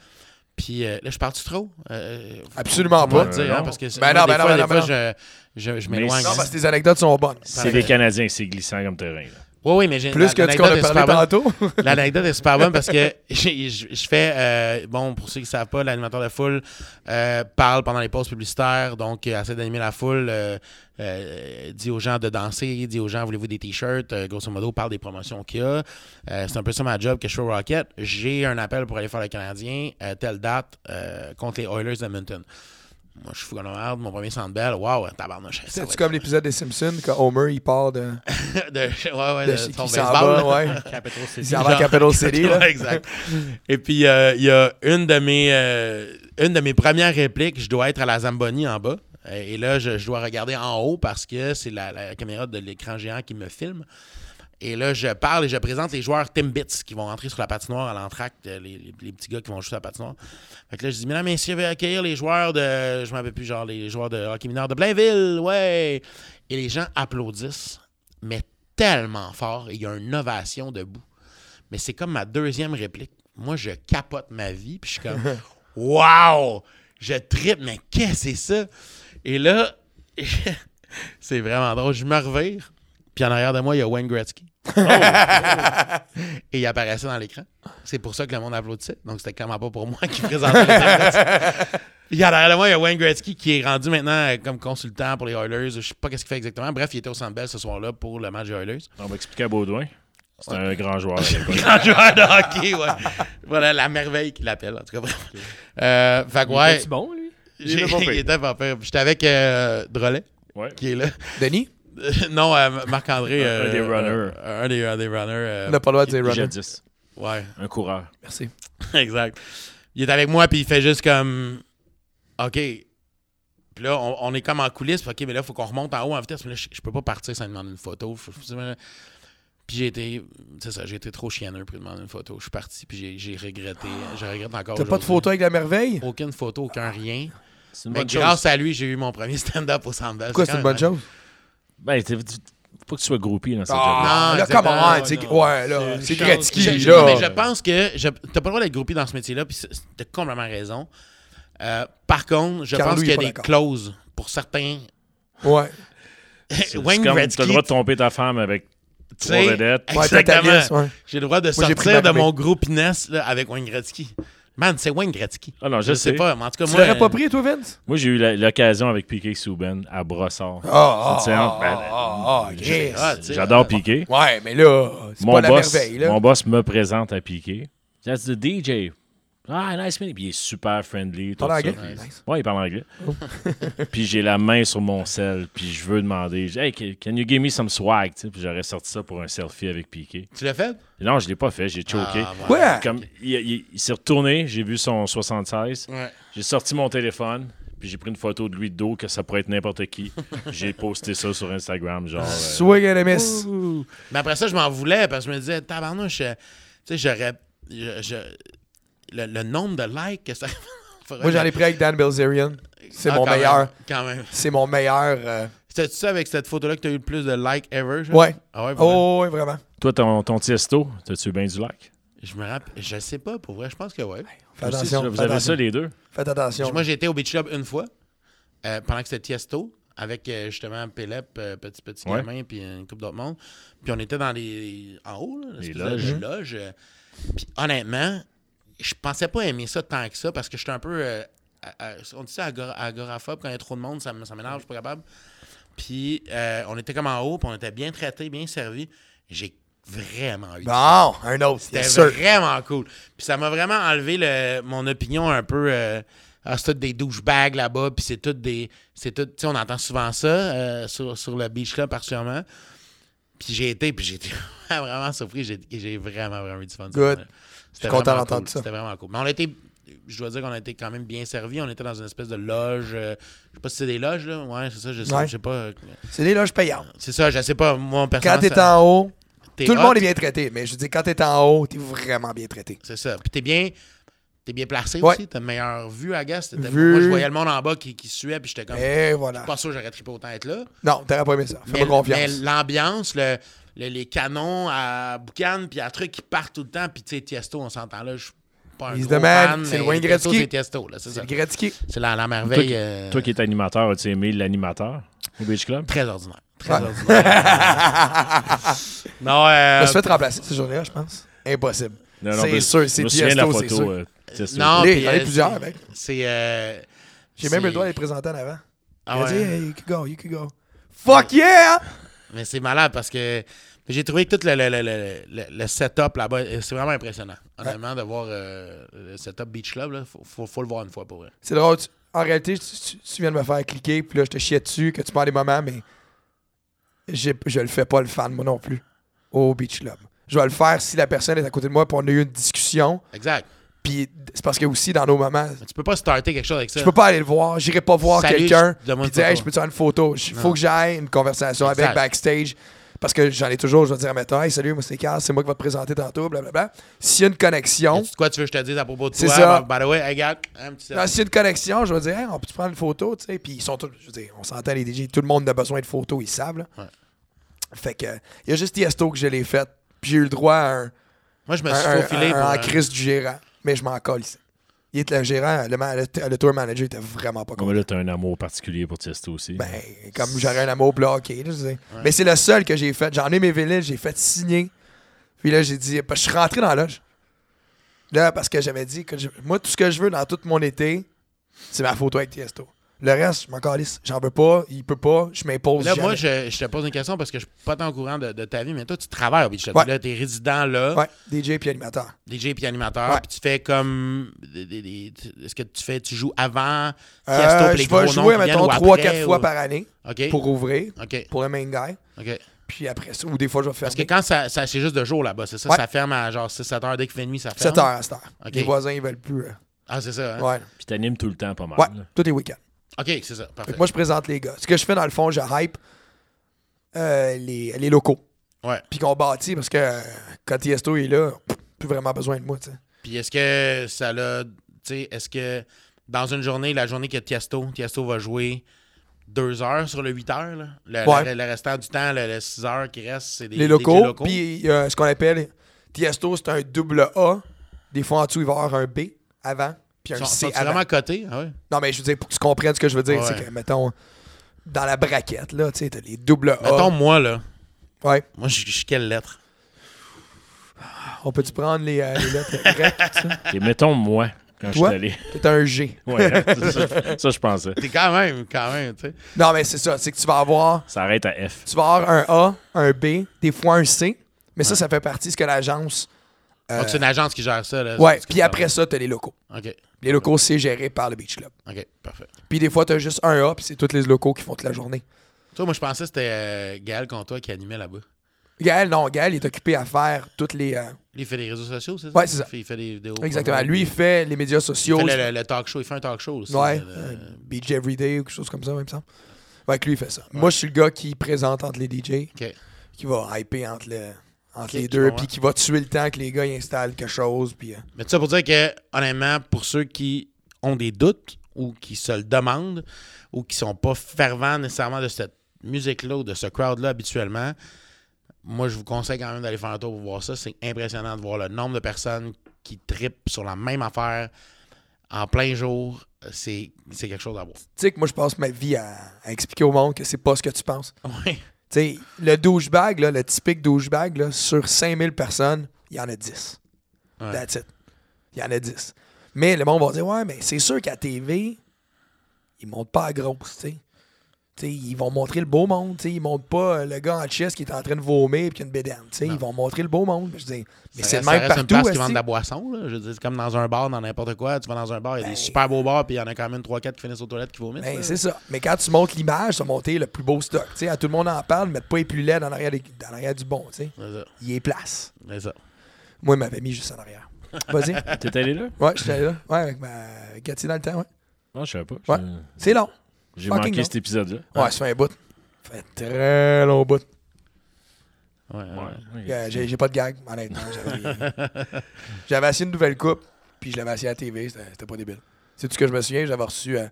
Speaker 4: Puis euh, là, je parle-tu trop? Euh,
Speaker 2: Absolument
Speaker 4: faut- faut
Speaker 2: pas.
Speaker 4: le dire,
Speaker 1: Euh,
Speaker 4: hein,
Speaker 1: non.
Speaker 4: parce que c'est-
Speaker 2: Ben
Speaker 4: moi,
Speaker 2: non,
Speaker 4: des
Speaker 2: ben
Speaker 4: fois,
Speaker 2: non,
Speaker 4: des
Speaker 2: ben
Speaker 4: fois, je, je, je
Speaker 1: Mais
Speaker 4: m'éloigne.
Speaker 1: c'est-
Speaker 2: Non, parce que tes anecdotes sont bonnes.
Speaker 1: C'est des Canadiens, c'est glissant comme terrain. là.
Speaker 4: Oui, oui, mais j'ai
Speaker 2: Plus que ce qu'on
Speaker 4: l'anecdote
Speaker 2: a
Speaker 4: est super
Speaker 2: parlé
Speaker 4: bonne.
Speaker 2: tantôt.
Speaker 4: L'anecdote est super bonne parce que j'ai- je je fais, euh, bon, pour ceux qui ne savent pas, l'animateur de foule euh, parle pendant les pauses publicitaires, donc euh, essaie d'animer la foule, euh, euh, dit aux gens de danser, dit aux gens, voulez-vous des t-shirts, Euh, grosso modo, parle des promotions qu'il y a. Euh, c'est un peu ça ma job que je fais au Rocket. J'ai un appel pour aller faire le Canadien, euh, telle date, euh, contre les Oilers d'Edmonton. Moi, je suis fou comme la merde, mon premier centre belle, waouh, tabarnouche. ça va
Speaker 2: C'est-tu
Speaker 4: être-
Speaker 2: comme l'épisode des Simpsons, quand Homer, il part de.
Speaker 4: de, ouais, ouais,
Speaker 2: De
Speaker 4: de
Speaker 2: chez
Speaker 4: son
Speaker 2: qui s'en va,
Speaker 4: baseball, là.
Speaker 2: ouais.
Speaker 4: Capital City.
Speaker 2: Il s'en va à
Speaker 4: Genre,
Speaker 2: Capital City, là.
Speaker 4: Ouais, exact. Et puis, euh, il y a une de, mes, euh, une de mes premières répliques, je dois être à la Zamboni en bas. Euh, Et là, je, je dois regarder en haut parce que c'est la, la caméra de l'écran géant qui me filme. Et là, je parle et je présente les joueurs Timbits qui vont rentrer sur la patinoire à l'entracte, euh, les, les- les petits gars qui vont jouer sur la patinoire. Fait que là, je dis, mesdames, messieurs, veuillez accueillir les joueurs de, je m'en rappelle plus, genre les joueurs de hockey mineur de Blainville, ouais! Et les gens applaudissent, mais tellement fort, et il y a une ovation debout. Mais c'est comme ma deuxième réplique. Moi, je capote ma vie, puis je suis comme, wow! Je tripe, mais qu'est-ce que c'est ça? Et là, c'est vraiment drôle. Je me revire, puis en arrière de moi, il y a Wayne Gretzky. Et il apparaissait dans l'écran. C'est pour ça que le monde applaudissait. Donc, c'était clairement pas pour moi qui présentait les Gretzky. Il y a derrière moi, il y a Wayne Gretzky qui est rendu maintenant euh, comme consultant pour les Oilers. Je sais pas qu'est-ce qu'il fait exactement. Bref, il était au Centre Bell ce soir-là pour le match des Oilers.
Speaker 1: On va expliquer à Baudouin. C'est un grand joueur. à l'époque.
Speaker 4: Grand joueur de hockey, ouais. voilà, la merveille qu'il appelle, en tout cas. bref. Euh, fait que, ouais,
Speaker 3: C'est bon, lui.
Speaker 4: j'ai-
Speaker 1: était pas pire.
Speaker 4: il était pas pire. J'étais avec euh, Drolet,
Speaker 1: Ouais.
Speaker 4: qui est là.
Speaker 2: Denis,
Speaker 4: Euh, non, euh, Marc-André.
Speaker 1: Un- un
Speaker 4: euh,
Speaker 1: des runners.
Speaker 4: euh, un, des, un des runners. euh,
Speaker 2: on n'a pas le droit de dire runner.
Speaker 1: Jadis,
Speaker 4: Ouais,
Speaker 1: un coureur.
Speaker 2: Merci.
Speaker 4: exact. Il est avec moi, puis il fait juste comme. OK. Puis là, on, on est comme en coulisses. puis OK, mais là, il faut qu'on remonte en haut en vitesse. Mais là, je, je peux pas partir sans demander une photo. Faut- faut- Puis j'ai été. C'est ça, j'ai été trop chianneux pour lui demander une photo. Je suis parti, puis j'ai- j'ai regretté. Je regrette encore.
Speaker 2: T'as pas de
Speaker 4: aujourd'hui.
Speaker 2: photo avec la merveille?
Speaker 4: Aucune photo, aucun rien.
Speaker 1: C'est une
Speaker 4: Mais
Speaker 1: bonne
Speaker 4: grâce
Speaker 1: chose.
Speaker 4: à lui, j'ai eu mon premier stand-up au Centre Bell.
Speaker 2: Pourquoi c'est une
Speaker 4: quand
Speaker 2: bonne
Speaker 4: même-
Speaker 2: chose?
Speaker 1: Ben, t'es- t'es- faut que tu sois groupé dans cette job.
Speaker 2: Ah,
Speaker 4: Non,
Speaker 2: là,
Speaker 4: exactement,
Speaker 2: comment? Ouais, tu sais,
Speaker 3: non.
Speaker 2: ouais, là,
Speaker 3: C'est-
Speaker 2: c'est
Speaker 3: je
Speaker 4: Je-
Speaker 2: Gretzky,
Speaker 4: je- non, mais je
Speaker 2: là.
Speaker 4: pense que je- t'as pas le droit d'être groupé dans ce métier-là, puis c'est- t'as complètement raison. Euh, par contre, je
Speaker 2: Carlou,
Speaker 4: pense
Speaker 2: il
Speaker 4: qu'il
Speaker 2: est
Speaker 4: y a
Speaker 2: pas
Speaker 4: des
Speaker 2: d'accord.
Speaker 4: clauses pour certains.
Speaker 2: Ouais.
Speaker 1: C'est
Speaker 4: Wayne
Speaker 1: c'est comme t'as
Speaker 4: Gretzky,
Speaker 1: le droit de tromper ta femme avec
Speaker 4: tu
Speaker 1: trois
Speaker 4: sais,
Speaker 1: vedettes.
Speaker 2: Ouais, t'as ta liste,
Speaker 4: Exactement.
Speaker 2: ouais.
Speaker 4: J'ai le droit de
Speaker 2: Moi, j'ai pris
Speaker 4: sortir de
Speaker 2: ma
Speaker 4: mon gros pinesse là, avec Wayne Gretzky. Man, c'est Wayne Gretzky.
Speaker 1: Ah non, je sais.
Speaker 4: sais pas, mais en tout cas,
Speaker 2: Tu
Speaker 4: moi.
Speaker 2: l'aurais pas pris, toi, Vince?
Speaker 1: Moi, j'ai eu la- l'occasion avec Piqué Souben à Brossard.
Speaker 2: Ah,
Speaker 1: Cette séance, ben,
Speaker 2: ah, ah, Chris.
Speaker 4: Ah, tu sais,
Speaker 1: J'adore
Speaker 4: euh,
Speaker 1: Piqué.
Speaker 2: Ouais, mais là, c'est
Speaker 1: Mon
Speaker 2: pas la
Speaker 1: boss,
Speaker 2: merveille, là.
Speaker 1: mon boss me présente à Piqué. That's the DJ. Ah, nice meeting. Puis il est super friendly. Tout
Speaker 2: Parle
Speaker 1: ça.
Speaker 2: anglais?
Speaker 4: nice.
Speaker 2: Nice.
Speaker 1: Ouais, il parle anglais.
Speaker 2: Oh.
Speaker 1: puis j'ai la main sur mon sel, puis je veux demander, hey, ca- can you give me some swag? Tu sais, Puis j'aurais sorti ça pour un selfie avec Piqué.
Speaker 4: Tu l'as fait?
Speaker 1: Non, je l'ai pas fait, j'ai choqué.
Speaker 4: Ah, ouais.
Speaker 2: Ouais!
Speaker 1: Comme, il, il- il s'est retourné, j'ai vu son 76.
Speaker 4: Ouais.
Speaker 1: J'ai sorti mon téléphone, puis j'ai pris une photo de lui de dos, que ça pourrait être n'importe qui. j'ai posté ça sur Instagram, genre. euh,
Speaker 2: Swing and a miss.
Speaker 4: Mais après ça, je m'en voulais parce que je me disais, tabarnouche, euh, tu sais, j'aurais. je- je- le, le nombre de likes que ça.
Speaker 2: Moi, j'en ai pris avec Dan Bilzerian. C'est
Speaker 4: Ah,
Speaker 2: mon
Speaker 4: quand même,
Speaker 2: meilleur.
Speaker 4: quand même.
Speaker 2: C'est mon meilleur. euh,
Speaker 4: C'était ça avec cette photo-là que tu as eu le plus de likes ever? genre?
Speaker 2: Ouais.
Speaker 4: Ah ouais, vraiment?
Speaker 2: Oh, oui, vraiment.
Speaker 1: Toi, ton, ton tiesto, t'as-tu bien du lac?
Speaker 4: Je me rappelle, je sais pas, pour vrai, je pense que ouais.
Speaker 2: Fais attention.
Speaker 1: vous
Speaker 2: fais
Speaker 1: avez
Speaker 2: attention.
Speaker 1: ça, les deux?
Speaker 2: Faites attention.
Speaker 4: Moi, j'ai été au Beach Club une fois, euh, pendant que c'était Tiesto, avec euh, justement Pélep, euh, Petit Petit
Speaker 1: Ouais.
Speaker 4: Gamin, puis une couple d'autres monde. Puis on était dans les. en haut, là,
Speaker 1: Les
Speaker 4: l'espèce de-
Speaker 1: loges.
Speaker 4: de loge, euh, Puis honnêtement, je pensais pas aimer ça tant que ça, parce que j'étais un peu. euh, à- à- on dit ça agora- agoraphobe, quand il y a trop de monde, ça, me- ça m'énerve, je suis pas capable. Puis euh, on était comme en haut, puis on était bien traité, bien servi. J'ai vraiment eu du
Speaker 2: Bon, un autre.
Speaker 4: C'était
Speaker 2: Yes, sir.
Speaker 4: vraiment cool. Puis ça m'a vraiment enlevé le- mon opinion un peu. euh, ah, c'est toutes des douchebags là-bas, puis c'est toutes des. C'est tout. Tu sais, on entend souvent ça euh, sur, sur le beach là, particulièrement. Puis j'ai été, puis j'ai été vraiment surpris. J'ai j'ai vraiment, vraiment eu du fun. cette
Speaker 2: Good.
Speaker 4: journée.
Speaker 2: suis
Speaker 4: C'était
Speaker 2: content
Speaker 4: vraiment
Speaker 2: d'entendre
Speaker 4: cool.
Speaker 2: ça.
Speaker 4: C'était vraiment cool. Mais on a été. Je dois dire qu'on a été quand même bien servi. On était dans une espèce de loge. euh, je sais pas si c'est des loges, là. Ouais, c'est ça. Je sais,
Speaker 2: Ouais.
Speaker 4: je sais pas. euh,
Speaker 2: C'est des loges payantes.
Speaker 4: C'est ça, je sais pas. Moi,
Speaker 2: Quand
Speaker 4: personnellement.
Speaker 2: t'es
Speaker 4: ça-
Speaker 2: en haut,
Speaker 4: t'es
Speaker 2: tout le monde
Speaker 4: hot,
Speaker 2: est bien traité. Mais je dis, quand t'es en haut, t'es vraiment bien traité.
Speaker 4: C'est ça. Puis t'es bien, t'es bien placé
Speaker 2: Ouais.
Speaker 4: aussi. T'as une meilleure vue, I guess. T'étais-
Speaker 2: Vue.
Speaker 4: Moi, je voyais le monde en bas qui, qui suait, puis j'étais comme,
Speaker 2: Et voilà.
Speaker 4: pas sûr que j'aurais trippé autant être là.
Speaker 2: Non, t'aurais pas aimé ça. Fais-moi
Speaker 4: mais
Speaker 2: confiance.
Speaker 4: l'ambiance, le- le- les canons à boucan, puis à trucs qui partent tout le temps. Puis tu sais, Tiesto, on s'entend là, je suis pas un
Speaker 2: Il se
Speaker 4: gros
Speaker 2: demande,
Speaker 4: fan,
Speaker 2: c'est
Speaker 4: mais
Speaker 2: le Wayne
Speaker 4: Tiesto,
Speaker 2: Gretzky.
Speaker 4: C'est Tiesto, là, c'est ça.
Speaker 2: C'est le Gretzky.
Speaker 4: C'est la, la
Speaker 1: Toi,
Speaker 4: merveille
Speaker 1: qui-
Speaker 4: euh,
Speaker 1: toi qui es animateur, as-tu aimé l'animateur au Beach Club?
Speaker 4: très ordinaire. Très
Speaker 2: Ouais.
Speaker 4: ordinaire. non, euh,
Speaker 2: Je me suis fait remplacer cette journée-là, je pense. Impossible. C'est
Speaker 1: mais-
Speaker 2: sûr, c'est
Speaker 1: Je me souviens de la
Speaker 2: Tiesto, c'est
Speaker 1: photo.
Speaker 2: sûr.
Speaker 1: euh, Tiesto.
Speaker 4: non,
Speaker 2: Les-
Speaker 4: puis,
Speaker 2: j'en ai
Speaker 4: euh,
Speaker 2: plusieurs,
Speaker 4: c'est-
Speaker 2: mec.
Speaker 4: C'est. euh,
Speaker 2: J'ai même eu
Speaker 4: c'est-
Speaker 2: le droit de les présenter en avant. Il
Speaker 4: Ah
Speaker 2: a
Speaker 4: ouais.
Speaker 2: dit, hey, you can go, you can go. Fuck yeah!
Speaker 4: Mais c'est malade parce que j'ai trouvé que tout le, le- le- le- le- le setup là-bas, euh, c'est vraiment impressionnant. Honnêtement, de voir euh, le setup Beach Club, il faut, faut- faut le voir une fois pour vrai.
Speaker 2: C'est drôle. tu- en réalité, tu, tu- tu viens de me faire cliquer, puis là, je te chiais dessus, que tu parles des moments, mais j'ai- je le fais pas, le fan, moi non plus, au Beach Club. Je vais le faire si la personne est à côté de moi, puis on a eu une discussion,
Speaker 4: Exact.
Speaker 2: puis c'est parce que aussi, dans nos moments,
Speaker 4: Mais tu peux pas starter quelque chose avec ça.
Speaker 2: je peux pas aller le voir, j'irai pas voir
Speaker 4: Salut,
Speaker 2: quelqu'un,
Speaker 4: je- demande
Speaker 2: puis dire,
Speaker 4: pas
Speaker 2: hey,
Speaker 4: toi.
Speaker 2: je peux te faire une photo. Il faut
Speaker 4: Non.
Speaker 2: que j'aille une conversation
Speaker 4: Exact.
Speaker 2: avec backstage, parce que j'en ai toujours, je vais dire à mettons, hey, salut, moi c'est Carl, c'est moi qui vais te présenter tantôt, blablabla. S'il y a une
Speaker 4: Y
Speaker 2: connexion,
Speaker 4: a-tu de quoi tu veux que je te dise à propos de
Speaker 2: C'est
Speaker 4: toi? Bah,
Speaker 2: ça. Ah,
Speaker 4: By by the way, hey, regarde, un petit
Speaker 2: Là, s'il y a une connexion, je vais dire, Hey, on peut-tu prendre une photo, tu sais? Puis ils sont tous, je veux dire, on s'entend, les DJ, tout le monde a besoin de photos, ils savent, là.
Speaker 4: Ouais.
Speaker 2: Fait que, il y a juste Tiesto que je l'ai fait, puis j'ai eu le droit à un,
Speaker 4: Moi, je me
Speaker 2: un,
Speaker 4: suis faufilé
Speaker 2: un- un-
Speaker 4: pour.
Speaker 2: en
Speaker 4: euh,
Speaker 2: crise du gérant, mais je m'en colle. Il était le gérant, le, ma- le, le tour manager était vraiment pas
Speaker 1: Non,
Speaker 2: content.
Speaker 1: mais là, t'as un amour particulier pour Tiesto aussi.
Speaker 2: Ben, comme j'aurais un amour bloqué, là, je sais. Mais c'est le seul que j'ai fait. J'en ai mes villages, j'ai fait signer. Puis là, j'ai dit, parce que je suis rentré dans la loge. Là, parce que j'avais dit, que je- moi, tout ce que je veux dans tout mon été, c'est ma photo avec Tiesto. Le reste, je m'en calisse. J'en veux pas, il peut pas, je m'impose.
Speaker 4: Là,
Speaker 2: jamais.
Speaker 4: moi, je, je te pose une question parce que je suis pas tant au courant de, de ta vie, mais toi, tu travailles au Beach Club.
Speaker 2: Ouais.
Speaker 4: Là, t'es résident là.
Speaker 2: Ouais, DJ puis animateur.
Speaker 4: DJ puis animateur,
Speaker 2: Ouais.
Speaker 4: puis tu fais comme. des- des- des- Est-ce que tu fais, tu joues avant Tiesto,
Speaker 2: Euh,
Speaker 4: puis les
Speaker 2: je vais
Speaker 4: gros noms
Speaker 2: jouer,
Speaker 4: qui viennent,
Speaker 2: mettons,
Speaker 4: ou
Speaker 2: 3-4
Speaker 4: après,
Speaker 2: fois
Speaker 4: ou-
Speaker 2: par année
Speaker 4: OK.
Speaker 2: pour ouvrir,
Speaker 4: OK.
Speaker 2: pour le main guy.
Speaker 4: OK.
Speaker 2: Puis après ça, ou des fois, je vais faire
Speaker 4: Parce que quand ça, ça c'est juste de jour là-bas, c'est ça?
Speaker 2: Ouais.
Speaker 4: Ça ferme à genre 6-7 heures, dès qu'il fait nuit, ça ferme.
Speaker 2: 7 heures à cette heure.
Speaker 4: Ok.
Speaker 2: Les voisins, ils veulent plus. euh,
Speaker 4: Ah, c'est ça. hein?
Speaker 2: Ouais,
Speaker 1: Puis t'animes tout le temps pas mal.
Speaker 2: ouais,
Speaker 1: là.
Speaker 2: tous les week-ends.
Speaker 4: OK, c'est ça.
Speaker 2: Fait
Speaker 4: Parfait.
Speaker 2: que moi, je présente les gars. Ce que je fais, dans le fond, je hype euh, les, les locaux.
Speaker 4: Ouais.
Speaker 2: Puis qu'on bâtit, parce que euh, quand Tiesto est là, pff, plus vraiment besoin de moi, tu sais.
Speaker 4: Puis est-ce que ça l'a. Tu sais, est-ce que dans une journée, la journée que Tiesto, Tiesto va jouer 2 heures sur le 8 heures, là, le,
Speaker 2: Ouais.
Speaker 4: le- le restant du temps, le, 6 heures qui reste, c'est des.
Speaker 2: Les
Speaker 4: des
Speaker 2: locaux,
Speaker 4: DJ
Speaker 2: puis il y a ce qu'on appelle Tiesto, c'est un double A. Des fois, en dessous, il va y avoir un B avant, puis un
Speaker 4: Sont-
Speaker 2: C
Speaker 4: sont-ils
Speaker 2: avant.
Speaker 4: vraiment cotés? Ah ouais.
Speaker 2: Non, mais je veux dire, pour que tu comprennes ce que je veux dire,
Speaker 4: Ouais.
Speaker 2: c'est que, mettons, dans la braquette, là, tu sais, t'as les double A.
Speaker 4: Mettons, moi, là.
Speaker 2: Ouais.
Speaker 4: Moi, je je suis quelle lettre?
Speaker 2: On peut-tu prendre les, euh, les lettres grecques, tout ça?
Speaker 1: Et mettons moi, quand je suis
Speaker 2: Toi?
Speaker 1: allé.
Speaker 2: T'es un G.
Speaker 1: Ouais, hein, c'est ça, ça, je pensais.
Speaker 4: T'es quand même, quand même, tu sais.
Speaker 2: Non, mais c'est ça, c'est que tu vas avoir
Speaker 1: Ça arrête à F.
Speaker 2: tu vas avoir un A, un B, des fois un C. Mais ça, ça fait partie de ce que l'agence euh,
Speaker 4: Donc, c'est une agence qui gère ça. Là,
Speaker 2: ouais, puis après ça, t'as les locaux.
Speaker 4: OK,
Speaker 2: Les locaux, c'est géré par le Beach Club.
Speaker 4: OK, parfait.
Speaker 2: Puis des fois, t'as juste un A, puis c'est tous les locaux qui font toute la journée.
Speaker 4: Toi, moi, je pensais que c'était euh, Gaël Comtois qui animait là-bas.
Speaker 2: Gaël, non, Gaël il est occupé à faire toutes les. euh,
Speaker 4: Lui, il fait des réseaux sociaux, c'est ça?
Speaker 2: Ouais, c'est ça.
Speaker 4: Il fait- Il fait des vidéos.
Speaker 2: exactement. Lui, il fait les médias
Speaker 4: Il
Speaker 2: sociaux.
Speaker 4: fait le, le- le talk show. Il fait un talk show aussi.
Speaker 2: ouais,
Speaker 4: le- le-
Speaker 2: euh, Beach Everyday ou quelque chose comme ça, même ça. Fait que lui, il fait ça. Moi, je suis le gars qui présente entre les DJ,
Speaker 4: OK.
Speaker 2: qui va hyper entre, le- entre
Speaker 4: Ok,
Speaker 2: les
Speaker 4: je
Speaker 2: deux,
Speaker 4: comprends.
Speaker 2: puis qui va tuer le temps que les gars ils installent quelque chose. Puis, euh,
Speaker 4: Mais tout ça pour dire que, honnêtement, pour ceux qui ont des doutes ou qui se le demandent ou qui sont pas fervents nécessairement de cette musique-là ou de ce crowd-là habituellement, moi, je vous conseille quand même d'aller faire un tour pour voir ça. C'est impressionnant de voir le nombre de personnes qui tripent sur la même affaire en plein jour. C'est c'est quelque chose à voir.
Speaker 2: tu sais que moi, je passe ma vie à, à expliquer au monde que c'est pas ce que tu penses.
Speaker 4: Ouais.
Speaker 2: Tu sais, le douchebag, là, le typique douchebag, là, sur 5000 personnes, il y en a 10.
Speaker 4: Ouais.
Speaker 2: That's it. Il y en a 10. Mais le monde va dire, ouais, mais c'est sûr qu'à TV, ils montent pas à grosse, tu sais. Tu sais, ils vont montrer le beau monde, tu sais. Ils montrent pas euh, le gars en chess qui est en train de vomir et qui a une bédaine, tu sais. Ils vont montrer le beau monde. Je dis, mais
Speaker 4: Ça
Speaker 2: c'est le
Speaker 4: reste- ça
Speaker 2: même
Speaker 4: reste une
Speaker 2: partout,
Speaker 4: place qui vend
Speaker 2: esti.
Speaker 4: de la boisson. Là. Je veux dire, c'est comme dans un bar, dans n'importe quoi. Tu vas dans un bar, il y a des super beaux bars, puis il y en a quand même 3-4 qui finissent aux toilettes qui vomissent.
Speaker 2: Ben,
Speaker 4: là.
Speaker 2: c'est ça. Mais quand tu montes l'image, tu as monté le plus beau stock, tu sais. À tout le monde en parle, mais pas les plus laids dans l'arrière des- dans l'arrière du bon, tu sais.
Speaker 4: C'est ça.
Speaker 2: Il est place.
Speaker 4: C'est ça.
Speaker 2: Moi, il m'avait mis juste en arrière. Vas-y.
Speaker 1: T'es allé là?
Speaker 2: Ouais, j'étais là. Ouais, avec ma Cathy dans le temps, ouais.
Speaker 1: Non, je savais pas.
Speaker 2: Ouais.
Speaker 1: Je-
Speaker 2: C'est long.
Speaker 1: J'ai
Speaker 2: Fucking
Speaker 1: manqué
Speaker 2: non.
Speaker 1: cet épisode-là.
Speaker 2: Ouais, ça fait un bout. Ça fait très long bout.
Speaker 4: Ouais,
Speaker 1: Ah,
Speaker 4: ouais.
Speaker 1: Ouais.
Speaker 2: Euh, J'ai j'ai pas de gag, honnêtement. J'avais- J'avais assis une nouvelle coupe, puis je l'avais assis à la TV. C'était c'était pas débile. C'est tout ce que je me souviens. J'avais reçu euh,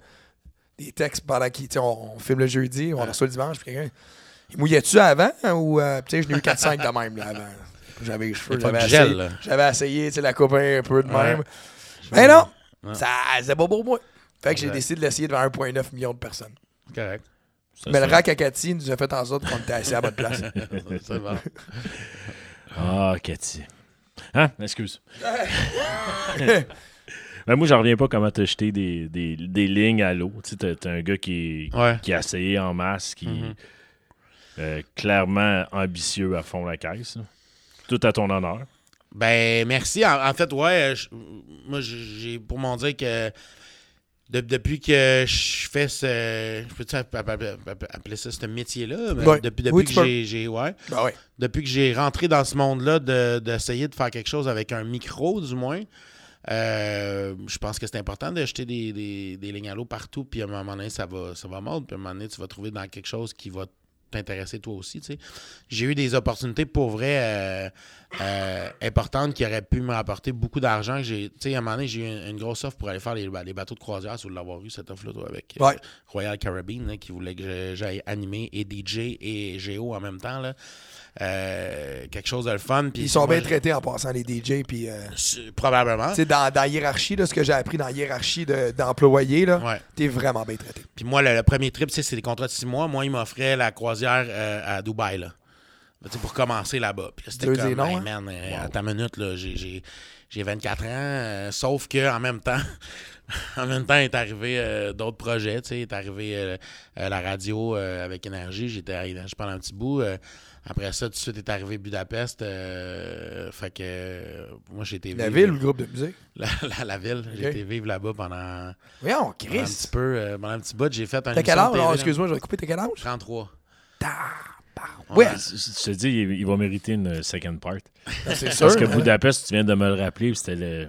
Speaker 2: des textes pendant qui, tu sais, on, on filme le jeudi, on reçoit le dimanche, puis quelqu'un. Il mouillait-tu avant hein, ou. euh, tu sais, je n'ai eu 4-5 de même, là, avant. J'avais les cheveux,
Speaker 4: Et pas de
Speaker 2: j'avais
Speaker 4: gel,
Speaker 2: essayé,
Speaker 4: là.
Speaker 2: j'avais essayé, tu sais, la coupe un peu de
Speaker 4: Ouais.
Speaker 2: même. Mais non,
Speaker 4: Ouais.
Speaker 2: ça c'était pas pour moi. Fait que j'ai
Speaker 4: Exact.
Speaker 2: décidé de l'essayer devant 1,9 million de personnes.
Speaker 4: Correct.
Speaker 1: Ça,
Speaker 2: Mais le
Speaker 1: ça-
Speaker 2: rack à Cathy nous a fait en sorte qu'on était assis à la bonne place.
Speaker 4: c'est bon.
Speaker 1: Ah, Cathy. Hein? Excuse. Ben, moi, j'en reviens pas comment t'as jeté des, des, des lignes à l'eau. Tu sais, t'as- t'as un gars qui,
Speaker 4: Ouais.
Speaker 1: qui a essayé en masse, qui euh, clairement ambitieux à fond la caisse. là. Tout à ton honneur.
Speaker 4: Ben, merci. En, en fait, ouais, euh, je- moi, j'ai j'ai pour m'en dire que de- depuis que je fais ce. Je peux-tu app- app- app- app- appeler ça ce métier-là? Mais
Speaker 2: Ouais.
Speaker 4: Depuis, depuis
Speaker 2: Oui, tu
Speaker 4: que
Speaker 2: peux.
Speaker 4: j'ai- j'ai. Ouais.
Speaker 2: Ben ouais.
Speaker 4: depuis que j'ai rentré dans ce monde-là, de- d'essayer de, faire quelque chose avec un micro, du moins, euh, je pense que c'est important d'acheter des, des- des lignes à l'eau partout, puis à un moment donné, ça va, ça va mordre, puis à un moment donné, tu vas trouver dans quelque chose qui va t'intéresser toi aussi, tu sais. J'ai eu des opportunités pour vrai euh, euh, importantes qui auraient pu me rapporter beaucoup d'argent. que j'ai- Tu sais, à un moment donné, j'ai eu une, une grosse offre pour aller faire les, les bateaux de croisière, si vous l'avoir eu, cette offre-là, toi, avec euh,
Speaker 2: Ouais.
Speaker 4: Royal Caribbean, là, qui voulait que je- j'aille animer et DJ et Géo en même temps, là. Euh, quelque chose de le fun. puis
Speaker 2: Ils sont
Speaker 4: moi,
Speaker 2: bien traités en passant les DJ. Puis, euh, tu
Speaker 4: je- Probablement.
Speaker 2: sais, dans, dans la hiérarchie, là, ce que j'ai appris dans la hiérarchie de- d'employés, là,
Speaker 4: Ouais.
Speaker 2: t'es vraiment bien traité.
Speaker 4: Puis moi, le, le premier trip, tu sais, c'est des contrats de six mois. Moi, il m'offrait la croisière euh, à Dubaï, là. Tu sais, pour commencer là-bas. Puis là, c'était
Speaker 2: Deux
Speaker 4: comme,
Speaker 2: et non,
Speaker 4: hey,
Speaker 2: hein?
Speaker 4: man, euh, à ta minute, là, j'ai- j'ai j'ai 24 ans. euh, sauf que en même temps, en même temps, est arrivé euh, d'autres projets. Tu sais, est arrivé euh, euh, la radio euh, avec énergie. J'étais à Énergie pendant un petit bout. euh, après ça, tout de suite est arrivé Budapest. euh, fait que euh, moi, j'ai été
Speaker 2: La
Speaker 4: vivre-
Speaker 2: ville ou le groupe de musique?
Speaker 4: La, la- la ville. J'ai
Speaker 2: Ok.
Speaker 4: été vivre là-bas pendant,
Speaker 2: Voyons,
Speaker 4: pendant un petit
Speaker 2: Chris.
Speaker 4: peu. euh, pendant un petit bout, j'ai fait un.
Speaker 2: T'as quel âge?
Speaker 4: émission
Speaker 2: Ah,
Speaker 4: de TV, là.
Speaker 2: excuse-moi, je vais te couper. T'as quel âge?
Speaker 4: 33.
Speaker 2: Ouais,
Speaker 1: Ben, Je te dis, il, il va mériter une second part.
Speaker 2: c'est sûr.
Speaker 1: Parce que
Speaker 4: hein?
Speaker 1: Budapest, tu viens de me le rappeler, puis c'était le.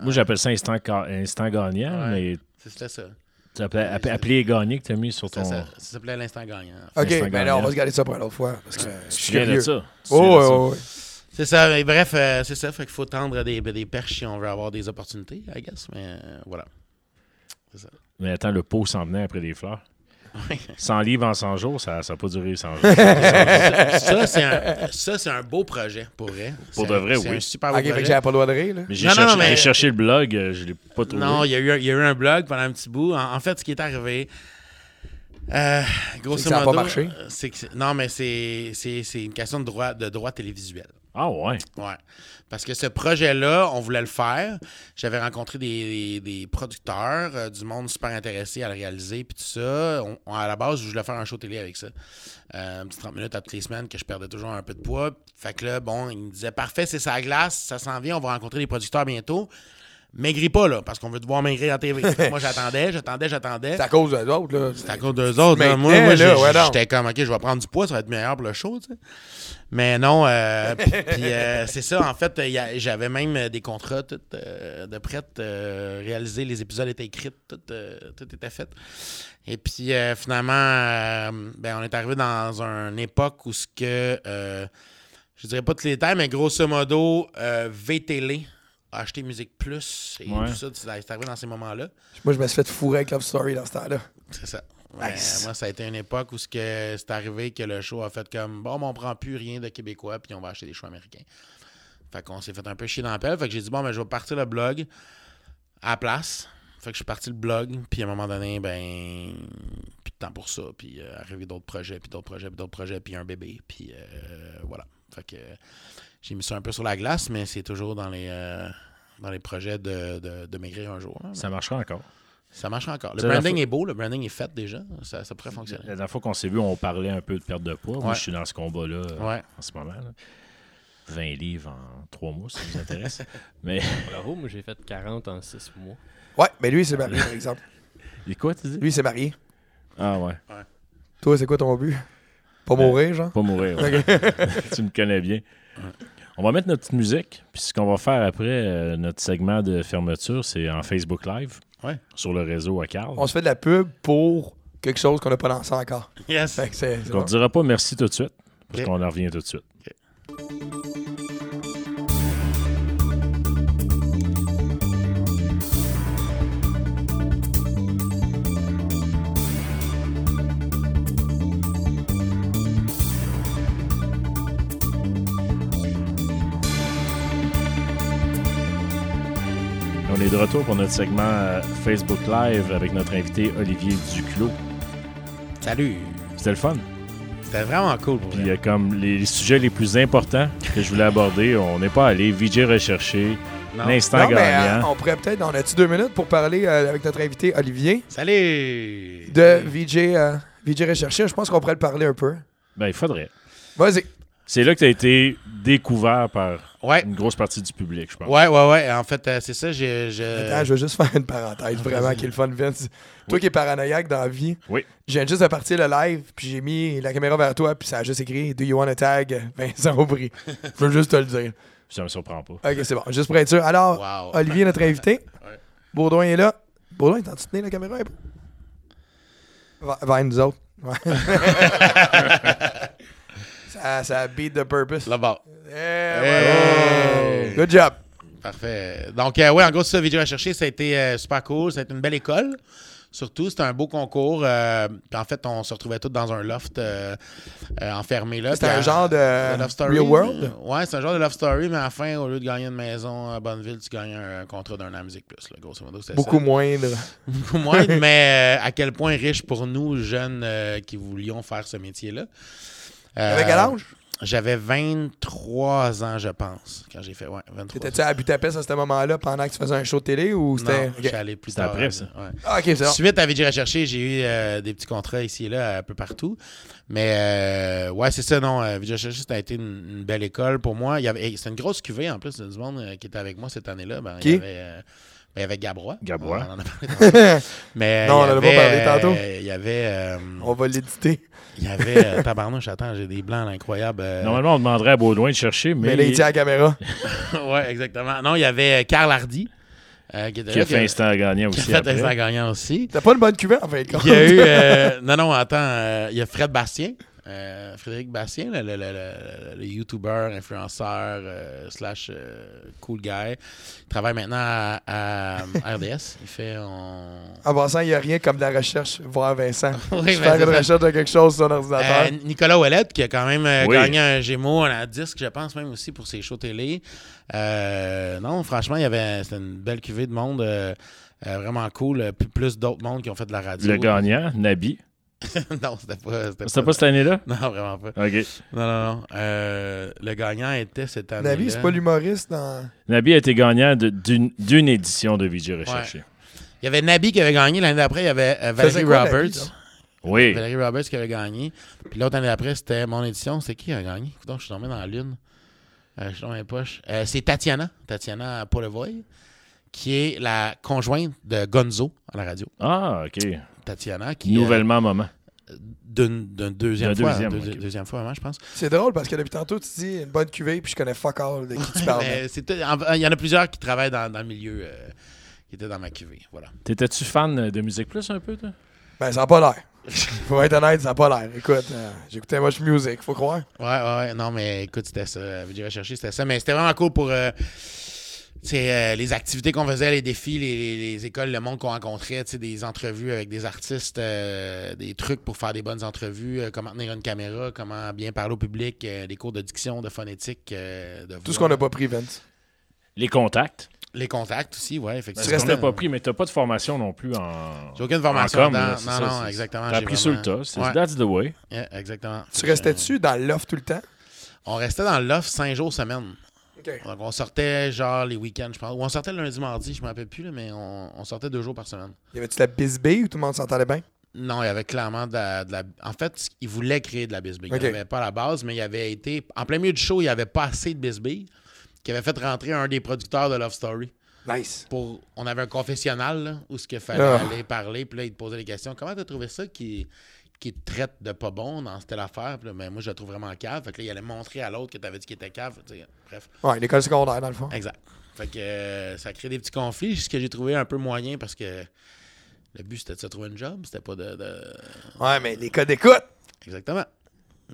Speaker 1: Moi, j'appelle ça instant, ca- instant gagnant,
Speaker 4: Ouais.
Speaker 1: mais
Speaker 4: C'était ça.
Speaker 1: tu appelais- appe- appelé et gagné que tu as mis sur ton.
Speaker 4: Ça, ça- ça s'appelait l'instant gagnant. en fait.
Speaker 2: Ok,
Speaker 1: Instagram,
Speaker 2: ben là, on va
Speaker 1: là.
Speaker 2: se garder ça pour une autre fois. Parce que je
Speaker 1: Tu
Speaker 2: suis
Speaker 1: viens de
Speaker 2: curieux.
Speaker 1: ça. Tu
Speaker 2: Oh,
Speaker 1: viens de
Speaker 2: ouais,
Speaker 1: ça.
Speaker 2: ouais, ouais.
Speaker 4: C'est ça. mais bref, euh, c'est ça. Fait qu'il faut tendre des, des perches si on veut avoir des opportunités, I guess. Mais euh, voilà. C'est ça.
Speaker 1: Mais attends, le pot s'en venait après des fleurs. 100 livres en 100 jours, ça n'a pas duré 100 jours.
Speaker 4: ça, c'est un, ça, c'est un beau projet, pour vrai.
Speaker 1: Pour
Speaker 4: C'est
Speaker 1: de
Speaker 4: un-
Speaker 1: vrai,
Speaker 4: c'est
Speaker 1: Ah oui. ben
Speaker 4: un super beau
Speaker 2: Ok, fait que
Speaker 4: projet.
Speaker 2: j'avais pas le droit de rire, là.
Speaker 1: Mais j'ai
Speaker 4: Non, non,
Speaker 1: cherché,
Speaker 4: non, mais-
Speaker 1: j'ai cherché le blog, euh, je l'ai pas trouvé.
Speaker 4: Non, il y, a eu un- il y a eu un blog pendant un petit bout. En, en fait, ce qui est arrivé, euh, grosso
Speaker 2: C'est que ça a pas
Speaker 4: modo,
Speaker 2: marché.
Speaker 4: euh, c'est que c'est- non, mais c'est c'est- c'est une question de droit, de droit télévisuel.
Speaker 1: Ah ouais.
Speaker 4: Ouais. Parce que ce projet-là, on voulait le faire. J'avais rencontré des, des- des producteurs, euh, du monde super intéressé à le réaliser, puis tout ça. On- on- à la base, je voulais faire un show télé avec ça. Euh, un petit 30 minutes à toutes les semaines que je perdais toujours un peu de poids. Fait que là, bon, ils me disaient parfait, c'est sa glace, ça s'en vient, on va rencontrer des producteurs bientôt. Maigris pas, là, parce qu'on veut te voir maigrir en TV. Fait que Moi, j'attendais, j'attendais, j'attendais.
Speaker 2: C'est à cause d'eux autres, là.
Speaker 4: C'est à cause d'eux autres. hein. Moi,
Speaker 2: Maintenant,
Speaker 4: moi,
Speaker 2: là,
Speaker 4: j'ai-
Speaker 2: ouais, non.
Speaker 4: j'étais comme, OK, je vais prendre du poids, ça va être meilleur pour le show, tu sais. Mais non, euh, puis- puis, euh, c'est ça. En fait, il y a- j'avais même euh, des contrats tout, euh, de prêt, euh, réalisés. Les épisodes étaient écrits, tout, euh, tout était fait. Et puis, euh, finalement, euh, ben, on est arrivé dans une époque où ce que... euh, je dirais pas tous les temps, mais grosso modo, euh, VTL, acheter Musique Plus et
Speaker 1: Ouais.
Speaker 4: tout ça, c'est arrivé dans ces moments-là.
Speaker 2: Moi, je me suis fait fourrer avec Love Story dans ce temps-là.
Speaker 4: C'est ça. Ouais,
Speaker 2: Nice.
Speaker 4: Moi, ça a été une époque où ce que c'est arrivé que le show a fait comme bon, mais on prend plus rien de québécois puis on va acheter des shows américains. Fait qu'on s'est fait un peu chier dans la pelle. Fait que j'ai dit bon, mais je vais partir le blog à la place. Fait que je suis parti le blog, puis à un moment donné, ben, plus de temps pour ça, puis euh, arrivé d'autres projets, puis d'autres projets, puis d'autres projets, puis un bébé, puis euh, voilà. Fait que euh, j'ai mis ça un peu sur la glace, mais c'est toujours dans les euh, dans les projets de, de, de maigrir un jour. hein.
Speaker 1: Ça marchera encore.
Speaker 4: Ça marche encore. Le
Speaker 1: C'est la
Speaker 4: branding
Speaker 1: fois- Euh,
Speaker 4: est beau, le branding est fait déjà. Ça, ça pourrait fonctionner.
Speaker 1: La dernière fois qu'on s'est vu, on parlait un peu de perte de poids. Moi,
Speaker 4: Ouais.
Speaker 1: je suis dans ce combat-là euh,
Speaker 4: Ouais.
Speaker 1: en ce moment. là. 20 livres en 3 mois, ça vous intéresse. Mais
Speaker 3: Bravo, moi j'ai fait 40 en 6 mois.
Speaker 2: Ouais, mais lui, il s'est marié, par exemple.
Speaker 1: Et quoi, tu dis?
Speaker 2: Lui, il s'est marié.
Speaker 1: Ah ouais,
Speaker 2: Toi, c'est quoi ton but?
Speaker 1: Ben-
Speaker 2: Pas mourir, genre?
Speaker 1: pas mourir. ouais. tu me connais bien. On va mettre notre petite musique, puis ce qu'on va faire après euh, notre segment de fermeture, c'est en Facebook Live,
Speaker 4: Ouais.
Speaker 1: sur le réseau à Carl.
Speaker 2: On se fait de la pub pour quelque chose qu'on n'a pas lancé encore.
Speaker 4: Yes.
Speaker 2: Fait que c'est... c'est
Speaker 1: On ne
Speaker 2: bon.
Speaker 1: dira pas merci tout de suite, parce
Speaker 4: Ok.
Speaker 1: qu'on en revient tout de suite. On est de retour pour notre segment euh, Facebook Live avec notre invité Olivier Duclos.
Speaker 4: Salut.
Speaker 1: C'était le fun.
Speaker 4: C'était vraiment cool pour
Speaker 1: Puis
Speaker 4: vrai.
Speaker 1: euh, comme les, les sujets les plus importants que je voulais aborder, on n'est pas allé VJ recherché,
Speaker 4: Non.
Speaker 1: l'instant
Speaker 2: Non, mais euh,
Speaker 1: gagnant.
Speaker 2: on pourrait peut-être... On a-tu deux minutes pour parler euh, avec notre invité, Olivier,
Speaker 4: Salut.
Speaker 2: de VJ, euh, VJ Recherché? Je pense qu'on pourrait le parler un peu.
Speaker 1: Ben, il faudrait.
Speaker 2: Vas-y.
Speaker 1: C'est là que tu as été découvert par
Speaker 4: Ouais.
Speaker 1: une grosse partie du public, je pense.
Speaker 4: Ouais, ouais, ouais. En fait, euh, c'est ça. j'ai- je-
Speaker 2: Attends, Ah, je veux juste faire une parenthèse, vraiment, qui est le fun, Vince. Toi qui es paranoïaque dans la vie,
Speaker 1: Oui.
Speaker 2: j'ai juste de partir le live, puis j'ai mis la caméra vers toi, puis ça a juste écrit Do you want a tag Vincent Aubry. je veux juste te le dire.
Speaker 1: Ça me surprend pas.
Speaker 2: Ok, c'est bon, juste pour être sûr. Alors,
Speaker 4: Wow.
Speaker 2: Olivier, notre invité,
Speaker 4: Ouais.
Speaker 2: Baudouin est là. Baudouin, t'en tu tenir la caméra un peu Va- Vers nous autres. Ouais. ça, ça beat the purpose.
Speaker 4: Là-bas.
Speaker 2: Eh, ouais, ouais. Good job.
Speaker 4: Parfait. Donc, euh, ouais, en gros, c'est ça, vidéo à chercher, ça a été euh, super cool. Ça a été une belle école. Surtout, c'était un beau concours. euh, puis en fait, on se retrouvait tous dans un loft euh, euh, enfermé là.
Speaker 2: C'était
Speaker 4: Puis,
Speaker 2: un
Speaker 4: euh,
Speaker 2: genre de
Speaker 4: un love story,
Speaker 2: real world.
Speaker 4: mais- Ouais, c'est un genre de love story, mais à la fin, au lieu de gagner une maison à Bonneville, tu gagnes un, un contrat d'un an à Musique Plus. Là, grosso modo, c'était
Speaker 2: Beaucoup
Speaker 4: ça.
Speaker 2: moindre.
Speaker 4: Beaucoup moins, mais euh, à quel point riche pour nous, jeunes euh, qui voulions faire ce métier-là. Euh,
Speaker 2: Avec quel âge?
Speaker 4: J'avais 23 ans, je pense, quand j'ai fait. Ouais, 23
Speaker 2: T'étais-tu
Speaker 4: ans.
Speaker 2: à Budapest à ce moment-là pendant que tu faisais un show de télé ou c'était.
Speaker 4: Non,
Speaker 2: Ok.
Speaker 4: j'étais allé plus
Speaker 1: C'était
Speaker 4: tard.
Speaker 1: après, ça.
Speaker 4: Ouais.
Speaker 2: Ah, ok, c'est bon.
Speaker 4: Suite à VJ Recherché, j'ai eu euh, des petits contrats ici et là, un peu partout. Mais euh, ouais, c'est ça, non. Euh, VJ Recherché, ça a été une, une belle école pour moi. Il y avait, et c'était une grosse cuvée en plus, du monde euh, qui était avec moi cette année-là. Ben,
Speaker 2: Qui?
Speaker 4: Il y avait, euh, ben, il y avait Gabrois.
Speaker 1: Gabrois.
Speaker 4: On en a parlé tantôt. Mais, euh,
Speaker 2: Non,
Speaker 4: il y
Speaker 2: on en a pas
Speaker 4: avait,
Speaker 2: parlé tantôt. Oh.
Speaker 4: euh, Il y avait. euh,
Speaker 2: On va l'éditer.
Speaker 4: il y avait. euh, tabarnouche, attends, j'ai des blancs là, incroyables. euh,
Speaker 1: Normalement, on demanderait à Baudouin de chercher, mais,
Speaker 2: Mais là, il tient à la caméra.
Speaker 4: ouais, exactement. Non, il y avait Carl Hardy. euh, qui, était
Speaker 1: qui
Speaker 4: là,
Speaker 1: a fait instant gagnant
Speaker 4: qui a
Speaker 1: aussi.
Speaker 4: fait
Speaker 1: après.
Speaker 4: instant gagnant aussi.
Speaker 2: T'as pas une bonne cuvée en fin de compte.
Speaker 4: Il y a eu. euh, non, non, attends. euh, il y a Fred Bastien. euh, Frédéric Bastien, le, le, le- le- le YouTuber, influenceur, euh, slash euh, cool guy. Il travaille maintenant à, à RDS. Il fait. On...
Speaker 2: En passant, il n'y a rien comme de la recherche, voir Vincent.
Speaker 4: Oui,
Speaker 2: Je
Speaker 4: ben,
Speaker 2: fais
Speaker 4: c'est
Speaker 2: une
Speaker 4: ça.
Speaker 2: recherche de quelque chose sur l'ordinateur.
Speaker 4: Euh, Nicolas Ouellette, qui a quand même euh,
Speaker 1: Oui.
Speaker 4: gagné un Gémeaux à la disque, je pense, même aussi pour ses shows télé. Euh, non, franchement, il y avait c'était une belle cuvée de monde. euh, euh, vraiment cool. Euh, plus- Plus d'autres mondes qui ont fait de la radio.
Speaker 1: Le gagnant, Nabi,
Speaker 4: non, c'était pas.
Speaker 1: C'était pas cette année-là?
Speaker 4: Non, vraiment pas.
Speaker 1: OK.
Speaker 4: Non, non, non. Euh, le gagnant était cette année.
Speaker 2: Nabi, c'est pas l'humoriste dans.
Speaker 1: Nabi a été gagnant de- d'une d'une édition de VJ Recherché.
Speaker 4: Il y avait Nabi qui avait gagné. L'année d'après, il y avait euh,
Speaker 2: Faisait
Speaker 4: Valérie
Speaker 2: quoi, Nabi,
Speaker 4: Roberts.
Speaker 1: Oui.
Speaker 4: Valérie Roberts qui avait gagné. Puis l'autre année d'après, c'était mon édition. C'est qui qui a gagné? Écoute, je suis tombé dans la lune. Euh, je suis tombé dans les poches. Euh, c'est Tatiana, Tatiana Polevoy, qui est la conjointe de Gonzo à la radio.
Speaker 1: Ah, OK.
Speaker 4: Tatiana, qui
Speaker 1: Nouvellement maman.
Speaker 4: euh, d'une d'une deuxième
Speaker 1: D'un
Speaker 4: fois,
Speaker 1: deuxième,
Speaker 4: deuxi-
Speaker 1: ok.
Speaker 4: deuxième fois avant, je pense.
Speaker 2: C'est drôle parce que depuis tantôt, tu dis une bonne cuvée, puis je connais fuck all de qui tu parles.
Speaker 4: Mais Euh, c'est tout- en- il y en a plusieurs qui travaillent dans, dans le milieu, euh, qui étaient dans ma cuvée. Voilà.
Speaker 1: T'étais-tu fan de Musique Plus un peu, toi?
Speaker 2: Ben, ça n'a pas l'air. Faut être honnête, ça n'a pas l'air. Écoute, euh, j'écoutais Much Music, faut croire.
Speaker 4: Ouais, ouais, ouais. non, mais écoute, c'était ça. J'ai recherché, c'était ça. Mais c'était vraiment cool pour euh, tu sais, euh, les activités qu'on faisait, les défis, les, les- les écoles, le monde qu'on rencontrait, tu sais, des entrevues avec des artistes, euh, des trucs pour faire des bonnes entrevues, euh, comment tenir une caméra, comment bien parler au public, euh, des cours de diction, de phonétique, euh, de
Speaker 2: Tout ce
Speaker 4: voix.
Speaker 2: qu'on n'a pas pris, Vince.
Speaker 1: Les contacts.
Speaker 4: Les contacts aussi, ouais,
Speaker 1: Parce
Speaker 4: effectivement.
Speaker 1: qu'on
Speaker 2: restes-
Speaker 1: n'a pas pris, mais t'as pas de formation non plus en.
Speaker 4: J'ai aucune formation.
Speaker 1: en com,
Speaker 4: dans-
Speaker 1: là, c'est
Speaker 4: non,
Speaker 1: ça,
Speaker 4: non,
Speaker 1: c'est-
Speaker 4: exactement.
Speaker 1: T'as
Speaker 4: j'ai
Speaker 1: appris sur le
Speaker 4: vraiment-
Speaker 1: tas. C'est
Speaker 4: Ouais,
Speaker 1: That's the way.
Speaker 4: yeah, exactement.
Speaker 2: Tu restais-tu dans l'offre tout le temps?
Speaker 4: On restait dans l'offre cinq jours semaine.
Speaker 2: OK.
Speaker 4: Donc, on sortait genre les week-ends, je pense. Ou on sortait le lundi, mardi, je me rappelle plus, là, mais on, on sortait deux jours par semaine.
Speaker 2: Y avait-tu la bisbee où tout le monde s'entendait bien?
Speaker 4: Non, il y avait clairement de la. de la- En fait, il voulait créer de la bisbille.
Speaker 2: Ok.
Speaker 4: Il n'y avait pas la base, mais il avait été. En plein milieu du show, il n'y avait pas assez de bisbille qui avait fait rentrer un des producteurs de Love Story.
Speaker 2: Nice.
Speaker 4: Pour... On avait un confessionnal là, où ce qu'il fallait
Speaker 2: Ah.
Speaker 4: aller parler, puis là, il te posait des questions. Comment t'as trouvé ça qui qui te traite de pas bon dans telle affaire? Puis là, mais moi, je le trouve vraiment cave. Fait que là, il allait montrer à l'autre que t'avais dit qu'il était cave. Tu sais, Bref.
Speaker 2: Ouais, l'école secondaire, dans le fond.
Speaker 4: Exact. Fait que euh, ça crée des petits conflits, ce que j'ai trouvé un peu moyen parce que le but c'était de se trouver une job, c'était pas de. de-
Speaker 2: Ouais, mais les codes d'écoute!
Speaker 4: Exactement.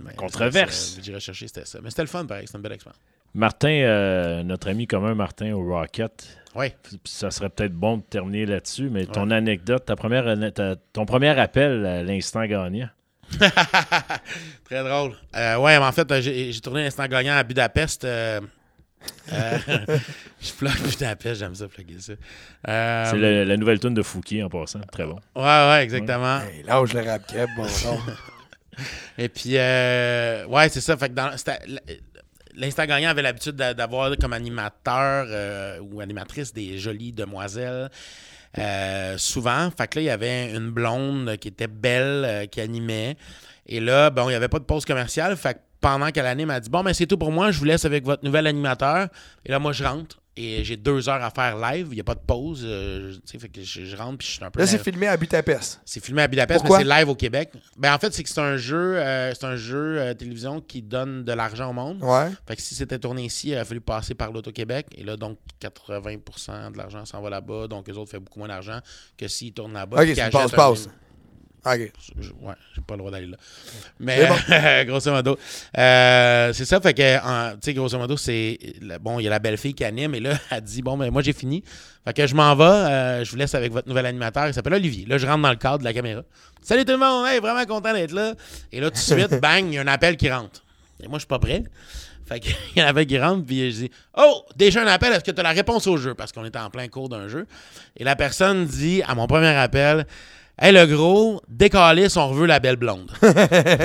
Speaker 4: Mais
Speaker 1: Controverse.
Speaker 4: J'ai recherché, c'était ça. Mais c'était le fun, pareil, c'était une belle expérience.
Speaker 1: Martin, euh, notre ami commun Martin au Rocket,
Speaker 4: Oui.
Speaker 1: Puis ça serait peut-être bon de terminer là-dessus, mais ton anecdote, ta première, ana- ta- ton premier appel à l'instant gagnant.
Speaker 4: Très drôle. Euh, ouais, mais en fait, euh, j'ai j'ai tourné l'instant gagnant à Budapest. euh, euh, je plug Budapest, j'aime ça, plugger ça. Euh,
Speaker 1: C'est le- la nouvelle tune de Fouki en passant. Très bon.
Speaker 4: Ouais, ouais, exactement.
Speaker 2: Hey, lâche le rap cap, bon sang.
Speaker 4: Et puis, euh, ouais, c'est ça. Fait que dans, c'était- l'Instant Gagnant avait l'habitude d'a- d'avoir comme animateur euh, ou animatrice des jolies demoiselles. euh, souvent. Fait que là, il y avait une blonde qui était belle, euh, qui animait. Et là, bon, il n'y avait pas de pause commerciale. Fait que pendant qu'elle anime, elle dit Bon, mais c'est tout pour moi, je vous laisse avec votre nouvel animateur. Et là, moi, je rentre. Et j'ai deux heures à faire live, il n'y a pas de pause. euh, tu sais, fait que je, je rentre puis je suis un peu.
Speaker 2: Là, c'est
Speaker 4: nerveux.
Speaker 2: filmé à Budapest.
Speaker 4: C'est filmé à Budapest,
Speaker 2: Pourquoi?
Speaker 4: mais c'est live au Québec. Ben, en fait, c'est que c'est un jeu, euh, c'est un jeu euh, télévision qui donne de l'argent au monde.
Speaker 2: Ouais.
Speaker 4: Fait que si c'était tourné ici, il a fallu passer par l'Auto-Québec. Et là, donc, 80 de l'argent s'en va là-bas. Donc, eux autres font beaucoup moins d'argent que s'ils tournent là-bas.
Speaker 2: Ok,
Speaker 4: puis
Speaker 2: c'est
Speaker 4: qu'ils
Speaker 2: une
Speaker 4: achètent
Speaker 2: passe-passe.
Speaker 4: un-
Speaker 2: Ok.
Speaker 4: je- ouais, j'ai pas le droit d'aller là. Mais euh, grosso modo, euh, c'est ça. Fait que, en- tu sais, grosso modo, c'est. le- Bon, il y a la belle fille qui anime et là, elle dit Bon, ben, moi, j'ai fini. Fait que je m'en vais. euh, je vous laisse avec votre nouvel animateur. Il s'appelle Olivier. Là, je rentre dans le cadre de la caméra. Salut tout le monde. Hey, vraiment content d'être là. Et là, tout de suite, bang, il y a un appel qui rentre. Et moi, je suis pas prêt. Fait qu'il y en avait qui rentrent, puis je dis Oh, déjà un appel, est-ce que tu as la réponse au jeu Parce qu'on était en plein cours d'un jeu. Et la personne dit à mon premier appel Hey, le gros, décalisse, on veut la belle blonde.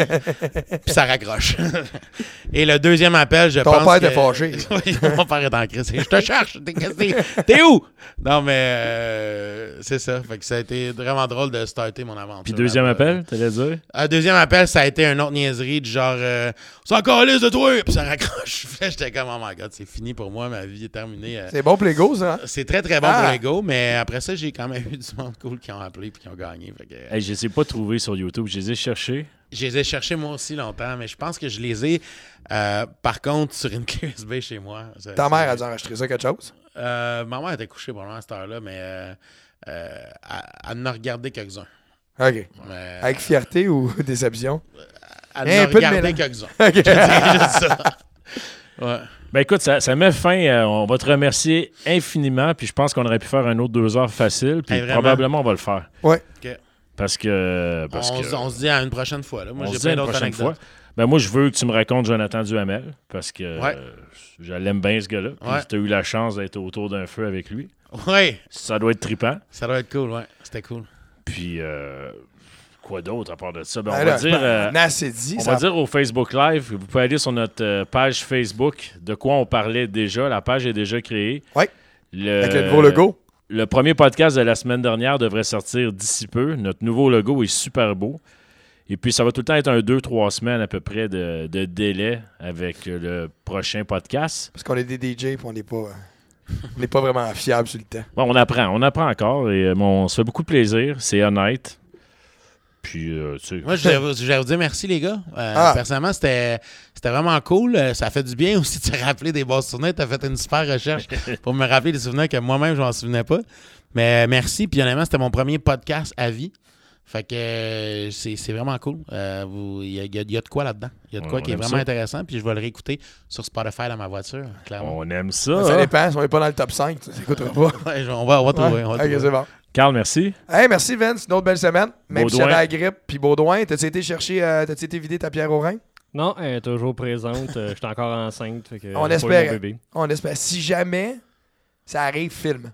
Speaker 4: puis ça raccroche. Et le deuxième appel, je
Speaker 2: Ton
Speaker 4: pense.
Speaker 2: père
Speaker 4: que-
Speaker 2: était fâché.
Speaker 4: oui, mon père est en crise. Je te cherche. T'es- qu'est-ce que T'es t'es où Non, mais euh, c'est ça. Fait que ça a été vraiment drôle de starter mon aventure. euh,
Speaker 1: Puis deuxième
Speaker 4: là-bas.
Speaker 1: appel, t'allais dire?
Speaker 4: Un deuxième appel, ça a été une autre niaiserie du genre euh, C'est encore liste de toi! Puis ça raccroche. Puis là, J'étais comme Oh my god, c'est fini pour moi, ma vie est terminée. Euh,
Speaker 2: C'est bon pour les gosses, hein?
Speaker 4: C'est très très bon
Speaker 2: Ah!
Speaker 4: pour l'ego, mais après ça, j'ai quand même eu du monde cool qui ont appelé puis qui ont gagné. Fait que, euh,
Speaker 1: Hey, je les ai pas trouvés sur YouTube. Je les ai cherchés.
Speaker 4: je les ai cherchés moi aussi longtemps, mais je pense que je les ai euh, par contre sur une clé USB chez moi. Ça-
Speaker 2: Ta
Speaker 4: ça-
Speaker 2: mère a dû enregistrer ça quelque chose?
Speaker 4: Euh, ma mère était couchée probablement à cette heure-là, mais euh, euh, elle, elle en a regardé quelques-uns.
Speaker 2: Ok.
Speaker 4: Mais
Speaker 2: Euh, Avec fierté ou déception?
Speaker 4: elle
Speaker 2: un
Speaker 4: en a
Speaker 2: peu de
Speaker 4: regardé
Speaker 2: mélange.
Speaker 4: quelques-uns.
Speaker 2: Ok.
Speaker 4: C'est juste ça. Ouais.
Speaker 1: Ben écoute, ça, ça met fin. euh, on va te remercier infiniment. Puis je pense qu'on aurait pu faire un autre deux heures facile. Puis
Speaker 4: Hey, vraiment?
Speaker 1: probablement, on va le faire.
Speaker 2: Ouais.
Speaker 4: Ok.
Speaker 1: Parce que. Parce
Speaker 4: on,
Speaker 1: que-
Speaker 4: se- on se dit à une prochaine fois. Là. Moi,
Speaker 1: on
Speaker 4: j'ai
Speaker 1: se dit à
Speaker 4: plein
Speaker 1: une
Speaker 4: d'autres
Speaker 1: prochaine
Speaker 4: anecdotes.
Speaker 1: fois. Ben moi, je veux que tu me racontes Jonathan Duhamel. Parce que
Speaker 4: Ouais.
Speaker 1: euh, je l'aime bien, ce gars-là.
Speaker 4: Ouais.
Speaker 1: Puis tu as eu la chance d'être autour d'un feu avec lui.
Speaker 4: Ouais,
Speaker 1: Ça doit être trippant.
Speaker 4: ça doit être cool. Ouais, c'était cool.
Speaker 1: Puis, euh, quoi d'autre à part de ça? Ben, on
Speaker 2: Ben
Speaker 1: va
Speaker 2: là,
Speaker 1: dire. euh,
Speaker 2: maintenant, c'est dit.
Speaker 1: on
Speaker 2: ça-
Speaker 1: va dire au Facebook Live, vous pouvez aller sur notre euh, page Facebook de quoi on parlait déjà. La page est déjà créée.
Speaker 2: Ouais.
Speaker 1: Le,
Speaker 2: Avec le nouveau logo.
Speaker 1: Le premier podcast de la semaine dernière devrait sortir d'ici peu. Notre nouveau logo est super beau. Et puis, ça va tout le temps être un 2-3 semaines à peu près de, de délai avec euh, le prochain podcast.
Speaker 2: Parce qu'on est des DJ et on n'est pas, euh, on n'est pas vraiment fiable sur le temps.
Speaker 1: Bon, on apprend, on apprend encore et euh, bon, on se fait beaucoup de plaisir, c'est honnête. Puis, euh, tu sais,
Speaker 4: Moi, je voulais vous- je voulais vous dire merci, les gars. Euh,
Speaker 2: Ah.
Speaker 4: Personnellement, c'était c'était vraiment cool. Euh, Ça fait du bien aussi de se rappeler des bons souvenirs. Tu as fait une super recherche pour me rappeler des souvenirs que moi-même, je m'en souvenais pas. Mais euh, merci. Puis, honnêtement, c'était mon premier podcast à vie. Fait que euh, c'est c'est vraiment cool. Euh, vous- Il y, a- il y a- il y a de quoi là-dedans. Il y a de
Speaker 1: On-
Speaker 4: quoi
Speaker 1: on
Speaker 4: qui est
Speaker 1: aime
Speaker 4: vraiment
Speaker 1: ça.
Speaker 4: intéressant. Puis, je vais le réécouter sur Spotify dans ma voiture, clairement.
Speaker 1: on aime ça.
Speaker 4: Ah,
Speaker 2: Ça
Speaker 1: hein?
Speaker 2: dépend. Si on n'est pas dans le top 5, ça s'écoutera pas.
Speaker 4: Ah, Ouais, je- on va, on va trouver. on va
Speaker 2: Ok,
Speaker 4: trouver.
Speaker 2: c'est bon.
Speaker 1: Carl, merci.
Speaker 2: Hey, merci Vince, une autre belle semaine. Même si
Speaker 1: Baudouin.
Speaker 2: j'avais la grippe, puis Baudouin, t'as-tu été chercher, euh, t'as-tu été vider ta pierre au rein?
Speaker 3: Non, elle est toujours présente. Euh, Je suis encore enceinte. Fait que
Speaker 2: On
Speaker 3: j'ai pas eu mon
Speaker 2: espère.
Speaker 3: bébé.
Speaker 2: On espère. Si jamais ça arrive, film.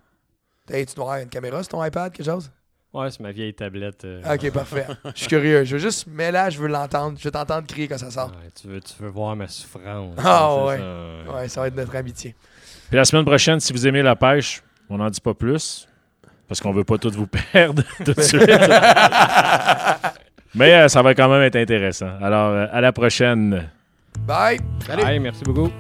Speaker 2: Hey, tu dois avoir une caméra sur ton iPad, quelque chose?
Speaker 3: Ouais, c'est ma vieille tablette. euh.
Speaker 2: Ok, parfait. Je suis curieux. Je veux juste, mais là, je veux l'entendre. Je veux t'entendre crier quand ça sort.
Speaker 3: Ouais, tu, veux, tu veux voir ma souffrance.
Speaker 2: Ah,
Speaker 3: C'est
Speaker 2: ouais.
Speaker 3: ça, euh.
Speaker 2: Ouais, ça va être notre amitié.
Speaker 1: Puis la semaine prochaine, si vous aimez la pêche, on n'en dit pas plus. Parce qu'on veut pas tout vous perdre tout de suite. Mais euh, ça va quand même être intéressant. Alors, euh, à la prochaine.
Speaker 2: Bye!
Speaker 3: Hey, merci beaucoup.